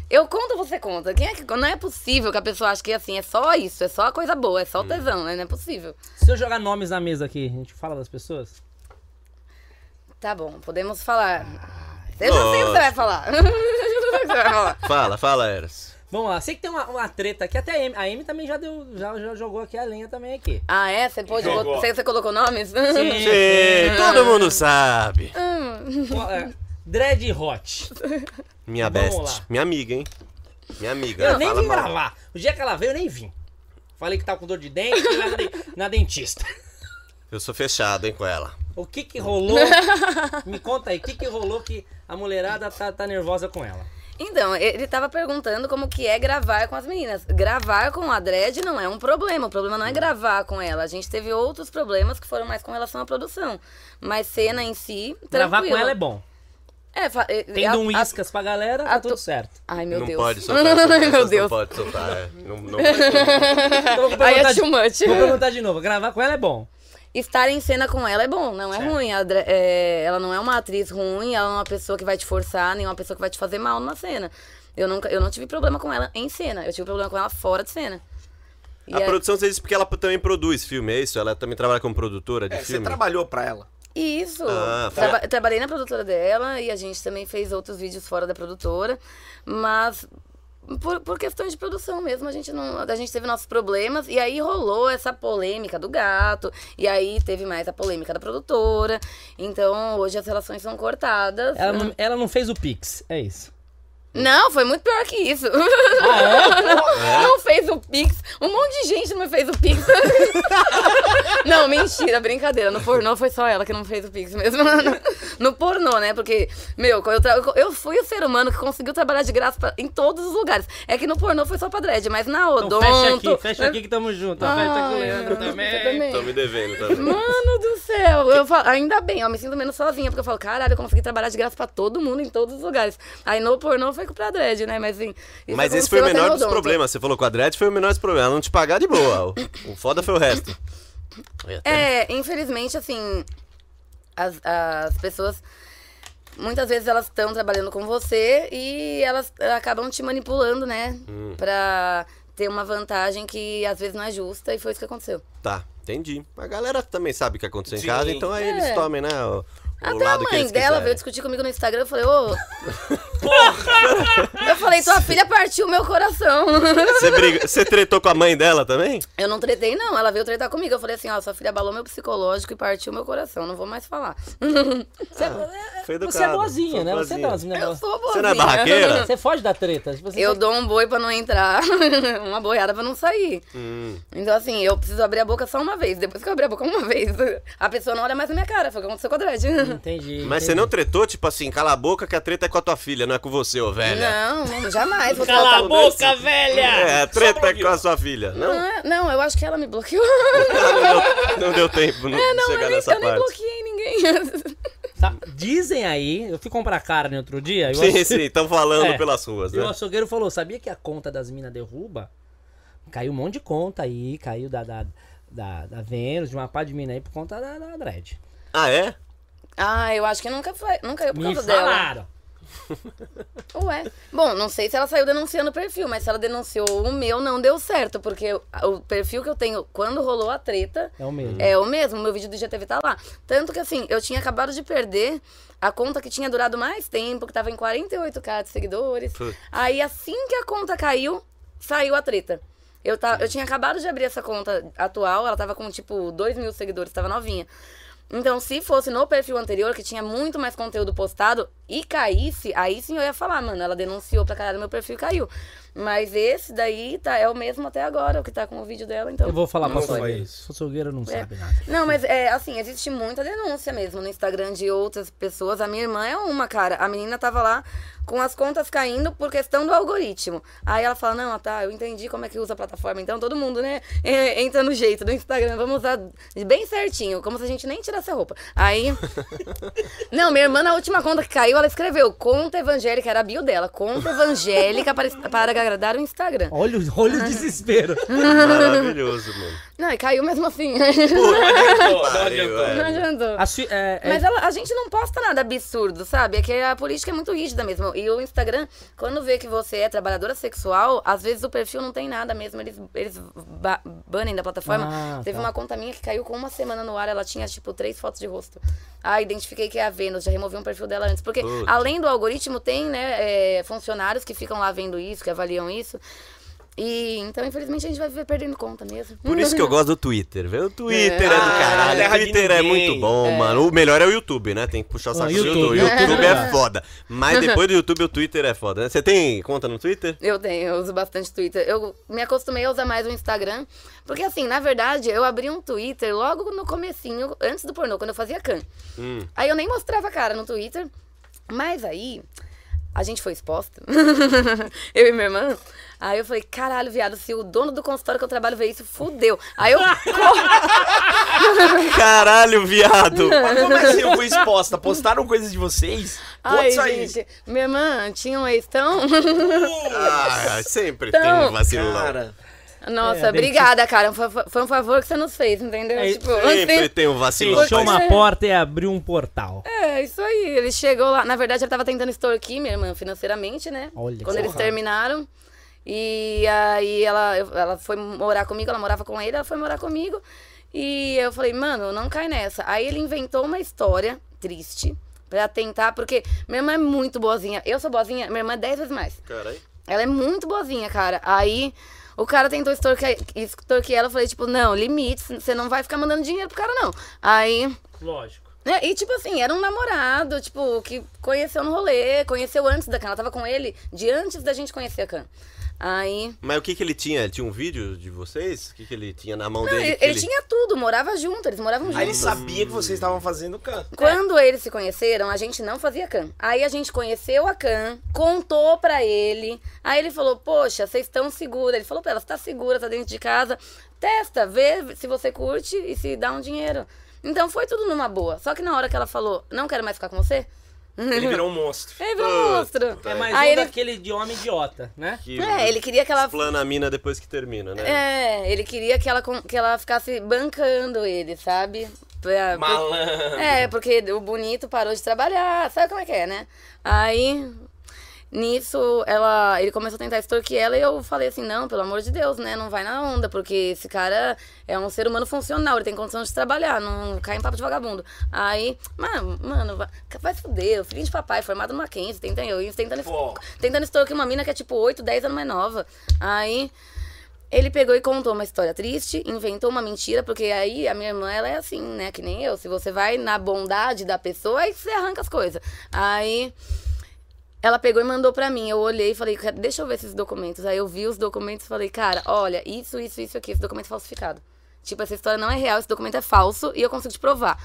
C: eu conto, você conta. Quem é que... Não é possível que a pessoa ache que, assim, é só isso, é só coisa boa, é só tesão, né? Não é possível.
A: Se eu jogar nomes na mesa aqui, a gente fala das pessoas?
C: Tá bom, podemos falar. Eu já sei o que você vai falar. Eu já sei o que você vai falar.
B: Fala, fala, Eras.
A: Vamos lá, sei que tem uma, uma treta aqui, até a Amy, a Amy também já, deu, já, já jogou aqui a lenha também aqui.
C: Ah, é? Você pôde...
D: Jogou.
C: bot- Você, você colocou nomes?
A: Sim, É.
B: Sim, todo mundo sabe.
A: Ó, é, Dread Hot.
B: Minha
A: Vamos
B: best.
A: lá.
B: Minha amiga, hein? Minha amiga.
A: Eu
B: ela
A: nem
B: fala
A: vim
B: mal.
A: gravar. O dia que ela veio, eu nem vim. Falei que tava com dor de dente, fui lá na, de- na dentista.
B: Eu sou fechado, hein, com ela.
A: O que que rolou? Me conta aí, o que que rolou que a mulherada tá, tá nervosa com ela?
C: Então, ele tava perguntando como que é gravar com as meninas. Gravar com a Dredd não é um problema. O problema
A: Hum.
C: não é gravar com ela. A gente teve outros problemas que foram mais com relação à produção. Mas cena em si, tranquilo.
A: Gravar com ela é bom.
C: É, fa- é, é,
A: Tendo um
C: a- a-
A: iscas pra galera,
C: a
A: tá
C: tu-
A: tudo certo.
C: Ai, meu
B: não
C: Deus.
B: pode soltar. essas
C: Ai,
B: pessoas
C: meu Deus.
B: Não pode soltar. é. Não, não vai.
A: Então, eu vou perguntar
C: Aí é
A: de-
C: too much.
A: Vou perguntar de novo, gravar com ela é bom.
C: Estar em cena com ela é bom, não é ruim. A Dre- é, ela não é uma atriz ruim, ela não é uma pessoa que vai te forçar, nem uma pessoa que vai te fazer mal numa cena. Eu, nunca, eu não tive problema com ela em cena. Eu tive problema com ela fora de cena. E
B: A
C: aí-
B: produção fez isso porque ela também produz filme, é isso? Ela também trabalha como produtora de
D: É, você
B: filme?
D: trabalhou pra ela.
C: Isso.
B: Ah, foi-
C: Traba- Trabalhei na produtora dela e a gente também fez outros vídeos fora da produtora, mas por, por questões de produção mesmo, a gente não, a gente teve nossos problemas e aí rolou essa polêmica do gato e aí teve mais a polêmica da produtora. Então, hoje as relações são cortadas.
A: Ela não, ela não fez o Pix, é isso.
C: Não, foi muito pior que isso. não, não fez o Pix. Um monte de gente não me fez o Pix. não, mentira, brincadeira. No pornô foi só ela que não fez o Pix mesmo. No pornô, né? Porque, meu, eu, tra- eu fui o ser humano que conseguiu trabalhar de graça pra- em todos os lugares. É que no pornô foi só pra dread, mas na
A: Então
C: odonto...
A: fecha aqui, fecha aqui que tamo junto. ó. fecha com o
C: Ai,
A: Leandro
C: meu,
A: também.
C: você também.
B: Tô me devendo, tá
A: Hum,
B: vendo?
C: Mano do céu, eu falo, ainda bem, eu me sinto menos sozinha, porque eu falo, caralho, eu consegui trabalhar de graça pra todo mundo em todos os lugares. Aí no pornô foi com pra dread, né? Mas assim. isso
D: é
B: Mas esse foi o
C: aconteceu até
B: menor
C: no
B: dos
C: odonto.
B: problemas. Você falou com a Dredd, foi o menor dos problemas. Ela não te pagar de boa. O, o foda foi o resto.
C: É, infelizmente, assim, as, as pessoas. Muitas vezes elas estão trabalhando com você e elas acabam te manipulando, né?
B: Hum.
C: Pra ter uma vantagem que às vezes não é justa, e foi isso que aconteceu.
B: Tá, entendi. A galera também sabe o que aconteceu em
D: Sim.
B: casa, então aí eles
C: É.
B: tomem, né? O, o
C: Até a
B: lado que
C: mãe
B: eles
C: dela veio
B: quiserem.
C: discutir comigo no Instagram, eu falei, ô. Eu falei, tua filha partiu meu coração.
B: Você, briga... Você tretou com a mãe dela também?
C: Eu não tretei, não. Ela veio tretar comigo. Eu falei assim, ó, sua filha abalou meu psicológico e partiu meu coração. Não vou mais falar.
B: Foi educado.
A: Você é boazinha,
B: foi
A: né? Você
B: boazinha.
A: dá uns
C: Eu
A: negócios.
C: sou boazinha.
B: Você não é barraqueira?
A: Você foge da treta. Tipo, você
C: Eu dou um boi pra não entrar, uma boiada pra não sair.
B: Hum.
C: Então, assim, eu preciso abrir a boca só uma vez. Depois que eu abrir a boca uma vez, a pessoa não olha mais na minha cara. Foi o que aconteceu com a Dredd.
B: Hum.
A: Entendi.
B: Mas você
A: entendi.
B: não tretou, tipo assim, cala a boca que a treta é com a tua filha, não é com você, ô velha.
C: Não, não, jamais.
B: tá
C: tá Vou
A: Cala a
C: tratar-
B: tipo
A: boca, velha!
B: É, a treta é com a sua filha. Não,
C: Ah, Não, eu acho que ela me bloqueou.
B: não deu, não deu tempo não
C: É, não, eu
B: chegar
C: nem,
B: nessa
C: eu nem
B: parte.
C: bloqueei ninguém.
A: Tá, Dizem aí, eu fui comprar carne outro dia e o,
B: É. Sim,
A: açougue-
B: sim, estão falando
A: É.
B: pelas ruas,
A: e o
B: né?
A: açougueiro falou: sabia que a conta das minas derruba? Caiu um monte de conta aí, caiu da, da, da, da Vênus, de uma pá de mina aí por conta da, da Dredd.
B: Ah, é?
C: Ah, eu acho que nunca foi, nunca eu por
A: Me
C: causa dela.
A: falaram.
C: Ué. Bom, não sei se ela saiu denunciando o perfil, mas se ela denunciou o meu, não deu certo. Porque o perfil que eu tenho quando rolou a treta
A: É o mesmo.
C: É o mesmo, meu vídeo do IGTV tá lá. Tanto que assim, eu tinha acabado de perder a conta que tinha durado mais tempo, que tava em 48k de seguidores.
B: Putz.
C: Aí assim que a conta caiu, saiu a treta. Eu, ta- eu tinha acabado de abrir essa conta atual, ela tava com tipo 2 mil seguidores, tava novinha. Então, se fosse no perfil anterior, que tinha muito mais conteúdo postado, e caísse, aí sim eu ia falar, mano, ela denunciou pra caralho, meu perfil caiu. Mas esse daí tá, é o mesmo até agora, o que tá com o vídeo dela, então.
A: Eu vou falar pra
D: Não foi
A: açougueiro.
D: isso.
A: O açougueiro não sabe nada.
C: Não, mas é assim, existe muita denúncia mesmo no Instagram de outras pessoas. A minha irmã é uma, cara. A menina tava lá com as contas caindo por questão do algoritmo. Aí ela fala: Não, tá, eu entendi como é que usa a plataforma. Então todo mundo, né, é, entra no jeito do Instagram. Vamos usar bem certinho, como se a gente nem tirasse a roupa. Aí. Não, minha irmã, na última conta que caiu, ela escreveu: Conta evangélica, era a bio dela. Conta evangélica para, para agradar o Instagram.
A: Olha, o- olha
C: Ah.
A: o desespero.
B: Maravilhoso, mano.
C: Não, e caiu mesmo assim.
B: Pariu,
C: Não
B: é.
C: adiantou.
A: A sui- é, é-
C: Mas ela- a gente não posta nada absurdo, sabe? É que a política é muito rígida mesmo. E o Instagram, quando vê que você é trabalhadora sexual, às vezes o perfil não tem nada mesmo. Eles, eles ba- banem da plataforma.
A: Ah,
C: Teve
A: tá.
C: uma conta minha que caiu com uma semana no ar. Ela tinha, tipo, três fotos de rosto. Ah, identifiquei que é a Vênus. Já removi um perfil dela antes. Porque,
B: Putz.
C: além do algoritmo, tem, né, é, funcionários que ficam lá vendo isso, que avaliam isso. E, então, infelizmente, a gente vai viver perdendo conta mesmo.
B: Por isso que eu gosto do Twitter, velho. O Twitter é, do
D: Ah,
B: caralho.
D: terra
B: O
D: de
B: Twitter é
D: ninguém.
B: muito bom, mano. O melhor é o YouTube, né? Tem que puxar o saco do
A: YouTube,
B: YouTube. O
A: YouTube.
B: YouTube
A: É.
B: é foda. Mas depois do YouTube, o Twitter é foda, né? Você tem conta no Twitter?
C: Eu tenho, eu uso bastante Twitter. Eu me acostumei a usar mais o Instagram, porque assim, na verdade, eu abri um Twitter logo no comecinho, antes do pornô, quando eu fazia can.
A: Hum.
C: Aí eu nem mostrava a cara no Twitter, mas aí a gente foi exposta. eu e minha irmã. Aí eu falei, caralho, viado, se o dono do consultório que eu trabalho ver isso, fudeu. Aí eu
B: Caralho, viado!
D: Mas como é que eu fui exposta? Postaram coisas de vocês? Pô,
C: Ai,
D: isso aí.
C: gente, minha irmã tinha um ex tão.
B: Ah, sempre
C: Então,
B: tem um vacilão.
D: Cara,
C: Nossa,
A: É,
C: obrigada, cara. Foi, foi um favor que você nos fez, entendeu? Tipo, assim.
A: É,
B: Sempre tem um vacilão.
A: Fechou
B: mas-
A: uma porta e abriu um portal.
C: É, isso aí. Ele chegou lá. Na verdade, ele tava tentando extorquir minha irmã financeiramente, né?
A: Olha que
C: Quando eles
A: porra.
C: terminaram. E aí ela, eu- ela foi morar comigo, ela morava com ele, ela foi morar comigo. E eu falei, mano, não cai nessa. Aí ele inventou uma história triste pra tentar, porque minha irmã é muito boazinha. Eu sou boazinha, minha irmã é 10 vezes mais.
B: Caralho.
C: Ela é muito boazinha, cara. Aí o cara tentou extorquir, extorquir ela. Eu falei, tipo, não, limites. Você não vai ficar mandando dinheiro pro cara, não. Aí
A: Lógico.
C: É, e tipo assim, era um namorado, tipo, que conheceu no rolê, conheceu antes da Khan. Ela tava com ele de antes da gente conhecer a Khan. Aí.
B: Mas o que que ele tinha? Ele tinha um vídeo de vocês? O que que ele tinha na mão
C: Não,
B: dele?
C: Ah, ele,
B: que
C: ele tinha tudo, morava junto, eles moravam juntos.
D: Aí ele sabia que vocês estavam fazendo can.
C: Quando eles se conheceram, a gente não fazia can. Aí a gente conheceu a can, contou pra ele. Aí ele falou: "Poxa, vocês estão segura". Ele falou pra ela: "Você tá segura, tá dentro de casa. Testa, vê se você curte e se dá um dinheiro". Então foi tudo numa boa. Só que na hora que ela falou: "Não quero mais ficar com você".
D: Ele virou um monstro.
C: Ele virou um monstro.
B: É
A: mais
C: Aí
A: um
C: ele
A: daquele de homem idiota, né?
B: Que
C: É, ele queria que ela
B: plana a mina depois que termina, né?
C: É, ele queria que ela com- que ela ficasse bancando ele, sabe? Pra- pra-
D: Malandro.
C: É, porque o bonito parou de trabalhar, sabe como é que é, né? Aí, nisso, ela, ele começou a tentar extorquir ela e eu falei assim, não, pelo amor de Deus, né? Não vai na onda, porque esse cara é um ser humano funcional, ele tem condição de trabalhar, não cai em papo de vagabundo. Aí, mano, mano vai, vai se fuder, filho de papai, formado numa Mackenzie, tentando, eu, tentando,
D: Pô.
C: tentando extorquir uma mina que é tipo 8, 10 anos mais nova. Aí... Ele pegou e contou uma história triste, inventou uma mentira, porque aí a minha irmã, ela é assim, né? Que nem eu. Se você vai na bondade da pessoa, aí você arranca as coisas. Aí ela pegou e mandou pra mim. Eu olhei e falei, "Ca- deixa eu ver esses documentos. Aí eu vi os documentos e falei, cara, olha, isso, isso, isso aqui, esse documento é falsificado. Tipo, essa história não é real, esse documento é falso e eu consigo te provar.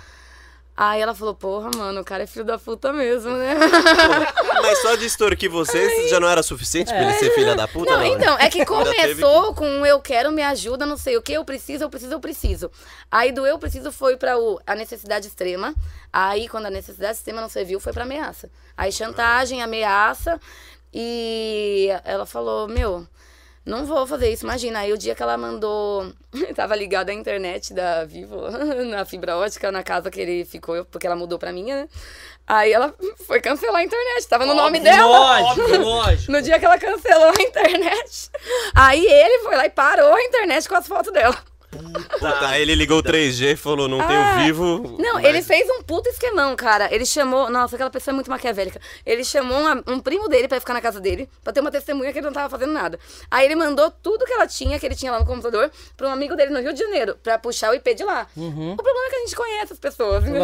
C: Aí ela falou, porra, mano, o cara é filho da puta mesmo, né?
B: Mas só de extorquir vocês já não era suficiente pra ele ser filha da puta,
C: Não,
B: não? né?
C: então, é que
B: Ainda teve
C: começou com eu quero, me ajuda, não sei o que, eu preciso, eu preciso, eu preciso. Aí do eu preciso foi pra o a necessidade extrema. Aí quando a necessidade extrema não serviu, foi pra ameaça. Aí chantagem, ameaça. E ela falou: "Meu, não vou fazer isso, imagina. Aí o dia que ela mandou. tava ligada à internet da Vivo, na fibra ótica, na casa que ele ficou, porque ela mudou pra minha, né? Aí ela foi cancelar a internet, tava no nome dela.
A: Lógico, lógico.
C: No dia que ela cancelou a internet. Aí ele foi lá e parou a internet com as fotos dela.
B: Puta, aí ele ligou o 3G e falou, não
C: Ah.
B: tenho vivo.
C: Não,
B: mas-
C: ele fez um puta esquemão, cara. Ele chamou. Nossa, aquela pessoa é muito maquiavélica. Ele chamou um, am- um primo dele pra ficar na casa dele, pra ter uma testemunha que ele não tava fazendo nada. Aí ele mandou tudo que ela tinha, que ele tinha lá no computador, pra um amigo dele no Rio de Janeiro, pra puxar o IP de lá. O problema é que a gente conhece as pessoas, né?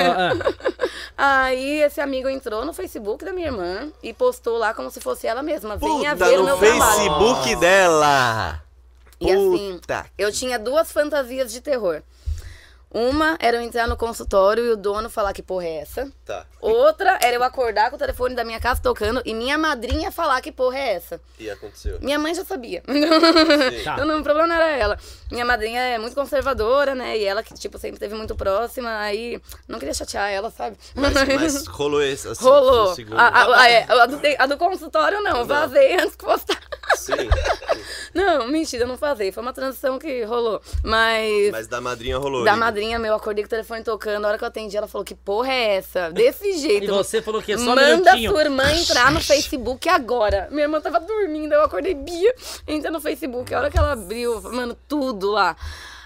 A: Ah,
C: Aí esse amigo entrou no Facebook da minha irmã e postou lá como se fosse ela mesma. Venha
B: Puta,
C: ver o
B: no
C: meu trabalho.
B: Facebook dela.
C: E assim,
B: Puta.
C: eu tinha duas fantasias de terror. Uma era eu entrar no consultório e o dono falar que porra é essa.
B: Tá.
C: Outra era eu acordar com o telefone da minha casa tocando e minha madrinha falar que porra é essa.
B: E aconteceu.
C: Minha mãe já sabia.
A: Tá.
C: Então não, o problema não era ela. Minha madrinha é muito conservadora, né? E ela que, tipo, sempre esteve muito próxima, aí não queria chatear ela, sabe?
B: Mas, mas rolou esse. assim,
C: Rolou.
B: o segundo.
C: A, a- a- é, a do, a do consultório não, eu vazei antes que postar.
B: Sim.
C: Não, mentira, eu não vazei. Foi uma transição que rolou. Mas.
B: Mas da madrinha rolou.
C: Da
B: ele-
C: madrinha, meu, acordei com o telefone tocando. A hora que eu atendi, ela falou: Que porra é essa? Desse
A: E
C: jeito.
A: você falou que só um
C: Manda
A: minutinho.
C: sua irmã entrar no Facebook agora. Minha irmã tava dormindo, eu acordei Bia, entra no Facebook. A hora que ela abriu, mano, tudo lá.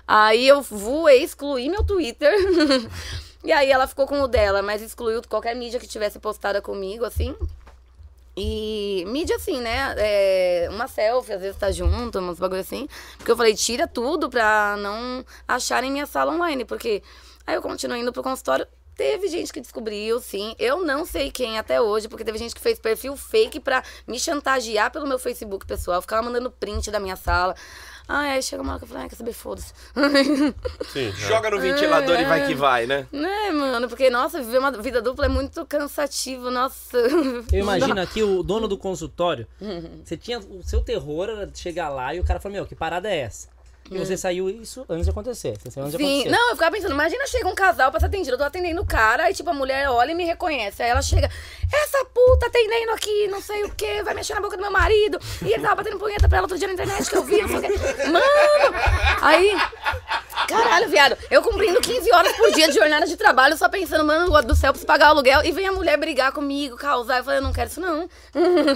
C: Aí eu voei, excluí meu Twitter. e aí ela ficou com o dela, mas excluiu qualquer mídia que tivesse postada comigo, assim. E mídia assim, né? É, uma selfie, às vezes tá junto, uns bagulho assim. Porque eu falei, tira tudo pra não acharem minha sala online. Porque aí eu continuo indo pro consultório. Teve gente que descobriu, sim. Eu não sei quem até hoje, porque teve gente que fez perfil fake pra me chantagear pelo meu Facebook pessoal. Ficava mandando print da minha sala. Ai, aí chega uma hora que eu falei, ai, quer saber, foda-se.
B: Sim.
D: Joga no ventilador e vai que vai, né?
C: né, mano? Porque, nossa, viver uma vida dupla é muito cansativo, nossa.
A: Eu imagino aqui o dono do consultório.
C: Uhum.
A: Você tinha o seu terror era de chegar lá e o cara falou: Meu, que parada é essa? E você saiu isso antes de acontecer. Você saiu antes de
C: Uhum. Sim,
A: acontecer.
C: não, eu ficava pensando, imagina chega um casal pra ser atendido, eu tô atendendo o cara, e tipo, a mulher olha e me reconhece. Aí ela chega, essa puta atendendo aqui, não sei o quê, vai mexer na boca do meu marido, e ele tava batendo punheta pra ela outro dia na internet que eu vi, não sei o quê. Mano! Aí, caralho, viado, eu cumprindo 15 horas por dia de jornada de trabalho, só pensando, mano, do céu, preciso pagar o aluguel, e vem a mulher brigar comigo, causar, eu falei, eu não quero isso não.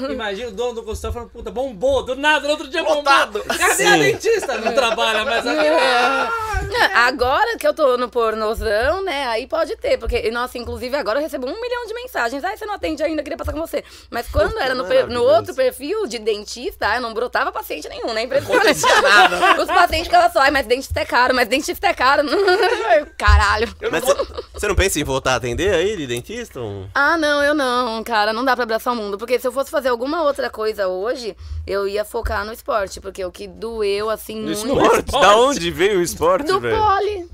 A: Imagina o dono do consultório falando: Puta, bombou, do nada, no outro dia bombou.
D: Lotado.
A: Cadê a dentista? Não trabalha mais. aqui.
C: É. Não, Agora que eu tô no pornozão, né? Aí pode ter, porque, nossa, inclusive agora eu recebo um milhão de mensagens. Ah, você não atende ainda, queria passar com você. Mas quando era no, per- no
B: maravilhoso.
C: outro perfil de dentista, eu não brotava paciente nenhum, né? Impressionante. Os pacientes ficavam só, ai, mas dentista é caro, mas dentista é caro. Caralho.
B: Mas você não pensa em voltar a atender aí de dentista? Um-
C: Ah, não, eu não, cara. Não dá pra abraçar o mundo. Porque se eu fosse fazer alguma outra coisa hoje, eu ia focar no esporte. Porque o que doeu, assim, muito.
B: Esporte? Da onde veio o esporte,
C: Do
B: velho?
C: pole.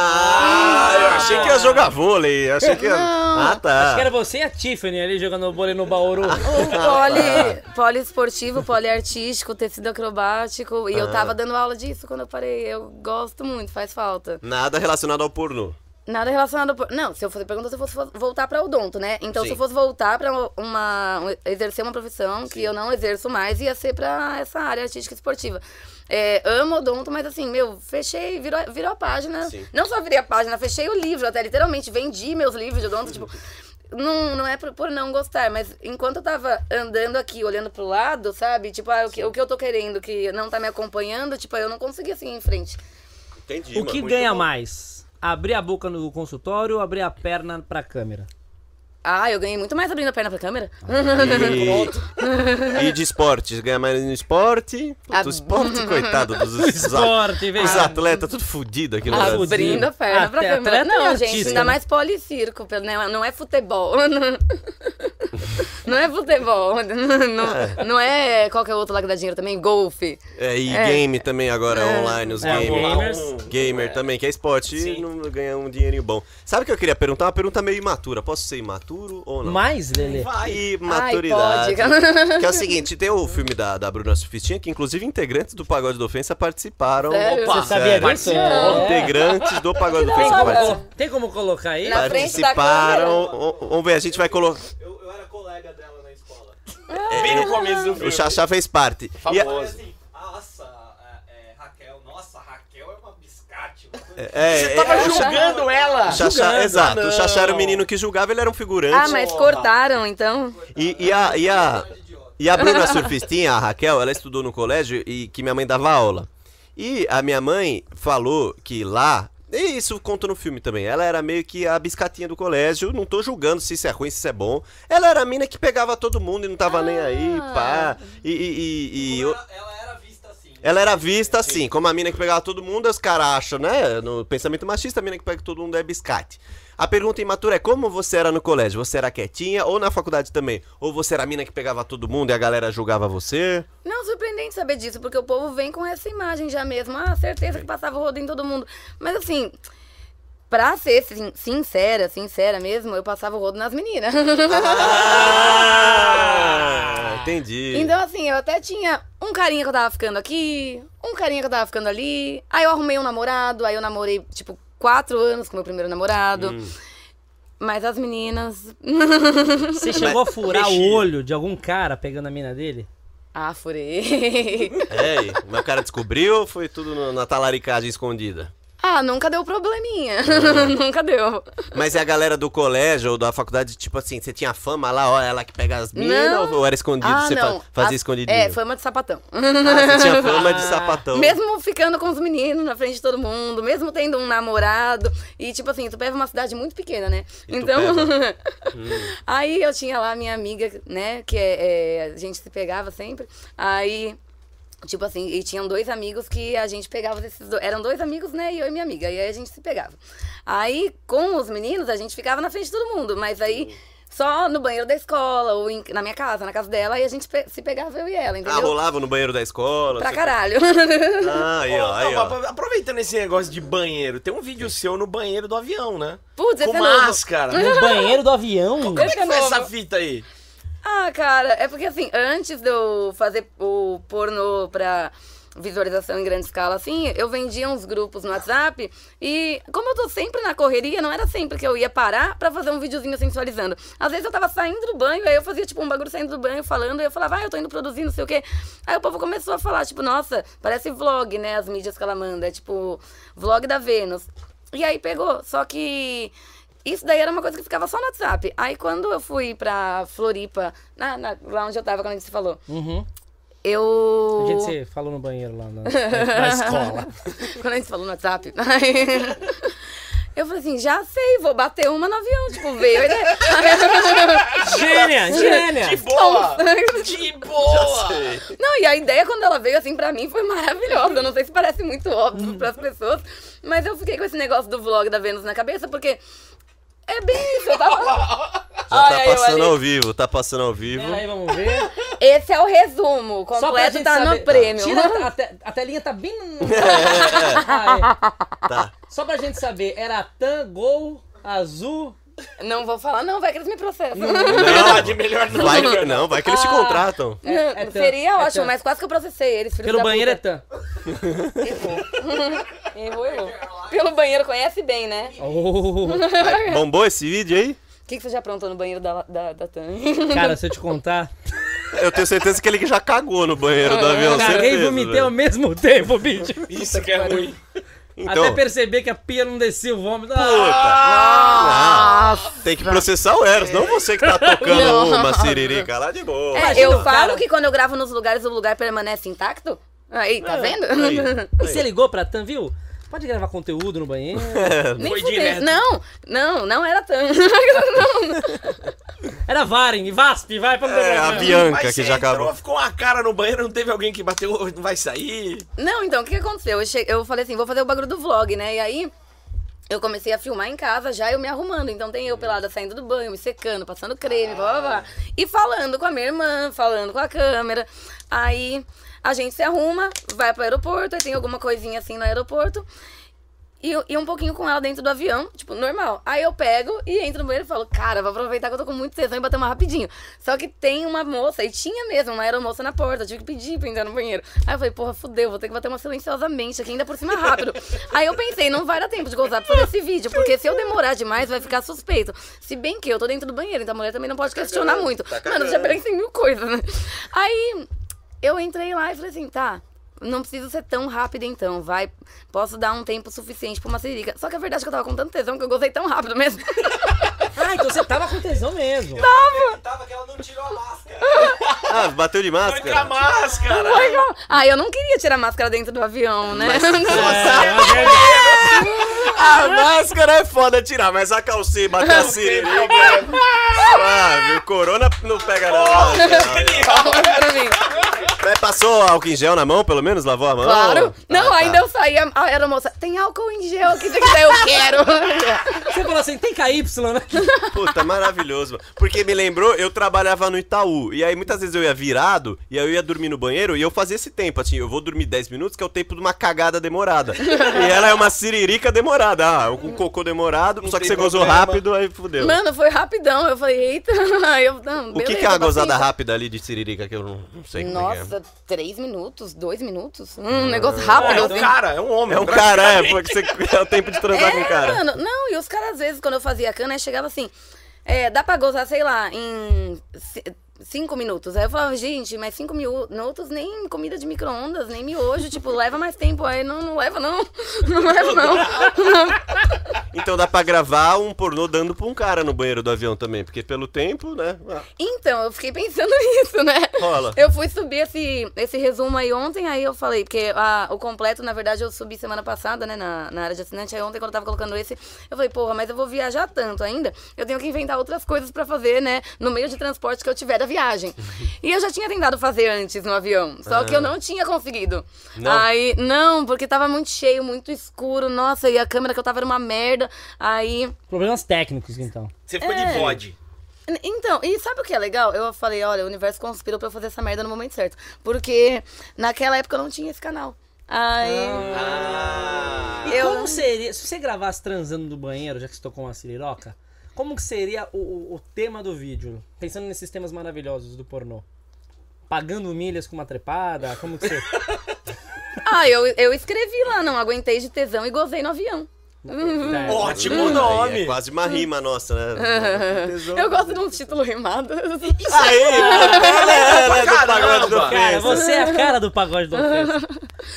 B: Ah, eu achei que ia jogar vôlei. Achei que ia...
C: Não.
B: Ah, tá.
A: Acho que era você e a Tiffany ali jogando vôlei no Bauru.
C: O Um poli, poliesportivo, poliartístico, tecido acrobático. E eu tava dando aula disso quando eu parei. Eu gosto muito, faz falta.
B: Nada relacionado ao pornô.
C: Nada relacionado. ao por- Não, se eu fosse perguntar se eu fosse vo- voltar pra odonto, né? Então, se eu
B: Sim.
C: fosse voltar pra uma. um- exercer uma profissão que eu não exerço mais, ia ser pra essa área artística e esportiva. É, amo odonto, mas assim, meu, fechei, virou, virou a página.
B: Sim.
C: Não só virei a página, fechei o livro, até literalmente vendi meus livros de odonto, tipo. Não, não é por, por não gostar, mas enquanto eu tava andando aqui, olhando pro lado, sabe? Tipo, ah, o, que, o que eu tô querendo, que não tá me acompanhando, tipo, eu não consegui assim em frente.
B: Entendi,
A: O que ganha mais? Abrir a boca no consultório ou abrir a perna pra câmera?
C: Ah, eu ganhei muito mais abrindo a perna pra câmera.
B: Uhum. E... e de esporte? Ganha mais no esporte? Puta,
C: Ab-
B: o esporte, coitado dos os
A: Esporte, velho.
B: Os atletas, tudo fudido aqui no
A: Ah,
B: Brasil.
A: fudido.
C: Abrindo a perna
A: Até
C: pra câmera.
A: atleta
C: Não,
A: e
C: gente,
A: artista,
C: ainda
A: né?
C: mais policirco, não, não é futebol. Não é futebol. Não, não é qualquer outro lá que dá dinheiro também, golfe.
B: É, e game também agora, online, os
A: É,
B: gamers.
A: gamers.
B: Gamer também, que é esporte e não ganha um dinheirinho bom. Sabe o que eu queria perguntar? Uma pergunta meio imatura. Posso ser imaturo ou não?
A: Mais, Lele?
B: Imaturidade.
C: Ai, pode.
B: Que é o seguinte, tem o filme da, da Bruna Surfistinha, que inclusive integrantes do Pagode da Ofensa participaram.
C: Sério? Você
A: sabia
B: sério.
A: disso? É.
B: Integrantes do Pagode da Ofensa
A: Como
B: participaram.
A: colo- Tem como colocar aí?
C: Na- frente da
B: Participaram. Vamos- Vamos ver, a gente vai colocar. É,
G: Eu, eu era colega dela na escola.
D: Bem no começo do filme.
B: O Xaxá fez parte. E a-
G: Olha
D: Famoso.
G: assim, nossa, é, é, Raquel, nossa, Raquel é uma biscate. Uma coisa...
B: é,
D: Você
B: é,
D: tava
B: o Xa-
D: julgando ela.
B: o Xaxá,
D: Julgando. ah,
B: exato. O Xaxá era o
D: Não.
B: menino que julgava, ele era um figurante.
C: Ah, mas cortaram, então.
B: E, e a, e, a, e a Bruna Surfistinha, a Raquel, ela estudou no colégio e que minha mãe dava aula. E a minha mãe falou que lá. E isso conta no filme também. Ela era meio que a biscatinha do colégio. Não tô julgando se isso é ruim, se isso é bom. Ela era a mina que pegava todo mundo e não tava nem aí, pá.
C: Ah.
B: E. e- e- e-
G: Ela, ela era vista assim.
B: ela era vista assim, como a mina que pegava todo mundo, os caras acham, né? No pensamento machista, a mina que pega todo mundo é biscate. A pergunta imatura é como você era no colégio? Você era quietinha ou na faculdade também? Ou você era a mina que pegava todo mundo e a galera julgava você?
C: Não, surpreendente saber disso, porque o povo vem com essa imagem já mesmo. Ah, certeza que passava o rodo em todo mundo. Mas assim, pra ser sin- sincera, sincera mesmo, eu passava o rodo nas meninas.
B: Ah, entendi.
C: Então, assim, eu até tinha um carinha que eu tava ficando aqui, um carinha que eu tava ficando ali. Aí eu arrumei um namorado, aí eu namorei, tipo, quatro anos com meu primeiro namorado.
B: Hum.
C: Mas as meninas.
A: Você chegou a furar
B: Mexia.
A: o olho de algum cara pegando a mina dele?
C: ah, furei.
B: É, e o meu cara descobriu ou foi tudo no- na talaricagem escondida?
C: ah, nunca deu probleminha.
B: Ah.
C: nunca deu.
B: Mas e a galera do colégio ou da faculdade, tipo assim, você tinha fama lá, ó, ela que pega as minas
C: Não.
B: ou, ou era escondido?
C: ah,
B: você fa-
C: não.
B: fazia
C: As-
B: escondidinho?
C: É, fama de sapatão.
B: Ah, você tinha fama de sapatão.
C: Mesmo ficando com os meninos na frente de todo mundo, mesmo tendo um namorado. E, tipo assim, Tupéva é uma cidade muito pequena, né? então.
B: Itupeva. Hum.
C: aí eu tinha lá minha amiga, né? Que é, é, a gente se pegava sempre. Aí. Tipo assim, e tinham dois amigos que a gente pegava desses dois. Eram dois amigos, né? E eu e minha amiga. E aí a gente se pegava. Aí, com os meninos, a gente ficava na frente de todo mundo. Mas aí, só no banheiro da escola, ou em- na minha casa, na casa dela, aí a gente pe- se pegava eu e ela,
B: Ah,
C: entendeu?
B: rolava no banheiro da escola.
C: pra
B: você-
C: caralho.
B: Ah, aí, ó, aí,
D: Não,
B: ó.
D: mas Aproveitando esse negócio de banheiro, tem um vídeo seu no banheiro do avião, né?
C: Putz,
D: Com
C: esse é novo.
D: máscara.
A: No banheiro do avião?
D: Como é que
C: Esse é
D: foi essa
C: novo.
D: fita aí?
C: Ah, cara, é porque assim, antes de eu fazer o pornô pra visualização em grande escala, assim, eu vendia uns grupos no WhatsApp e como eu tô sempre na correria, não era sempre que eu ia parar pra fazer um videozinho sensualizando. Às vezes eu tava saindo do banho, aí eu fazia tipo um bagulho saindo do banho, falando, e eu falava, ah, eu tô indo produzir, não sei o quê. Aí o povo começou a falar, tipo, nossa, parece vlog, né, as mídias que ela manda, é tipo, vlog da Vênus. E aí pegou, só que... Isso daí era uma coisa que ficava só no WhatsApp. Aí quando eu fui pra Floripa, na, na- lá onde eu tava, quando a gente se falou, eu.
A: Uhum. A gente se falou no banheiro lá na, na escola.
C: Quando a gente falou no WhatsApp. aí Eu falei assim, já sei, vou bater uma no avião. Tipo, veio. Aí,
A: gênia,
D: É.
A: gênia!
D: Boa!
C: De boa! Não, e a ideia quando ela veio, assim, pra mim foi maravilhosa. Eu não sei se parece muito óbvio
A: Uhum.
C: pras pessoas, mas eu fiquei com esse negócio do vlog da Vênus na cabeça, porque é bem isso. Eu tava...
B: Já
C: Ai,
B: tá
C: ai, eu
B: passando
C: ali.
B: ao vivo, tá passando ao vivo.
A: Pera aí, vamos ver.
C: Esse é o resumo.
A: Só pra
C: Completo
A: gente
C: tá
A: saber.
C: no prêmio. Uhum.
A: Tira a, te- a telinha tá bem. no- Ah,
B: É,
A: é.
B: Tá.
A: Só pra gente saber, era tan, gol, azul.
C: Não vou falar, não, vai que eles me processam.
D: Verdade, melhor não.
B: Vai que, não, vai que
C: Ah.
B: eles te contratam.
C: Não,
A: É- é tan-
C: seria
A: é
C: ótimo,
A: tan.
C: mas quase que eu processei eles. filhos
A: Pelo
C: da
A: banheiro é
C: puta.
A: tan.
C: Errou, errou. Pelo banheiro conhece bem, né?
A: Oh,
B: Vai- bombou esse vídeo aí?
C: O que, que você já aprontou no banheiro da, da, da Tan?
A: cara, se eu te contar.
B: Eu tenho certeza que ele já cagou no banheiro
C: Ah,
B: do avião.
A: Caguei e
B: certeza, né?
A: vomitei
B: velho.
A: ao mesmo tempo, bicho.
D: Isso que é ruim.
B: Então,
A: Até perceber que a pia não descia o vômito.
B: puta.
A: Ah,
B: Não, tem que processar o Eros, não você que tá tocando uma siririca lá de boa.
C: É,
A: Imagina
C: eu
A: o
C: falo
A: cara-
C: que quando eu gravo nos lugares, o lugar permanece intacto? Aí,
A: É,
C: tá vendo?
B: Aí,
A: e
B: aí.
A: você ligou pra tan, viu? Pode gravar conteúdo no banheiro.
B: É, né?
C: Nem
D: Foi
C: fudendo.
D: direto.
C: Não, não, não era Tan.
A: Era Varen e Vasp, vai pra
B: É, a Bianca
D: Mas
B: que
D: você
B: já acabou.
D: Entrou, ficou uma cara no banheiro, não teve alguém que bateu, "Ô, não vai sair.
C: Não, então, o que, que aconteceu? Eu, che- eu falei assim, vou fazer o bagulho do vlog, né? E aí, eu comecei a filmar em casa, já eu me arrumando. Então, tem eu pelada saindo do banho, me secando, passando creme, blá, blá, blá. E falando com a minha irmã, falando com a câmera. Aí, a gente se arruma, vai pro aeroporto, aí tem alguma coisinha assim no aeroporto. E, eu- e um pouquinho com ela dentro do avião, tipo, normal. Aí eu pego e entro no banheiro e falo, cara, vou aproveitar que eu tô com muito tesão e bater uma rapidinho. Só que tem uma moça, e tinha mesmo, uma aeromoça na porta, eu tive que pedir pra entrar no banheiro. Aí eu falei, porra, fudeu, vou ter que bater uma silenciosamente aqui, ainda por cima rápido. Aí eu pensei, não vai dar tempo de gozar pra fazer esse vídeo, porque se eu demorar demais vai ficar suspeito. Se bem que eu tô dentro do banheiro, então a mulher também não pode questionar muito. Mano, eu já pensei em mil coisas, né? Aí eu entrei lá e falei assim, tá, não preciso ser tão rápido então, vai. Posso dar um tempo suficiente pra uma sirica. Só que a verdade é que eu tava com tanto tesão que eu gozei tão rápido mesmo.
A: Ah, então você tava com tesão mesmo.
G: Tava que ela não tirou a máscara.
B: Ah, bateu de
D: Foi com
B: máscara.
D: a máscara.
C: ah, eu não queria tirar a máscara dentro do avião, né?
A: É,
B: A máscara é foda tirar, mas a calcinha bateu a siririca. Suave, o corona não pega não.
C: Pra mim.
B: Mas Passou álcool em gel na mão, pelo menos? Lavou a mão?
C: Claro.
B: Ah,
C: Não,
B: tá.
C: ainda eu saí, a a aeromoça, tem álcool em gel aqui, se quiser eu quero.
A: Você falou assim, tem KY, né?
B: Puta, maravilhoso. mano. Porque me lembrou, eu trabalhava no Itaú. E aí muitas vezes eu ia virado, e aí eu ia dormir no banheiro, e eu fazia esse tempo, assim, eu vou dormir 10 minutos, que é o tempo de uma cagada demorada. e ela é uma siririca demorada. Ah, um cocô demorado, só que
D: tem
B: você gozou
D: problema.
B: rápido, aí fudeu.
C: Mano, foi rapidão. Eu falei, eita. Aí eu, não,
B: o que,
C: beleza,
B: que é uma gozada
C: paciência.
B: rápida ali de siririca que eu não, não sei como é que é?
C: Nossa, três minutos, dois minutos? Hum, negócio rápido.
D: É
C: assim.
D: um cara, é um homem.
B: É um cara, é, porque você, é o tempo de transar com o cara.
C: mano. Não, e os caras, às vezes, quando eu fazia cana, aí chegava assim, é, dá pra gozar, sei lá, em ci- cinco minutos. Aí eu falava, gente, mas cinco minutos nem comida de micro-ondas, nem miojo, tipo, leva mais tempo. Aí não, não leva, não. Não leva, não.
B: Então dá pra gravar um pornô dando pra um cara no banheiro do avião também, porque pelo tempo, né? ah,
C: Então, eu fiquei pensando nisso, né?
B: Rola.
C: Eu fui subir esse, esse resumo aí ontem, aí eu falei, porque a- o completo, na verdade, eu subi semana passada, né, na, na área de assinante. Aí ontem, quando eu tava colocando esse, eu falei, porra, mas eu vou viajar tanto ainda, eu tenho que inventar outras coisas pra fazer, né, no meio de transporte que eu tiver da viagem. e eu já tinha tentado fazer antes no avião, só que eu não tinha conseguido.
B: É. Não?
C: Aí, não, porque tava muito cheio, muito escuro, nossa, e a câmera que eu tava era uma merda. Aí.
A: Problemas técnicos, então.
D: Você ficou de bode.
C: N- Então, e sabe o que é legal? Eu falei, olha, o universo conspirou pra eu fazer essa merda no momento certo. Porque naquela época eu não tinha esse canal. Aí.
B: Ah.
A: E
C: Eu-
A: como seria. Se você gravasse transando do banheiro, já que você tocou uma siriroca, como que seria o, o- o tema do vídeo? Pensando nesses temas maravilhosos do pornô. Pagando milhas com uma trepada, como que você.
C: Ah, eu, eu escrevi lá, não aguentei de tesão e gozei no avião.
A: É,
D: Ótimo
B: Aí
D: nome.
B: É quase uma rima nossa, né? Tesão.
C: Eu gosto de um título rimado.
B: Aí, ela é, ela é do
D: Caramba.
B: pagode do
A: Cara,
B: ofensa.
A: você é a cara do pagode do ofensa.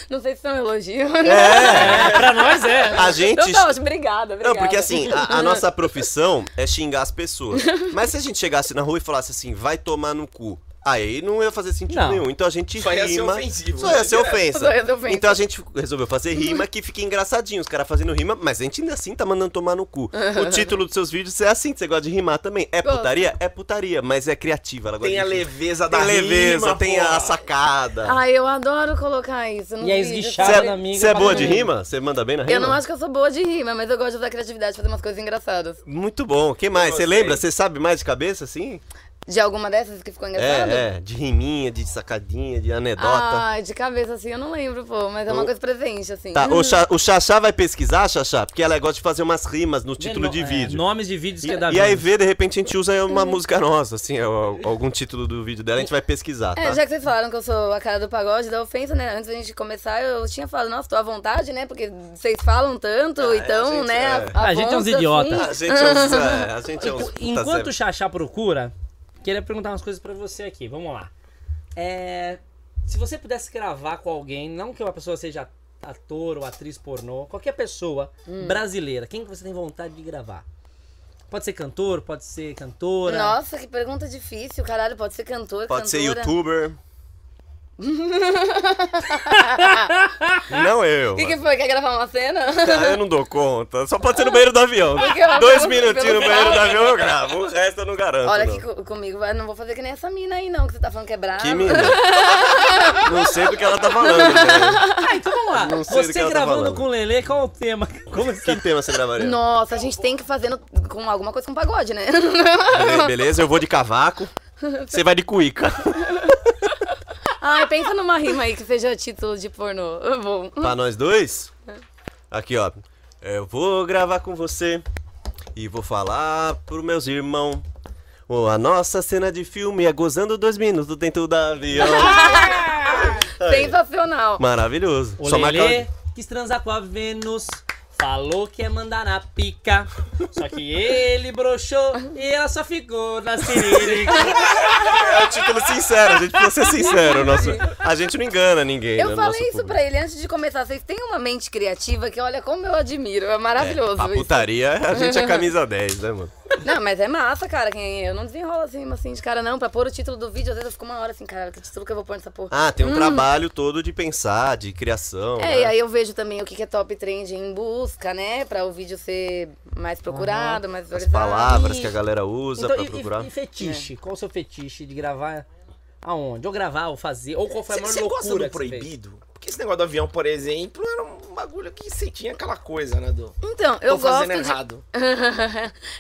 C: Não sei se são elogios. né?
A: É, pra nós é.
B: A gente.
C: Não, tá, ótimo, obrigada, obrigada.
B: Não, porque assim, a, a nossa profissão é xingar as pessoas. Mas se a gente chegasse na rua e falasse assim, vai tomar no cu. Aí não ia fazer sentido
A: Não.
B: nenhum. Então a gente
D: Só ia
B: rima.
D: ser ofensivo,
B: Só
D: né?
B: ia ser ofensa.
C: Só ia ser ofensa.
B: Então a gente resolveu fazer rima que fica engraçadinho, os caras fazendo rima, mas a gente ainda assim tá mandando tomar no cu. O título dos seus vídeos é assim, você gosta de rimar também. É
C: Gosto.
B: putaria? É putaria, mas é criativa. Ela gosta
D: Tem a
B: de rimar.
D: leveza da
B: Tem leveza,
D: rima,
B: tem
D: porra. Ah,
B: a sacada.
C: Ai, eu adoro colocar isso nos
A: E é
C: vídeos,
A: esguichada,
C: sabe?
A: né? amiga
B: Você é boa de
A: fazendo
B: rima? Você manda bem na rima?
C: Eu não acho que eu sou boa de rima, mas eu gosto de usar criatividade, fazer umas coisas engraçadas.
B: Muito bom. O que mais? Você
D: gostei.
B: lembra? Você sabe mais de cabeça, assim?
C: De alguma dessas que ficou engraçada?
B: É, é. De riminha, de sacadinha, de anedota.
C: Ai, de cabeça assim eu não lembro, pô, mas é uma
B: O-
C: coisa presente, assim.
B: Tá, o, Xa- o Xaxá vai pesquisar, Xaxá? Porque ela gosta de fazer umas rimas no título de
A: É,
B: vídeo.
A: nomes de vídeos que é da
B: E, e aí
A: Vênus.
B: vê, de repente, a gente usa uma música nossa, assim, ou- ou algum título do vídeo dela, a gente vai pesquisar, tá?
C: É, já que vocês falaram que eu sou a cara do pagode, da ofensa, né? Antes da gente começar, eu tinha falado, nossa, tô à vontade, né? Porque vocês falam tanto, então,
B: gente
C: né?
B: é.
C: A,
A: A gente é uns
C: afronta,
A: idiota.
C: assim.
B: A gente é uns. é, a gente é uns puta
A: Enquanto o
B: zero.
A: Xaxá procura, queria perguntar umas coisas pra você aqui. Vamos lá. É, se você pudesse gravar com alguém, não que uma pessoa seja ator ou atriz pornô, qualquer pessoa brasileira, quem que você tem vontade de gravar? Pode ser cantor, pode ser cantora.
C: Nossa, que pergunta difícil, caralho. Pode ser cantor,
B: Pode ser
C: cantora.
B: youtuber. não eu.
C: O que, que foi? Quer gravar uma cena?
B: Ah, eu não dou conta. Só pode ser no banheiro do avião. né?
C: Porque eu
B: Dois
C: não-
B: minutinhos no
C: pelo
B: banheiro do
C: final.
B: avião eu gravo. O resto eu não garanto.
C: Olha
B: não.
C: aqui co- comigo, vai- não vou fazer que nem essa mina aí, não, que você tá falando que é brava.
B: Que mina. não sei do que ela tá falando. Né?
A: Ah, então vamos lá.
B: Não sei do que
A: Você
B: ela tá
A: gravando
B: falando.
A: com o Lelê, qual é o tema? Como você
B: Que tema você gravaria?
C: assim? Nossa, a gente tem que fazer no- com alguma coisa com pagode, né?
B: Bele- Beleza, eu vou de cavaco. Você vai de cuíca.
C: Ai, pensa numa rima aí que seja título de pornô. Bom.
B: pra nós dois?
C: É.
B: Aqui, ó. Eu vou gravar com você e vou falar pros meus irmãos. a nossa cena de filme é gozando dois minutos dentro da avião.
C: Sensacional.
B: Maravilhoso.
A: O
B: Só
A: Lelê
B: marcar-
A: quis transar com a Vênus. Falou que ia mandar na pica. Só que ele broxou e ela só ficou na siririca.
B: É o título sincero, a gente precisa ser sincero. Nosso... A gente não engana ninguém. né,
C: Eu
B: no
C: falei
B: nosso
C: isso
B: público.
C: pra ele antes de começar. Vocês têm uma mente criativa que, olha, como eu admiro. É
B: É,
C: maravilhoso
B: pra
C: isso.
B: putaria, a gente é camisa 10, né, mano?
C: Não, mas é massa, cara. Quem eu não desenrola assim, assim de cara, não. Pra pôr o título do vídeo, às vezes eu fico uma hora assim, cara, que título que eu vou pôr nessa porra.
B: Ah, tem um trabalho todo de pensar, de criação.
C: Hum.
B: né?
C: É, e aí eu vejo também o que que é top trend em busca, né? Pra o vídeo ser mais procurado, mais
B: As
C: valorizado.
B: palavras
A: E-
B: que a galera usa
A: Então,
B: pra
A: e- e-
B: procurar.
A: E,
D: É.
A: fetiche? Qual o seu fetiche de gravar aonde? Ou gravar, ou fazer? Ou qual foi a maior
D: Você
A: loucura
D: gosta do
A: que você fez?
D: proibido? Porque esse negócio do avião, por exemplo, era um bagulho que você tinha aquela coisa, né, do...
C: Então, eu
D: Tô fazendo
C: gosto de...
D: errado.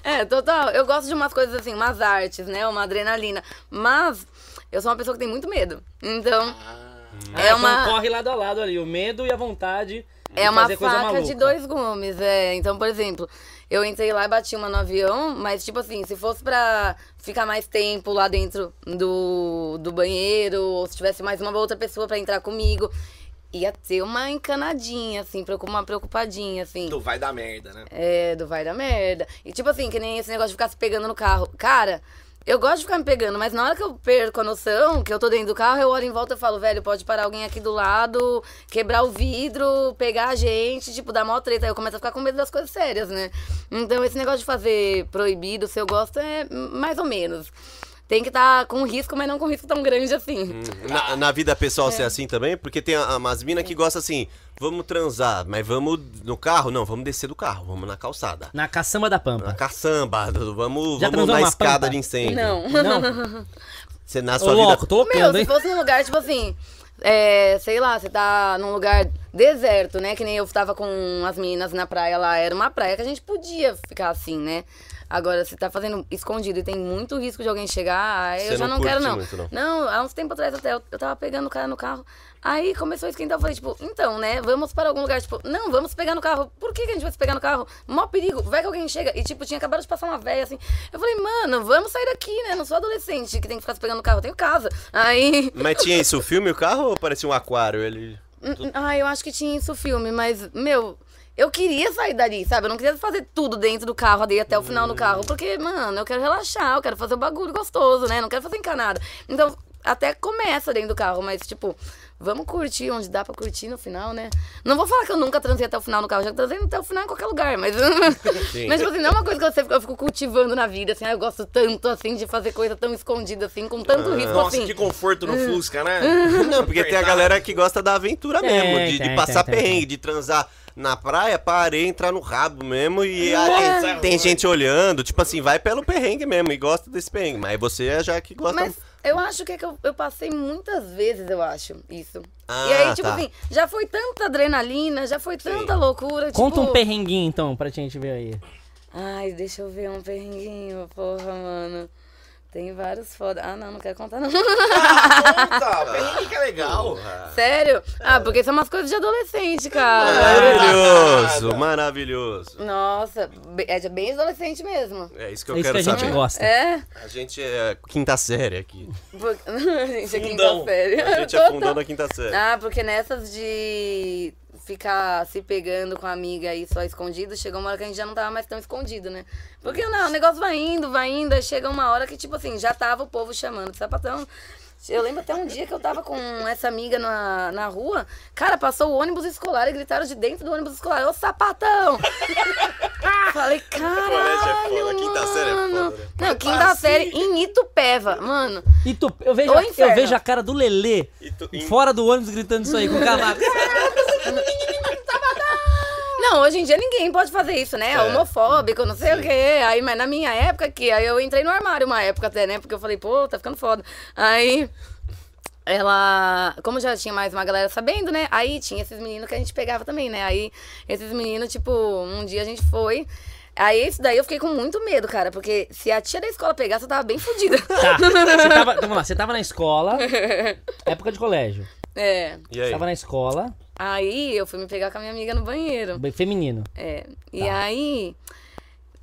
C: é, total. Eu gosto de umas coisas assim, umas artes, né? Uma adrenalina. Mas eu sou uma pessoa que tem muito medo. Então,
A: Ah,
C: é
A: então
C: uma-
A: corre lado a lado ali, o medo e a vontade de
C: é uma
A: fazer coisa
C: faca
A: maluca.
C: de dois gumes. É. Então, por exemplo, eu entrei lá e bati uma no avião, mas tipo assim, se fosse pra ficar mais tempo lá dentro do, do banheiro, ou se tivesse mais uma outra pessoa pra entrar comigo, ia ter uma encanadinha, assim, preocu- uma preocupadinha, assim.
D: Do vai dar merda, né?
C: É, do vai da merda. E tipo assim, que nem esse negócio de ficar se pegando no carro. Cara, eu gosto de ficar me pegando, mas na hora que eu perco a noção, que eu tô dentro do carro, eu olho em volta e falo, velho, pode parar alguém aqui do lado, quebrar o vidro, pegar a gente, tipo, dar mó treta. Aí eu começo a ficar com medo das coisas sérias, né? Então esse negócio de fazer proibido, se eu gosto, é mais ou menos. Tem que estar com risco, mas não com risco tão grande assim.
B: Na, na vida pessoal
C: É.
B: ser assim também? Porque tem a- umas minas que gostam assim, vamos transar, mas vamos no carro? Não, vamos descer do carro, vamos na calçada.
A: Na caçamba da
B: Na
A: pampa.
B: caçamba, do- vamos,
A: Já
B: vamos
A: transou
B: na
A: uma
B: escada
A: pampa?
B: de incêndio.
C: Não.
A: Não,
B: Você na
A: ô
B: Ah. sua
A: louco,
B: vida.
A: tô
C: Meu,
A: loucando,
C: se
A: hein?
C: fosse num lugar, tipo assim, é, sei lá, você tá num lugar deserto, né? Que nem eu tava com as meninas na praia lá. Era uma praia que a gente podia ficar assim, né? Agora, se tá fazendo escondido e tem muito risco de alguém chegar, aí
B: Você
C: eu já
B: não
C: não, quero,
B: curte
C: não.
B: muito, não.
C: Não, há uns tempos atrás até eu, eu tava pegando o cara no carro. Aí começou a esquentar, eu falei, tipo, então, né? Vamos para algum lugar, tipo, não, vamos pegar no carro. Por que, que a gente vai se pegar no carro? Mó perigo, vai que alguém chega. E, tipo, tinha acabado de passar uma velha assim. Eu falei, mano, vamos sair daqui, né? Não sou adolescente que tem que ficar se pegando no carro, eu tenho casa. Aí.
B: Mas tinha isso, o filme e o carro ou parecia um aquário? Ele.
C: Ah, eu acho que tinha isso o filme, mas, meu, eu queria sair dali, sabe? Eu não queria fazer tudo dentro do carro, ali até o final do carro. Porque, mano, eu quero relaxar, eu quero fazer o bagulho gostoso, né? Não quero fazer encanada. Então, até começa dentro do carro, mas tipo, vamos curtir onde dá pra curtir no final, né? Não vou falar que eu nunca transei até o final no carro, já transei até o final em qualquer lugar, mas. mas, tipo assim, não é uma coisa que você fica- eu fico cultivando na vida, assim, ah, eu gosto tanto, assim, de fazer coisa tão escondida, assim, com tanto risco,
D: Ah, Nossa,
C: assim.
D: que conforto no Fusca, né?
C: Hum.
B: Não, porque tem a galera que gosta da aventura
A: É, Tem,
B: mesmo, de, de
A: tem,
B: passar
A: tem, tem,
B: perrengue, de transar na praia pra areia entrar no rabo mesmo e ah,
C: é
B: tem, tem gente olhando, tipo assim, vai pelo perrengue mesmo e gosta desse perrengue. Mas você é já que gosta.
C: Mas eu acho que é que eu, eu passei muitas vezes, eu acho, isso.
B: Ah,
C: e aí, tipo
B: tá.
C: assim, já foi tanta adrenalina, já foi tanta loucura.
A: Conta
C: tipo...
A: um perrenguinho então pra gente ver aí.
C: Ai, deixa eu ver um perrenguinho, porra, mano. Tem vários foda. Ah, não, não quero contar, não.
D: Puta, perrengue que é legal.
C: Sério? Ah, porque são umas coisas de adolescente, cara.
B: Maravilhoso, maravilhoso.
C: Nossa, be- é de- bem adolescente mesmo.
B: É isso que eu
A: É isso que
B: quero
A: a gente
B: saber.
A: gosta.
C: É?
B: A gente é quinta série aqui.
C: Porque... a gente aqui
D: Fundão.
C: em sério.
B: A gente é fundando a quinta série.
C: Ah, porque nessas de ficar se pegando com a amiga aí só escondido, chegou uma hora que a gente já não tava mais tão escondido, né? Porque não, o negócio vai indo, vai indo, aí chega uma hora que, tipo assim, já tava o povo chamando de sapatão. Eu lembro até um dia que eu tava com essa amiga na, na rua, cara, passou o ônibus escolar e gritaram de dentro do ônibus escolar, ô sapatão! Falei, caralho,
B: foda, quinta série é
C: mano."
B: foda, né?
C: Não, quinta série em Itupeva, mano.
A: E tu, eu vejo,
C: Ô,
A: eu
C: inferno.
A: vejo a cara do Lelê fora do ônibus gritando isso aí com o cavaco.
C: Não, hoje em dia ninguém pode fazer isso, né? Homofóbico, não sei o quê. Aí, mas na minha época que aí eu entrei no armário uma época até, né? Porque eu falei, pô, tá ficando foda. Aí ela, como já tinha mais uma galera sabendo, né? Aí tinha esses meninos que a gente pegava também, né? Aí esses meninos, tipo, um dia a gente foi Aí, isso daí eu fiquei com muito medo, cara, porque se a tia da escola pegasse, eu tava bem fodida.
A: Tá, você tava, vamos lá, você tava na escola, época de colégio.
C: É.
B: E
A: Você
B: aí?
A: tava na escola,
C: Aí eu fui me pegar com a minha amiga no banheiro.
A: bem feminino.
C: É. E aí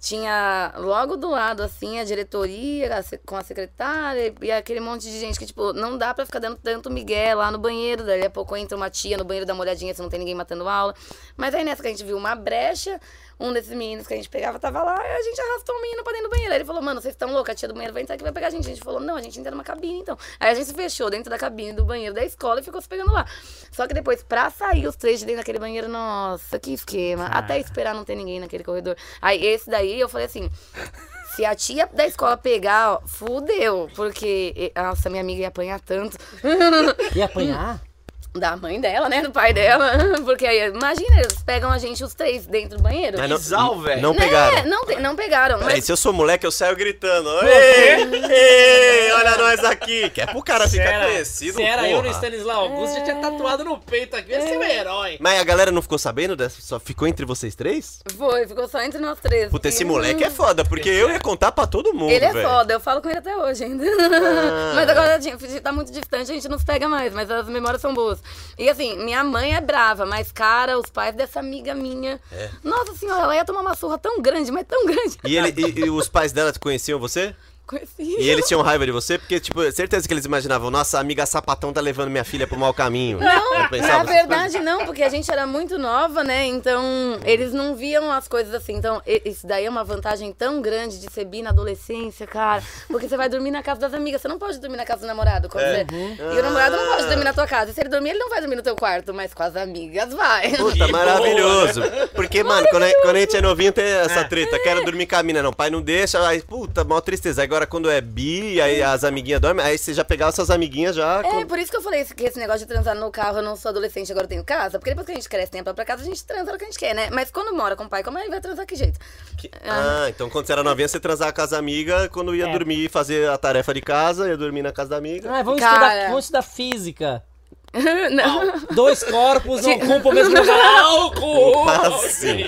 C: tinha logo do lado assim a diretoria a se- com a secretária e aquele monte de gente que tipo não dá pra ficar dando tanto migué lá no banheiro, daí a pouco entra uma tia no banheiro dá uma olhadinha se não tem ninguém matando aula. Mas aí nessa que a gente viu uma brecha, um desses meninos que a gente pegava tava lá, e a gente arrastou um menino pra dentro do banheiro. Aí ele falou: "Mano, vocês estão loucos, a tia do banheiro vai entrar aqui e vai pegar a gente". A gente falou: "Não, a gente entra numa cabine então". Aí a gente se fechou dentro da cabine do banheiro da escola e ficou se pegando lá. Só que depois pra sair os três de dentro daquele banheiro, nossa, que esquema. Até esperar não ter ninguém naquele corredor. Aí esse daí eu falei assim: se a tia da escola pegar, ó, fudeu. Porque, e- nossa, minha amiga ia apanhar tanto.
A: E apanhar?
C: da mãe dela, né? Do pai dela. Porque aí, imagina, eles pegam a gente os três dentro do banheiro.
B: Mas
D: Bizarro,
B: não,
D: velho.
B: não
C: Né?
B: pegaram.
C: Não, te- não pegaram.
B: Peraí,
C: Mas
B: se eu sou moleque, eu saio gritando. Ei, ei, olha nós aqui. Que é pro cara ficar conhecido, porra.
E: Stanislau Augusto, já tinha tatuado no peito aqui, ia ser
C: É.
E: um herói.
B: Mas a galera não ficou sabendo dessa? Só ficou entre vocês três?
C: foi, ficou só entre nós três.
B: Puta, esse
C: E-
B: moleque é foda, porque eu ia contar pra todo mundo,
C: Ele é
B: velho. Ah.
C: foda, eu falo com ele até hoje ainda. mas agora gente, tá muito distante, a gente não se pega mais, mas as memórias são boas. E assim, minha mãe é brava, mas cara, os pais dessa amiga minha. Nossa senhora, ela ia tomar uma surra tão grande, mas tão grande.
B: É. E, ele, e, e os pais dela conheciam você?
C: Conheci.
B: E eles tinham raiva de você? Porque, tipo, certeza que eles imaginavam, nossa, a amiga sapatão tá levando minha filha pro mau caminho.
C: Não,
B: pensava
C: na
B: essas
C: verdade não, porque a gente era muito nova, né? Então, eles não viam as coisas assim. Então, e- isso daí é uma vantagem tão grande de ser bi na adolescência, cara. Porque você vai dormir na casa das amigas. Você não pode dormir na casa do namorado. Quando
B: É.
C: você-
B: Uhum.
C: E o namorado não pode dormir na tua casa. E se ele dormir, ele não vai dormir no teu quarto. Mas com as amigas, vai.
B: Puta, maravilhoso. Porque, mano, quando a, quando a gente é novinho tem essa treta. Quero dormir com a mina, não. Pai não deixa, aí, puta, maior tristeza. Agora quando é bi, aí as amiguinhas dormem, aí você já pegava suas amiguinhas já.
C: É,
B: com-
C: por isso que eu falei esse- que esse negócio de transar no carro, eu não sou adolescente, agora eu tenho casa. Porque depois que a gente cresce, tem a própria casa, a gente transa o que a gente quer, né? Mas quando mora com o pai, como ele vai transar que jeito?
B: Ah, então quando você era novinha, você transava com as amigas, quando
C: É.
B: ia dormir, fazer a tarefa de casa, ia dormir na casa da amiga.
A: Ah, vamos,
C: Cara.
A: estudar, vamos estudar física.
C: não.
A: Dois corpos um não ocupam o mesmo lugar. Álcool!
B: Fácil.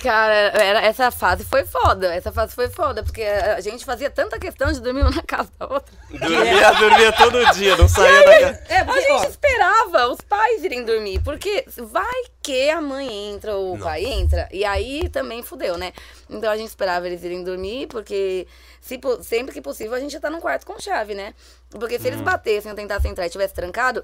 C: Cara, era, essa fase foi foda. Essa fase foi foda, porque a gente fazia tanta questão de dormir uma na casa da outra.
B: Dormia, dormia todo dia, não saía da casa.
A: É,
C: A
A: porque,
C: gente
A: ó,
C: esperava os pais irem dormir, porque vai que a mãe entra ou o pai entra, e aí também fudeu, né? Então a gente esperava eles irem dormir, porque se po- sempre que possível a gente ia estar num quarto com chave, né? Porque se
B: Hum.
C: eles batessem ou tentassem entrar e tivesse trancado,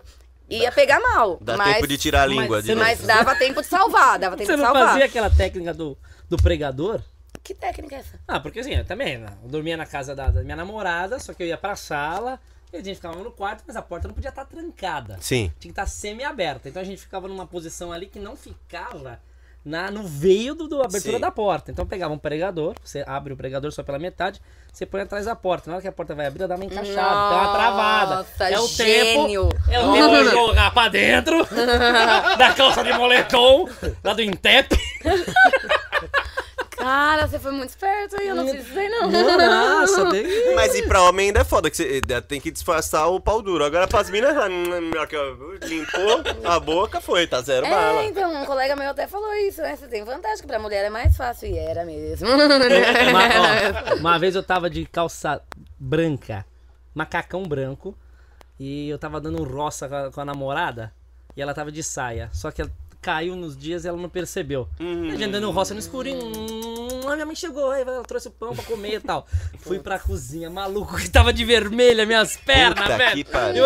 C: ia pegar mal.
B: Dá
C: mas,
B: tempo de tirar a língua de
C: mas
B: dentro.
C: dava tempo de salvar, dava tempo
A: você
C: de
A: não
C: salvar.
A: fazia aquela técnica do, do pregador?
C: Que técnica é essa?
A: Ah, porque assim, eu também, né? eu dormia na casa da, da minha namorada, só que eu ia pra sala, E a gente ficava no quarto, mas a porta não podia estar trancada.
B: Sim.
A: Tinha que estar semi-aberta. Então a gente ficava numa posição ali que não ficava na, no veio do, do abertura
D: Sim.
A: da porta. Então pegava um pregador, você abre o pregador só pela metade, você põe atrás da porta. Na hora que a porta vai abrir, ela dá uma encaixada, dá uma travada.
C: Nossa,
A: é o
C: gênio.
A: tempo. É o tempo de jogar pra dentro da calça de moletom, lá do Intep.
C: Cara, você foi muito esperto aí, eu não precisei não.
A: Nossa, tem que.
B: Mas e pra homem ainda é foda, que você ainda tem que disfarçar o pau duro. Agora pras minas, ah, hum, melhor que eu- limpou a boca, foi, tá zero bala.
C: É, então, um colega meu até falou isso, né? Você tem vantagem, que pra mulher é mais fácil. E era mesmo.
B: É.
A: Uma, ó, uma vez eu tava de calça branca, macacão branco, e eu tava dando um roça com a, com a namorada, e ela tava de saia. Só que ela caiu nos dias e ela não percebeu. E a gente dando um roça no escurinho. Hum, a minha mãe chegou, aí ela trouxe o pão pra comer e tal. Fui pra cozinha, maluco, que tava de vermelha minhas pernas,
B: Puta que
A: É, velho.
B: pariu.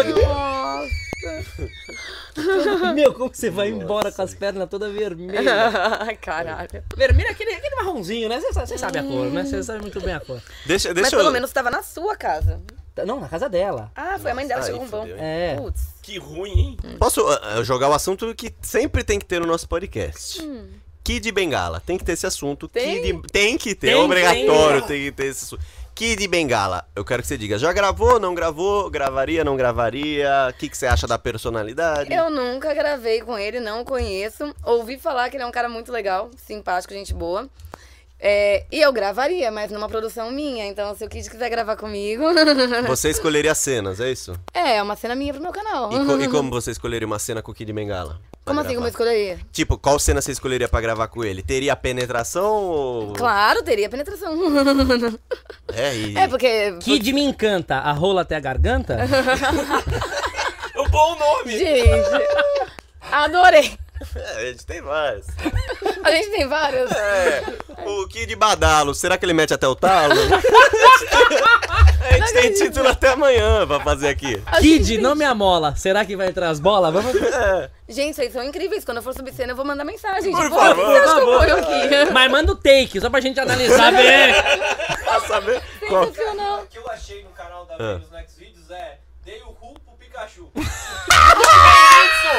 A: Meu, como você vai embora com as pernas toda vermelha?
C: Caralho.
A: Vermelha é aquele, aquele marronzinho, né? Você sabe, você sabe a cor, né? Você sabe muito bem a cor.
B: Deixa,
C: Mas
B: deixa
C: pelo
B: eu...
C: menos tava na sua casa.
A: Não, na casa dela.
C: Ah, foi a mãe dela,
B: Aí,
C: chegou um bom.
B: fudeu, hein?
A: É.
C: Putz.
D: Que ruim, hein?
B: Posso ah, ah, jogar o assunto que sempre tem que ter no nosso podcast? Kid Bengala. Tem que ter esse assunto.
C: Hum. Tem?
B: Kid- tem que ter.
A: Tem,
B: é obrigatório tem que ter esse assunto. Kid Bengala. Eu quero que você diga. Já gravou? Não gravou? Gravaria? Não gravaria? O que, que você acha da personalidade?
C: Eu nunca gravei com ele, não o conheço. Ouvi falar que ele é um cara muito legal, simpático, gente boa. É, e eu gravaria, mas numa produção minha. Então, se o Kid quiser gravar comigo.
B: Você escolheria as cenas, é isso?
C: é, é uma cena minha pro meu canal.
B: E, co- e como você escolheria uma cena com o Kid Bengala? pra
C: Como assim,
B: gravar?
C: como eu escolheria?
B: Tipo, qual cena você escolheria pra gravar com ele? Teria penetração ou...
C: Claro, teria penetração.
B: É, e...
C: é, porque.
A: Kid me encanta, a rola até a garganta?
D: Um bom nome!
C: Gente, adorei.
B: É, a gente tem várias.
C: A gente tem várias.
B: É, o Kid Badalo, será que ele mete até o talo? a gente tem título até amanhã pra fazer aqui.
A: Kid, não me amola. Será que vai entrar as bolas? Vamos.
C: Gente, vocês são incríveis. Quando eu for subir cena, eu vou mandar mensagem.
B: Por
C: tipo,
B: favor, tá
C: "Você acha que eu
A: por
C: ponho aqui?"
A: Mas manda o take, só pra gente analisar né? bem.
B: Pra saber qual...
C: Sensacional.
G: O que eu achei no canal da Vênus no Xvideos é... Dei o Ru pro Pikachu.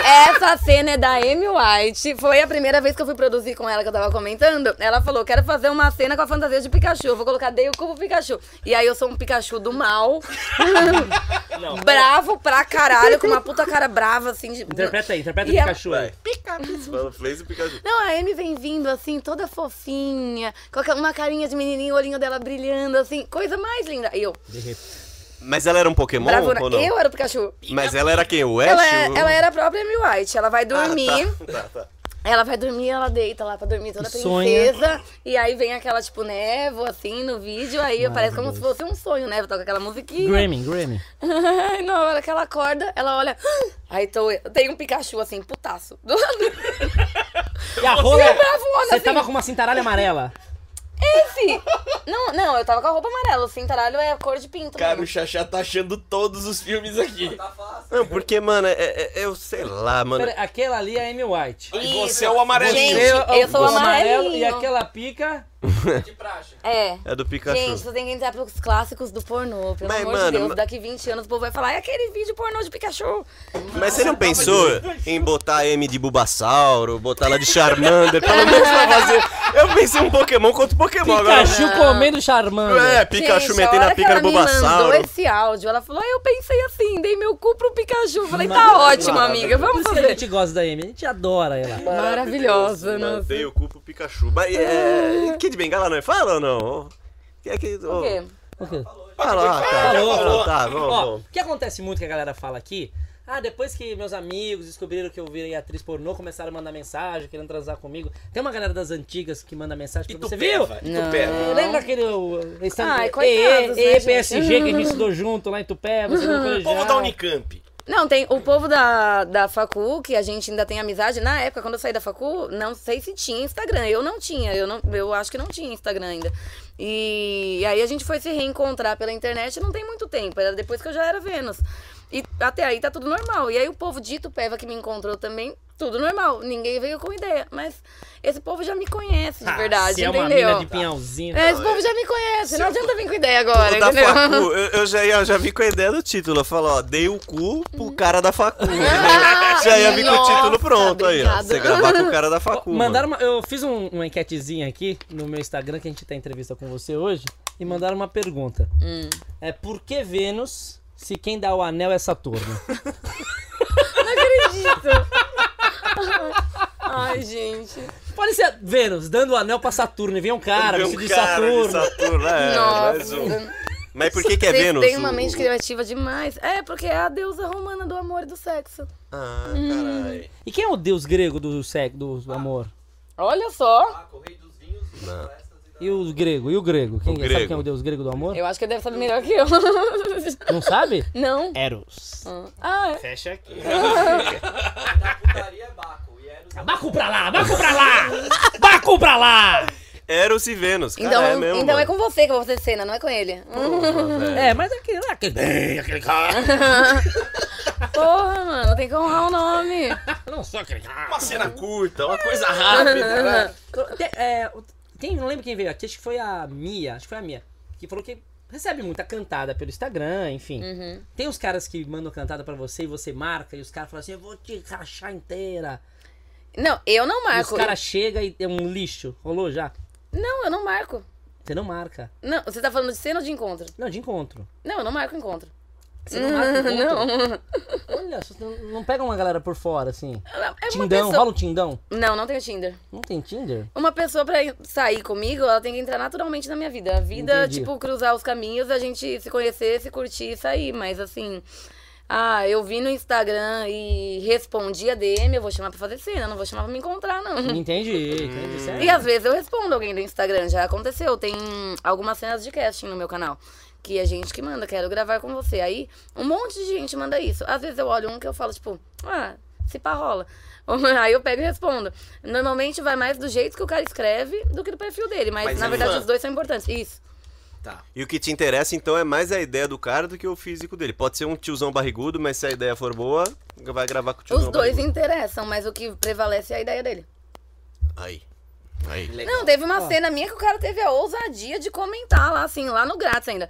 C: Essa cena é da Amy White. Foi a primeira vez que eu fui produzir com ela, que eu tava comentando. Ela falou: quero fazer uma cena com a fantasia de Pikachu. Eu vou colocar Dei o cubo Pikachu. E aí eu sou um Pikachu do mal. Bravo pra caralho, com uma puta cara brava, assim. de-
A: Interpreta aí, interpreta
C: E
A: o
C: ela-
A: Pikachu aí.
B: Fala, fez o Pikachu.
C: Não, a Amy vem vindo assim, toda fofinha, com aquela- uma carinha de menininho, o olhinho dela brilhando, assim, coisa mais linda. E eu,
B: Mas ela era um Pokémon
C: bravura,
B: ou não?
C: eu era o Pikachu.
B: Mas ela era quem? O Ash?
C: Ela,
B: O-
C: é- ela era a própria Amy White, ela vai
B: Ah, tá,
C: dormir,
B: tá, tá.
C: ela vai dormir, ela deita lá pra dormir toda
A: E sonha.
C: princesa, e aí vem aquela, tipo, névoa, assim, no vídeo, aí parece como se fosse um sonho, né? Toca aquela musiquinha.
A: Grammy, Grammy.
C: Ai, na hora que ela acorda, ela olha, "Ah!" aí tô, eu. tem um Pikachu, assim, putaço, do lado.
A: E a rola.
C: bravona,
A: Você tá
C: assim.
A: tava com uma cintaralha amarela.
C: Esse! Não, não, eu tava com a roupa amarela, o cintaralho é cor de pinto.
D: Cara,
C: mesmo.
D: o Xaxá tá achando todos os filmes aqui.
C: Tá
B: Não, porque, mano, é- é- eu sei lá, mano.
A: Pera, aquela ali é a Amy White.
D: E você é o amarelinho.
C: Gente, eu sou o
A: Você é
C: amarelinho.
A: e aquela pica.
C: É.
B: É do Pikachu.
C: Gente, você tem que entrar pelos clássicos do pornô, pelo
B: Mas,
C: amor
B: mano,
C: de Deus.
B: ma-
C: Daqui 20 anos o povo vai falar, é aquele vídeo pornô de Pikachu.
B: Mas você não pensou em botar a M de Bulbasauro, botar ela de Charmander, pelo menos pra fazer... Eu pensei um Pokémon contra Pokémon agora. né?
A: Pikachu comendo Charmander.
B: É, Pikachu
C: Gente,
B: metendo
C: a hora
B: a pica no
C: que ela me mandou
B: Bulbasauro.
C: esse áudio, ela falou, "Ah, eu pensei assim, dei meu cu pro Pikachu. Falei, tá ótimo,
A: né?
C: amiga,
A: Por
C: vamos
A: isso que a
C: fazer.
A: gente gosta da Amy, a gente adora ela.
C: Maravilhosa, né? nossa.
B: Mandei o cu pro Pikachu. Mas é. Kid Bengala não é fala ou não? Que é que.
C: Ah. O quê?
B: Fala lá, cara.
A: Falou, falou.
B: Tá, vamos,
A: Ó,
B: vamos.
A: o que acontece muito que a galera fala aqui? Ah, depois que meus amigos descobriram que eu virei atriz pornô, começaram a mandar mensagem, querendo transar comigo. Tem uma galera das antigas que manda mensagem
D: E
A: pra
D: tu
A: você, viu? É,
D: pega, e tu pega.
A: Lembra aquele o, esse
C: Ai,
A: e-
C: coitados,
A: e-
C: né, gente? Uhum.
A: EPSG que a gente estudou junto lá em Tupé, você no
D: O povo da
A: colegial.
D: um Unicamp.
C: Não, tem o povo da, da Facu, que a gente ainda tem amizade. Na época, quando eu saí da Facu, não sei se tinha Instagram. Eu não tinha, eu, não, eu acho que não tinha Instagram ainda. E, aí a gente foi se reencontrar pela internet não tem muito tempo, era depois que eu já era Vênus. E até aí tá tudo normal. E aí o povo dito Peva que me encontrou também Tudo normal, ninguém veio com ideia. Mas esse povo já me conhece, de verdade,
A: Se é uma
C: entendeu?
A: mina de é pinhalzinho.
C: É, esse povo já me conhece, não adianta vir com ideia agora,
B: da
C: entendeu?
B: facu, eu, eu já, ia- eu já vim com a ideia do título. Eu falo, ó, dei o cu pro cara da facu. né? já ia vir com o título
C: Ah, Nossa,
B: pronto aí, ó.
C: obrigada.
B: Você gravar com o cara da facu.
A: Mandaram uma- eu fiz um- uma enquetezinha aqui no meu Instagram, que a gente tá em entrevista com você hoje, e mandaram uma pergunta.
C: Hum.
A: É por que Vênus, se quem dá o anel é Saturno?
C: Não acredito. Ai, gente.
A: Pode ser Vênus dando o anel pra Saturno, e vem um cara,
B: Vem um
A: vestido de
B: cara
A: Saturno.
B: de Saturno, é, mais
C: Nossa.
B: um. Mas por que que é
C: Vocês
B: Vênus?
C: têm
B: O-
C: uma mente
B: o-
C: criativa demais. É, porque é a deusa romana do amor e do sexo.
B: Ah, caralho.
C: Hum.
A: E quem é o deus grego do sexo, do amor?
C: Olha só.
G: Paco, o rei dos vinhos, das florestas e da...
A: E o grego? E o grego? Quem,
B: O
A: Sabe
B: grego.
A: quem é o deus grego do amor?
C: Eu acho que ele deve saber melhor que eu.
A: Não sabe?
C: Não?
A: Eros.
C: Ah, é.
A: Fecha aqui.
G: Da putaria é Baco. E Eros é
A: Baco pra lá, Baco pra lá! Baco pra lá!
B: Eros e Vênus, cara,
C: Então,
B: é mesmo.
C: então é
B: mano.
C: com você que eu vou fazer cena, não é com ele. Hum,
A: É, mas aquele, aquele, É, aquele cara.
C: Porra, mano, tem que honrar o nome.
A: Não sou aquele cara.
D: Uma cena curta, uma coisa rápida, né?
A: Tem- é, tem- não lembro quem veio aqui, acho que foi a Mia, acho que foi a Mia, que falou que recebe muita cantada pelo Instagram, enfim. Tem os caras que mandam cantada pra você e você marca e os caras falam assim, eu vou te rachar inteira.
C: Não, eu não
A: E os
C: marco.
A: caras chegam e é um lixo. Rolou já?
C: Não, eu não marco.
A: Você não marca.
C: Não, você tá falando de cena ou de encontro?
A: Não, de encontro.
C: Não, eu não marco encontro.
A: Você não
C: Uhum,
A: marca encontro? Não. Olha, você não, não pega uma galera por fora, assim.
C: É
A: Tindão,
C: uma pessoa...
A: rola o Tindão.
C: Não, não tenho Tinder.
A: Não tem Tinder?
C: Uma pessoa pra sair comigo, ela tem que entrar naturalmente na minha vida. A vida,
A: Entendi.
C: tipo, cruzar os caminhos, a gente se conhecer, se curtir e sair. Mas assim, ah, eu vi no Instagram e respondi a DM, eu vou chamar pra fazer cena, não vou chamar pra me encontrar, não.
A: Entendi, entendi. Sério.
C: Hum. E às vezes eu respondo alguém do Instagram, já aconteceu. Tem algumas cenas de casting no meu canal. Que é gente que manda, quero gravar com você. Aí, um monte de gente manda isso. Às vezes eu olho um que eu falo, tipo, ah, se pá rola. Aí eu pego e respondo. Normalmente vai mais do jeito que o cara escreve do que do perfil dele. Mas,
D: Mas
C: na
D: é
C: verdade
D: fã.
C: os dois são importantes. Isso.
D: Tá.
B: E o que te interessa, então, é mais a ideia do cara do que o físico dele. Pode ser um tiozão barrigudo, mas se a ideia for boa, vai gravar com o tiozão
C: os dois
B: barrigudo.
C: interessam, mas o que prevalece é a ideia dele.
B: Aí. Aí.
C: Não, teve uma cena minha que o cara teve a ousadia de comentar lá, assim, lá no grátis ainda.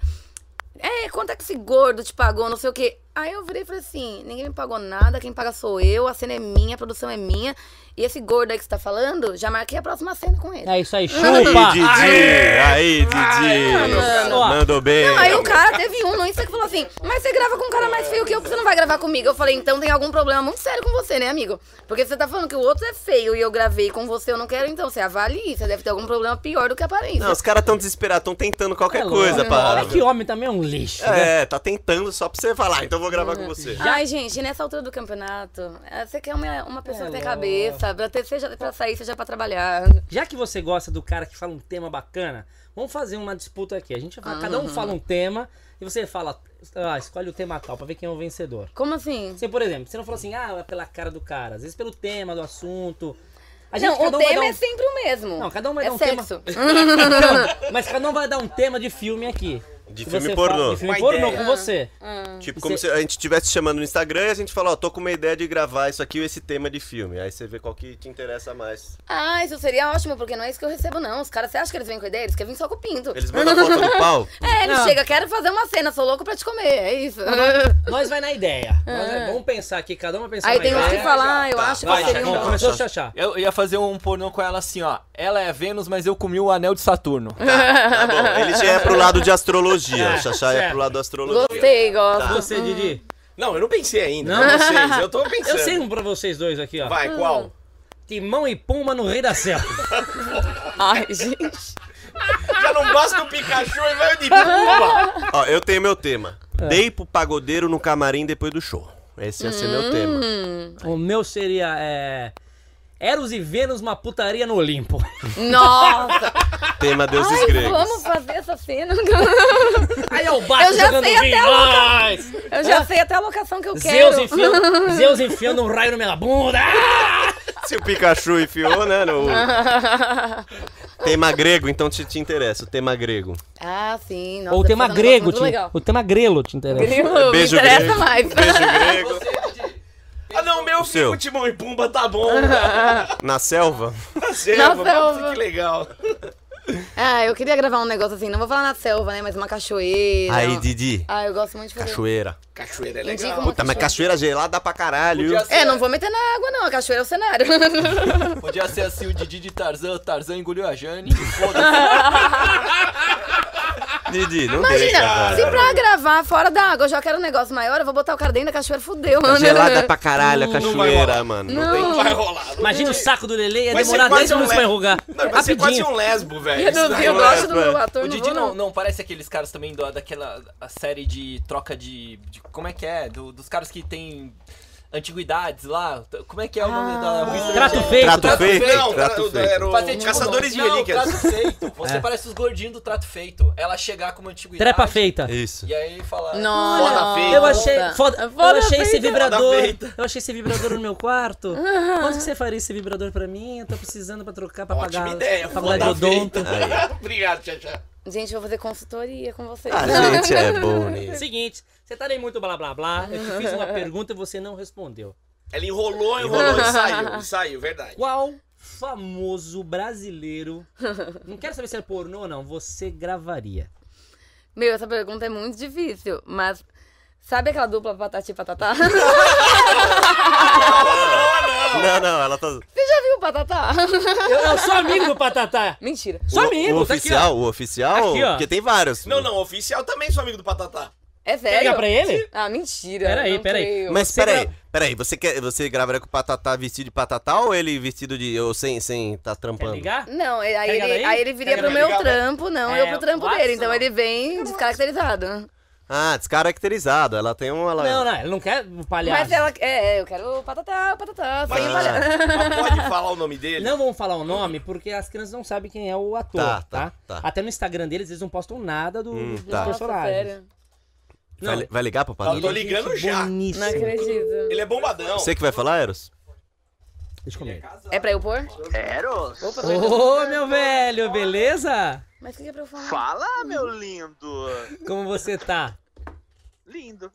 C: É, quanto é que esse gordo te pagou, não sei o quê. Aí eu virei e falei assim, ninguém me pagou nada, quem paga sou eu, a cena é minha, a produção é minha. E esse gordo aí que você tá falando, já marquei a próxima cena com ele.
A: É isso aí,
B: Aí,
A: chupa!
B: Didi! Aí, Didi!
A: mano.
B: Mandou bem!
C: Não, aí o cara teve um no Insta que falou assim, mas você grava com um cara mais feio que eu, porque você não vai gravar comigo. Eu falei, então tem algum problema muito sério com você, né, amigo? Porque você tá falando que o outro é feio e eu gravei com você, eu não quero, então você avalie, você deve ter algum problema pior do que a aparência.
B: Não, os caras tão desesperados, tão tentando qualquer
A: É louco.
B: coisa pra.
A: É que homem também é um lixo. né?
B: É, tá tentando só pra você falar, então eu vou
C: Uhum.
B: gravar com você.
C: Ai, gente, nessa altura do campeonato, eh, você quer uma, uma pessoa que tem
A: Ela.
C: cabeça, pra ter, seja pra sair, seja pra trabalhar.
A: Já que você gosta do cara que fala um tema bacana, vamos fazer uma disputa aqui. A gente vai falar- cada um fala um tema e você fala, ah, escolhe o tema tal pra ver quem é o vencedor.
C: Como assim?
A: Você, por exemplo, você não fala assim, ah, é pela cara do cara, às vezes pelo tema do assunto. A
C: não, o
A: um vai
C: tema
A: dar um-
C: é sempre o mesmo.
A: Não, cada um vai
C: é
A: dar um
C: sexo.
A: Então, mas cada um vai dar um tema de filme aqui.
B: De
A: Que
B: filme
A: você
B: pornô.
A: fala- De filme
D: Uma
A: pornô
D: ideia.
A: com você.
C: Ah.
B: Tipo, como se a gente estivesse chamando no Instagram e a gente fala, ó, tô com uma ideia de gravar isso aqui ou esse tema de filme. Aí você vê qual que te interessa mais.
C: Ah, isso seria ótimo, porque não é isso que eu recebo, não. Os caras, você acha que eles vêm com ideia? Eles querem vir só com o pinto.
B: Eles mandam a foto do pau?
C: É, eles
A: Não.
C: chegam, quero fazer uma cena, sou louco pra te comer, é isso.
A: Nós vai na ideia. Nós vai- vamos pensar aqui, cada um vai pensar
C: Ah. Aí
A: na
C: tem uns
A: ideia.
C: que falam, ah, eu
A: Tá,
C: acho
G: vai,
C: que seria um
A: Bom,
C: bom.
A: começou a chachar.
G: Eu ia fazer um pornô com ela assim, ó. Ela é Vênus, mas eu comi o anel de Saturno.
B: Tá bom, ele já é pro lado de astrologia.
A: É,
B: o Xaxá é
A: certo.
B: pro lado da astrologia.
C: Gostei, gosto.
A: Você, Didi.
D: Não, eu não pensei ainda.
A: Não?
D: Não? Vocês, eu tô
A: Eu
D: pensando.
A: sei um pra vocês dois aqui, ó.
D: Vai, qual?
A: Timão e Pumba no Rei da Selva. Tá.
C: Ai, gente.
D: Já não gosta do Pikachu e vai de Pumba.
B: Ó, eu tenho meu tema.
C: É.
B: Dei pro pagodeiro no camarim depois do show. Esse ia ser
C: Hum.
B: meu tema.
A: O meu seria é, Eros e Vênus, uma putaria no Olimpo.
C: Nossa.
B: Tema deuses
C: Ai,
B: gregos.
C: vamos fazer essa cena.
A: Aí é o Baco
C: Eu já
A: jogando
C: sei até
A: vinho.
C: a louca-
A: Nós!
C: Eu já sei até a locação que eu quero.
A: Zeus, enfiando, Zeus enfiando um raio na minha bunda. Ah!
B: Se o Pikachu enfiou, né? No... tema grego, então te, te interessa, o tema grego.
C: Ah, sim. Nossa,
A: Ou o tema
C: deve ser um
A: grego.
C: negócio
A: Te,
C: muito legal.
A: o tema grelo te interessa.
C: Grilo,
B: Beijo
C: me interessa
B: grego.
C: mais.
B: Beijo grego.
G: Você, Didi.
D: Ah, não, meu
B: seu.
D: filho, Timão e Pumba tá bom.
B: Na selva?
D: Tá certo,
C: selva.
D: que legal.
C: Ah, eu queria gravar um negócio assim, não vou falar na selva, né? Mas uma cachoeira.
B: Aí, Didi.
C: Ah, eu gosto muito de fazer.
B: Cachoeira.
D: Cachoeira é
C: Indica
D: legal.
C: uma
B: Tá, mas cachoeira gelada dá pra caralho.
G: Podia ser,
C: É, não vou meter na água, não. A cachoeira é o cenário.
G: podia ser assim o Didi de Tarzan, o Tarzan engoliu a Jane. Foda-se.
B: Didi, não deixa.
C: Imagina, se
B: cara.
C: pra gravar fora da água eu já quero um negócio maior, eu vou botar o cara dentro da cachoeira, fudeu, mano.
B: Gelada pra caralho a cachoeira,
D: rolar.
B: mano.
D: Não vai rolar. não
A: Imagina o saco do Lele, ia
D: Vai ser
A: demorar
D: quase
A: 10
D: um
A: minutos
D: le-
A: pra enrugar.
D: Não, vai ser quase
A: Rapidinho.
D: um lesbo, velho.
C: Eu,
D: Isso
C: não,
D: daí
C: eu
D: não é-
C: gosto do meu ator,
G: o
C: não
G: Didi
C: vou,
G: não,
C: não.
G: não, parece aqueles caras também do, daquela a série de troca de, de- Como é que é? Do- dos caras que tem antiguidades lá. Como é que é o nome da. Wizard?
A: Ah. Trato feito.
B: Trato
A: Trato
B: feito,
D: Não,
B: trato
D: era-
B: feito.
D: era o
G: Fazer tipo-
D: Caçadores de
G: não,
D: Relíquias.
G: Trato feito. Você
A: É.
G: parece os gordinhos do trato feito. Ela chegar com uma antiguidade.
A: Trepa feita.
B: Isso.
G: E aí falar.
C: Não,
D: Foda
C: não.
D: feita.
A: Eu achei, foda, eu achei esse vibrador.
D: Foda feita.
A: Eu achei esse vibrador no meu quarto. Onde que você faria esse vibrador pra mim? Eu tô precisando pra trocar, pra
D: Ótima
A: pagar
D: ideia,
A: a faculdade de
D: foda
A: odonto.
D: Obrigado, Tchau.
C: Gente, eu vou fazer consultoria com vocês.
B: A
C: Não.
B: gente é bom nisso.
A: Seguinte, você tá nem muito blá blá blá. Eu te fiz uma pergunta e você não respondeu.
D: Ela enrolou, enrolou e saiu. E saiu, verdade.
A: Qual famoso brasileiro. Não quero saber se é pornô ou não. Você gravaria.
C: Meu, essa pergunta é muito difícil, mas sabe aquela dupla Patati e Patatá? Você
A: Ah,
B: Não, não, ela tá.
C: já viu o Patatá?
A: Eu, eu sou amigo do Patatá.
C: Mentira.
A: Sou
B: O,
A: amigo.
B: o
A: tá aqui, ó.
B: oficial, o oficial?
A: Aqui, ó.
B: Porque tem vários.
D: Não, não, oficial também sou amigo do Patatá.
C: É
A: Quer
C: sério?
A: ligar pra ele?
C: Ah, mentira.
A: Peraí,
C: não
A: peraí.
C: creio.
B: Mas
A: Você
B: peraí,
A: gra-
B: peraí, você, quer, você gravaria com o Patatá vestido de Patatá ou ele vestido de. ou sem, sem tá
A: Quer
B: trampando?
A: ligar?
C: Não, aí
A: ligar daí?
C: ele, aí ele viria
D: Quer
C: pro
D: ligar
C: meu
D: daí?
C: trampo, não,
A: É,
C: eu pro trampo
A: Watson.
C: dele. Então ele vem descaracterizado.
B: Ah, descaracterizado. Ela tem um. Ela...
A: Não, não, ele não quer o palhaço.
C: Mas ela. É, é, eu quero o patatá, o patatá, sem
D: Mas-
C: palha-
D: Mas pode falar o nome dele?
A: Não vamos falar o nome porque as crianças não sabem quem é o ator,
B: Tá,
A: tá?
B: tá, tá.
A: Até no Instagram deles eles não postam nada do,
B: Hum,
A: dos
B: tá.
C: Nossa,
A: personagens. é
C: sério.
A: Não,
B: Vai, li- vai ligar pro
D: Eu
B: Patatá?
D: tô ligando já.
A: Boníssimo.
C: Não acredito.
D: Ele é bombadão.
B: Você que vai falar, Eros?
A: Deixa eu comer.
C: É pra eu pôr?
H: Eros?
C: Opa, pra eu pôr.
A: Ô, meu velho, beleza?
C: Mas o que que é pra eu falar?
H: Fala, meu lindo!
A: Como você tá?
H: Lindo.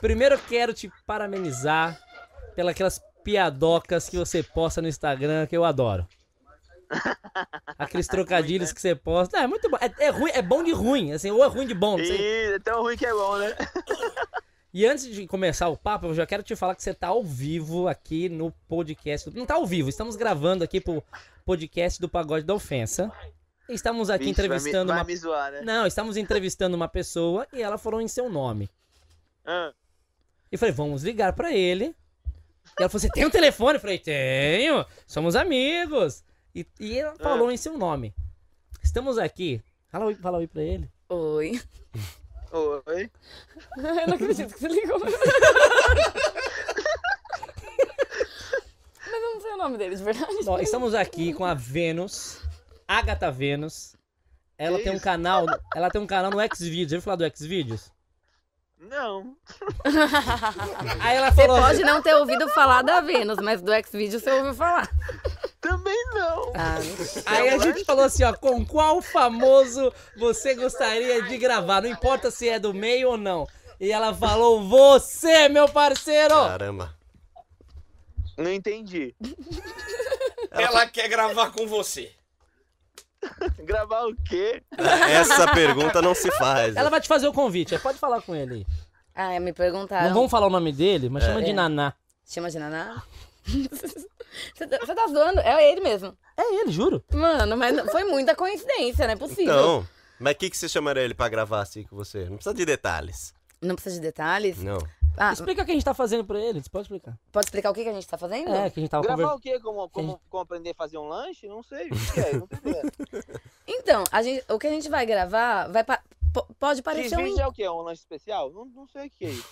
A: Primeiro eu quero te parabenizar pelas aquelas piadocas que você posta no Instagram, que eu adoro. Aqueles trocadilhos que você posta. Ah, É muito bom. É, é ruim, é bom de ruim. Assim, ou é ruim de bom. não sei.
H: E é tão ruim que é bom, né?
A: E antes de começar o papo, eu já quero te falar que você tá ao vivo aqui no podcast. Não tá ao vivo, estamos gravando aqui pro podcast do Pagode da Ofensa. E Estamos aqui
H: Vixe, vai me-
A: entrevistando
H: vai
A: uma.
H: me zoar, né?
A: Não, estamos entrevistando uma pessoa e ela falou em seu nome.
H: Ah,
A: E eu falei, vamos ligar pra ele. E ela falou: você tem um telefone? Eu falei, tenho, somos amigos. E, e ela
H: Ah.
A: falou em seu nome. Estamos aqui. Fala oi, fala oi pra ele.
C: Oi.
H: Oi.
C: Eu não acredito que você ligou. Mas eu não sei o nome dele, de verdade.
A: Ó, estamos aqui com a Vênus, Agatha Vênus. Ela
H: Que
A: tem um
H: isso?
A: canal, ela tem um canal no Xvideos. Já ouviu falar do Xvideos?
H: Não.
A: Aí ela
C: Você
A: falou,
C: pode não ter ouvido falar da Vênus, mas do X-Video você ouviu falar.
H: Também não.
C: Ah, mentira.
A: aí a
C: é?
A: gente falou assim, ó, com qual famoso você gostaria de gravar? Não importa se é do meio ou não. E ela falou, você, meu parceiro.
B: Caramba.
H: Não entendi.
D: Ela
H: tá-
D: quer gravar com você.
H: Gravar o quê?
B: Essa pergunta não se faz.
A: Ela vai te fazer o convite, aí pode falar com ele aí.
C: Ah, me
A: Não
C: perguntaram.
A: vamos falar o nome dele, mas chama de
C: É.
A: Naná.
C: Chama de Naná? Você tá, você tá zoando? É ele mesmo.
A: É ele, juro.
C: Mano, mas não- foi muita coincidência, não é possível.
B: Então, mas o que, que você chamaria ele pra gravar assim com você? Não precisa de detalhes.
C: Não precisa de detalhes?
B: Não.
C: Ah,
A: Explica o que a gente tá fazendo pra ele, você pode explicar.
C: pode explicar o que, que a gente tá fazendo?
A: É, que a gente tava
H: Gravar
A: conversando.
H: o quê? Como, como, como aprender a fazer um lanche? Não sei. O que é? Não tô entendendo.
C: Então, a gente, o que a gente vai gravar vai pa- po- pode parecer um.
H: X-Vídeo é o quê? Um lanche especial? Não, não sei o que é isso.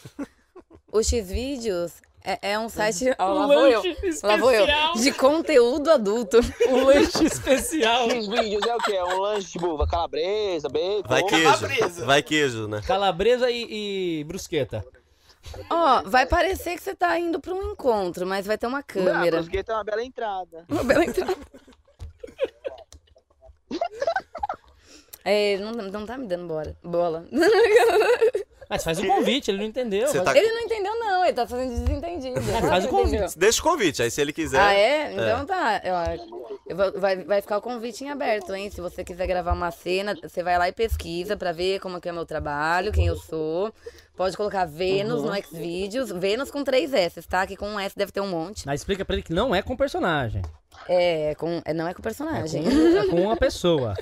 C: O Xvideos é, é um site. Ó, lá vou eu. Lá vou eu. De conteúdo adulto.
A: Um lanche especial.
H: X-Vídeos é o quê? É um lanche tipo calabresa, bacon?
B: Vai queijo.
H: Ah,
D: presa.
B: Vai queijo, né?
A: Calabresa e, e brusqueta.
C: Ó, vai parecer que você tá indo pra um encontro, mas vai ter uma
H: Ah,
C: câmera.
H: brusqueta é uma bela entrada.
C: Uma bela entrada. É, não, não tá me dando bola. bola.
A: Mas faz um convite, ele não entendeu.
B: Você
A: Faz-
B: tá,
C: Ele não entendeu, não. Não, ele tá fazendo desentendido.
A: É, faz o
C: Entendeu?
A: convite.
B: Deixa o convite, aí se ele quiser.
C: Ah, é? Então tá. Ó, eu vou- vai, vai ficar o convite em aberto, hein? Se você quiser gravar uma cena, você vai lá e pesquisa pra ver como que é o meu trabalho, quem eu sou. Pode colocar Vênus
A: Uhum.
C: no Xvideos. Vênus com três S, tá? Que com um S deve ter um monte.
A: Mas explica pra ele que não é com personagem.
C: É, com, é, não é com
A: É com,
C: personagem.
A: é com uma pessoa.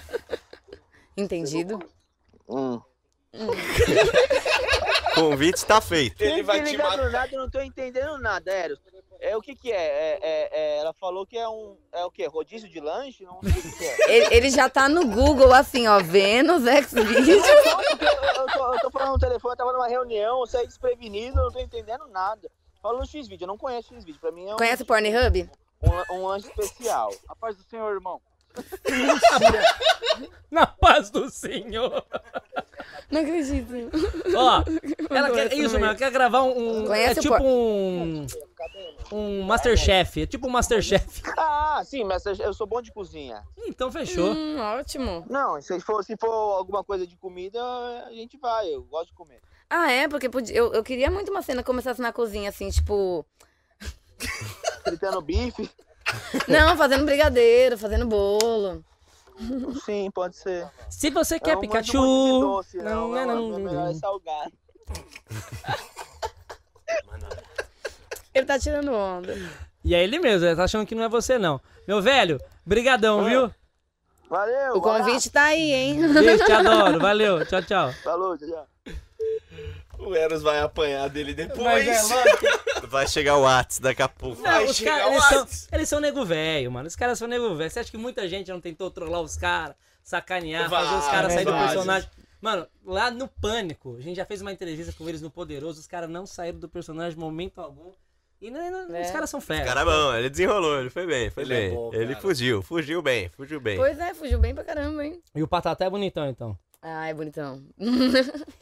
C: Entendido?
H: Hum.
B: Convite tá feito.
D: Ele vai
H: Esse
D: te
H: ligado
D: matar.
H: nada, eu não tô entendendo nada, Eros. É, o que que é? É, é- é, Ela falou que é um... É o quê? Rodízio de lanche? Não sei o que que é.
C: Ele, ele já tá no Google, assim, ó. Vênus Xvideos.
H: Não, porque eu, eu tô, eu tô falando no telefone, eu tava numa reunião, eu saí desprevenido, eu não tô entendendo nada. Fala no X-Vídeo, eu não conheço X-Vídeo, pra mim é um,
C: Conhece o Pornhub?
H: um, lan- um lanche especial. A paz do senhor, irmão.
A: Na paz do Senhor.
C: Não acredito.
A: Ó, ela quer,
C: Gosto
A: isso mesmo,
C: mesmo.
A: ela quer gravar um.
C: Conhece
A: é
C: o
A: tipo
C: por-
A: um. Um Masterchef. É tipo um Masterchef.
H: Ah, sim, mas eu- eu sou bom de cozinha.
A: Então fechou.
C: Hum, ótimo.
H: Não, se for, se for alguma coisa de comida, a gente vai, eu gosto de comer.
C: Ah, é? Porque podia- eu, eu queria muito uma cena que começasse na cozinha, assim, tipo.
H: Fritando bife,
C: Não, fazendo brigadeiro, fazendo bolo.
H: sim, pode ser.
A: Se você quer
H: Eu não manjo
A: é Pikachu.
H: muito É um de doce, não,
A: não,
H: não,
A: não,
H: é
A: não,
H: melhor é
A: não.
H: salgado.
C: Ele tá tirando onda.
A: E é ele mesmo, ele tá achando que não é você, não. Meu velho, brigadão, viu?
H: Valeu,
C: O convite tá aí, hein?
A: Beijo, te adoro. Valeu, tchau, tchau.
H: Falou, tchau, tchau.
D: O Eros vai apanhar dele depois.
B: Vai chegar o Whats daqui a pouco.
A: Não,
D: Vai
A: os
D: chegar
A: caras,
D: o
A: eles são,
D: Whats.
A: eles são nego velho, mano. Os caras são nego velho. Você acha que muita gente não tentou trollar os caras, sacanear, fazer os caras
D: Vários,
A: sair do
D: vários.
A: personagem? Mano, lá no Pânico, a gente já fez uma entrevista com eles no Poderoso, os caras não saíram do personagem em momento algum. E não, não-
C: É.
A: os caras são fera.
B: Cara, bom, ele desenrolou, ele foi bem, foi
D: Ele é
B: bem.
D: bom,
B: ele
D: cara.
B: fugiu, fugiu bem, fugiu bem.
C: Pois é, fugiu bem pra caramba, hein?
A: E o Patatá é bonitão, então.
C: Ah, é bonitão.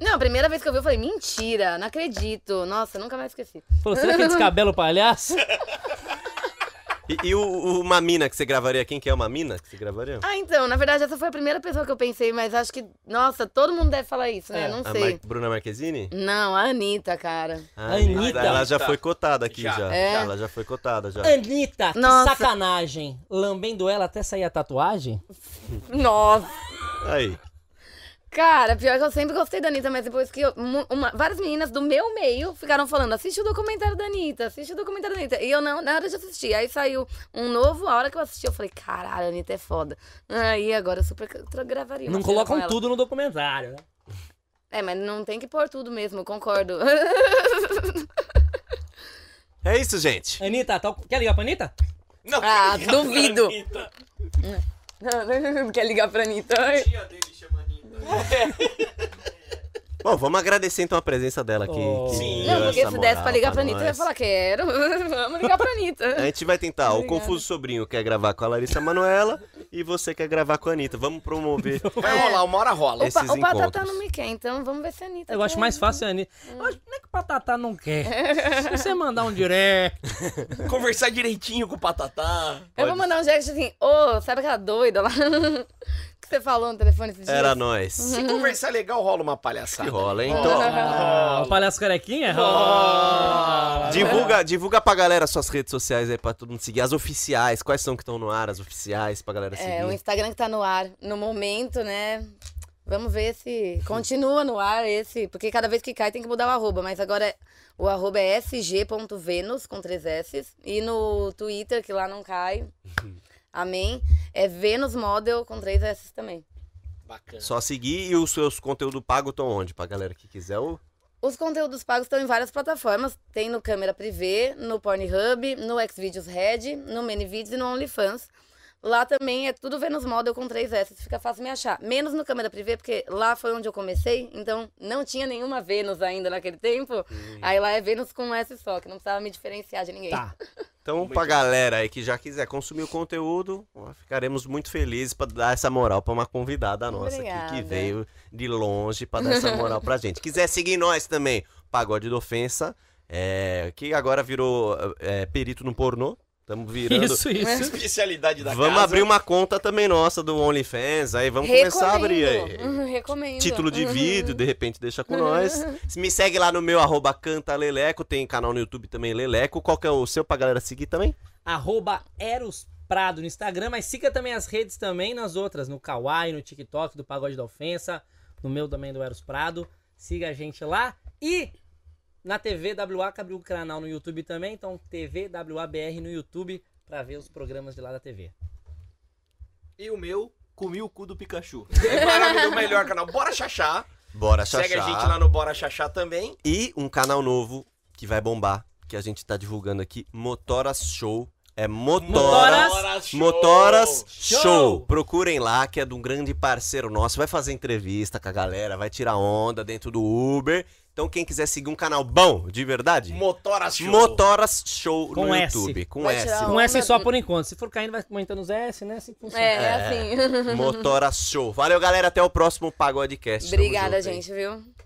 C: Não, a primeira vez que eu vi, eu falei, mentira, não acredito. Nossa, nunca mais esqueci.
A: Falou, será que ele descabela o palhaço?
B: E, e o, o Mamina que você gravaria? Quem que é o Mamina que você gravaria?
C: Ah, então, na verdade, essa foi a primeira pessoa que eu pensei, mas acho que, nossa, todo mundo deve falar isso, né?
A: É,
C: não
B: A
C: sei.
B: Mar- Bruna Marquezine?
C: Não, a Anitta, cara.
B: Ah,
A: Anitta. É.
B: Ela já foi cotada aqui, já.
D: Já.
C: É.
B: Ela já foi cotada, já.
A: Anitta, que
C: Nossa.
A: sacanagem. Lambendo ela até sair a tatuagem?
C: Nossa.
B: Aí.
C: Cara, pior que eu sempre gostei da Anitta, mas depois que eu, mu- uma- várias meninas do meu meio ficaram falando: assiste o documentário da Anitta, assiste o documentário da Anitta. E eu não, na hora de assistir. Aí saiu um novo, a hora que eu assisti, eu falei: caralho, a Anitta é foda. Aí agora eu super tra- gravaria. uma
A: Não
C: cena com
A: colocam
C: é ela.
A: tudo no documentário, né?
C: É, mas não tem que pôr tudo mesmo, eu concordo.
B: É isso, gente.
A: Anitta, tá- quer ligar pra Anitta?
D: Não,
C: Ah,
D: cara,
C: duvido.
D: Anitta.
C: Não Quer ligar pra Anitta?
G: Tia dele chama Anitta.
B: Bom, vamos agradecer então a presença dela aqui.
A: Oh.
B: que
D: Sim.
B: deu
C: Não, porque
B: essa
C: se desse pra
B: moral tá É,
C: ligar pra Anitta,
B: nós.
C: eu ia falar: quero. Vamos ligar pra
B: A
C: Anitta.
B: gente vai tentar. O
C: Obrigada.
B: Confuso Sobrinho quer gravar com a Larissa Manoela e você quer gravar com a Anitta. Vamos promover.
D: Vai rolar, uma hora rola.
C: O, pa,
B: esses
C: o Patata
B: encontros.
C: não me quer, então vamos ver se a Anitta.
A: Eu acho
C: quer.
A: mais fácil a Anitta. Eu acho, não é que o Patatá não quer. Se você mandar um direct.
D: Conversar direitinho com o Patatá.
C: Eu vou mandar um direct assim, ô, sabe aquela doida lá que você falou no telefone esse dia?
B: Era nós.
D: Se conversar legal, rola uma palhaçada.
B: Que rola, hein? Então,
A: Ah, o palhaço carequinha?
D: Ah,
B: ó, divulga, divulga pra galera suas redes sociais aí pra todo mundo seguir. As oficiais, quais são que estão no ar, as oficiais, pra galera seguir.
C: É, o Instagram que tá no ar no momento, né? Vamos ver se continua no ar esse, porque cada vez que cai tem que mudar o arroba, mas agora é- o arroba é sg.venus com três S e no Twitter, que lá não cai, amém, é Venus Model com três S também.
D: Bacana.
B: Só seguir e os seus conteúdos pagos estão onde? Pra galera que quiser. o-
C: Os conteúdos pagos estão em várias plataformas. Tem no Câmera Privé, no Pornhub, no Xvideos Red, no Manyvideos e no OnlyFans. Lá também é tudo Venus Model com 3S, fica fácil me achar. Menos no Câmera Privé, porque lá foi onde eu comecei, então não tinha nenhuma Venus ainda naquele tempo. Aí lá é Venus com um S só, que não precisava me diferenciar de ninguém.
A: Tá.
B: Então, pra galera aí que já quiser consumir o conteúdo, ó, ficaremos muito felizes pra dar essa moral pra uma convidada nossa aqui que
C: Obrigada.
B: veio de longe pra dar essa moral pra gente. Quiser seguir nós também, Pagode da Ofensa, é, que agora virou é, perito no pornô. Estamos virando.
A: Isso, isso.
D: Especialidade da
B: vamos
D: casa.
B: abrir uma conta também nossa do OnlyFans, aí vamos começar a abrir aí.
C: Uhum, recomendo.
B: Título de
C: Uhum.
B: vídeo, de repente deixa com nós. Me segue lá no meu arroba canta Leleco, tem canal no YouTube também Leleco. Qual que é o seu pra galera seguir também?
A: arroba Eros Prado no Instagram, mas siga também as redes também nas outras, no Kawaii, no TikTok, do Pagode da Ofensa, no meu também do Eros Prado. Siga a gente lá. E na TV WA, que abriu o canal no YouTube também, então TV WABR no YouTube pra ver os programas de lá da TV.
G: E o meu, comi o cu do Pikachu.
D: É maravilhoso, o melhor canal. Bora Xaxá.
B: Bora, Xaxá.
D: Segue a gente lá no Bora Xaxá também.
B: E um canal novo que vai bombar, que a gente tá divulgando aqui, Motoras Show. É Motoras,
D: Motoras Show.
B: Motoras Show.
A: Show.
B: Procurem lá, que é de um grande parceiro nosso. Vai fazer entrevista com a galera, vai tirar onda dentro do Uber. Então, quem quiser seguir um canal bom, de verdade,
D: Motora Show.
B: Motoras Show
A: Com
B: no
A: S.
B: YouTube. Com
C: Vai
B: S.
C: tirar
A: Com essa só por enquanto. Se for caindo, vai aumentando os S, né? Assim
C: É,
A: funciona.
C: é assim.
B: Motoras Show. Valeu, galera. Até o próximo Pagodecast. Tamo
C: Obrigada,
B: junto, hein?
C: gente, viu?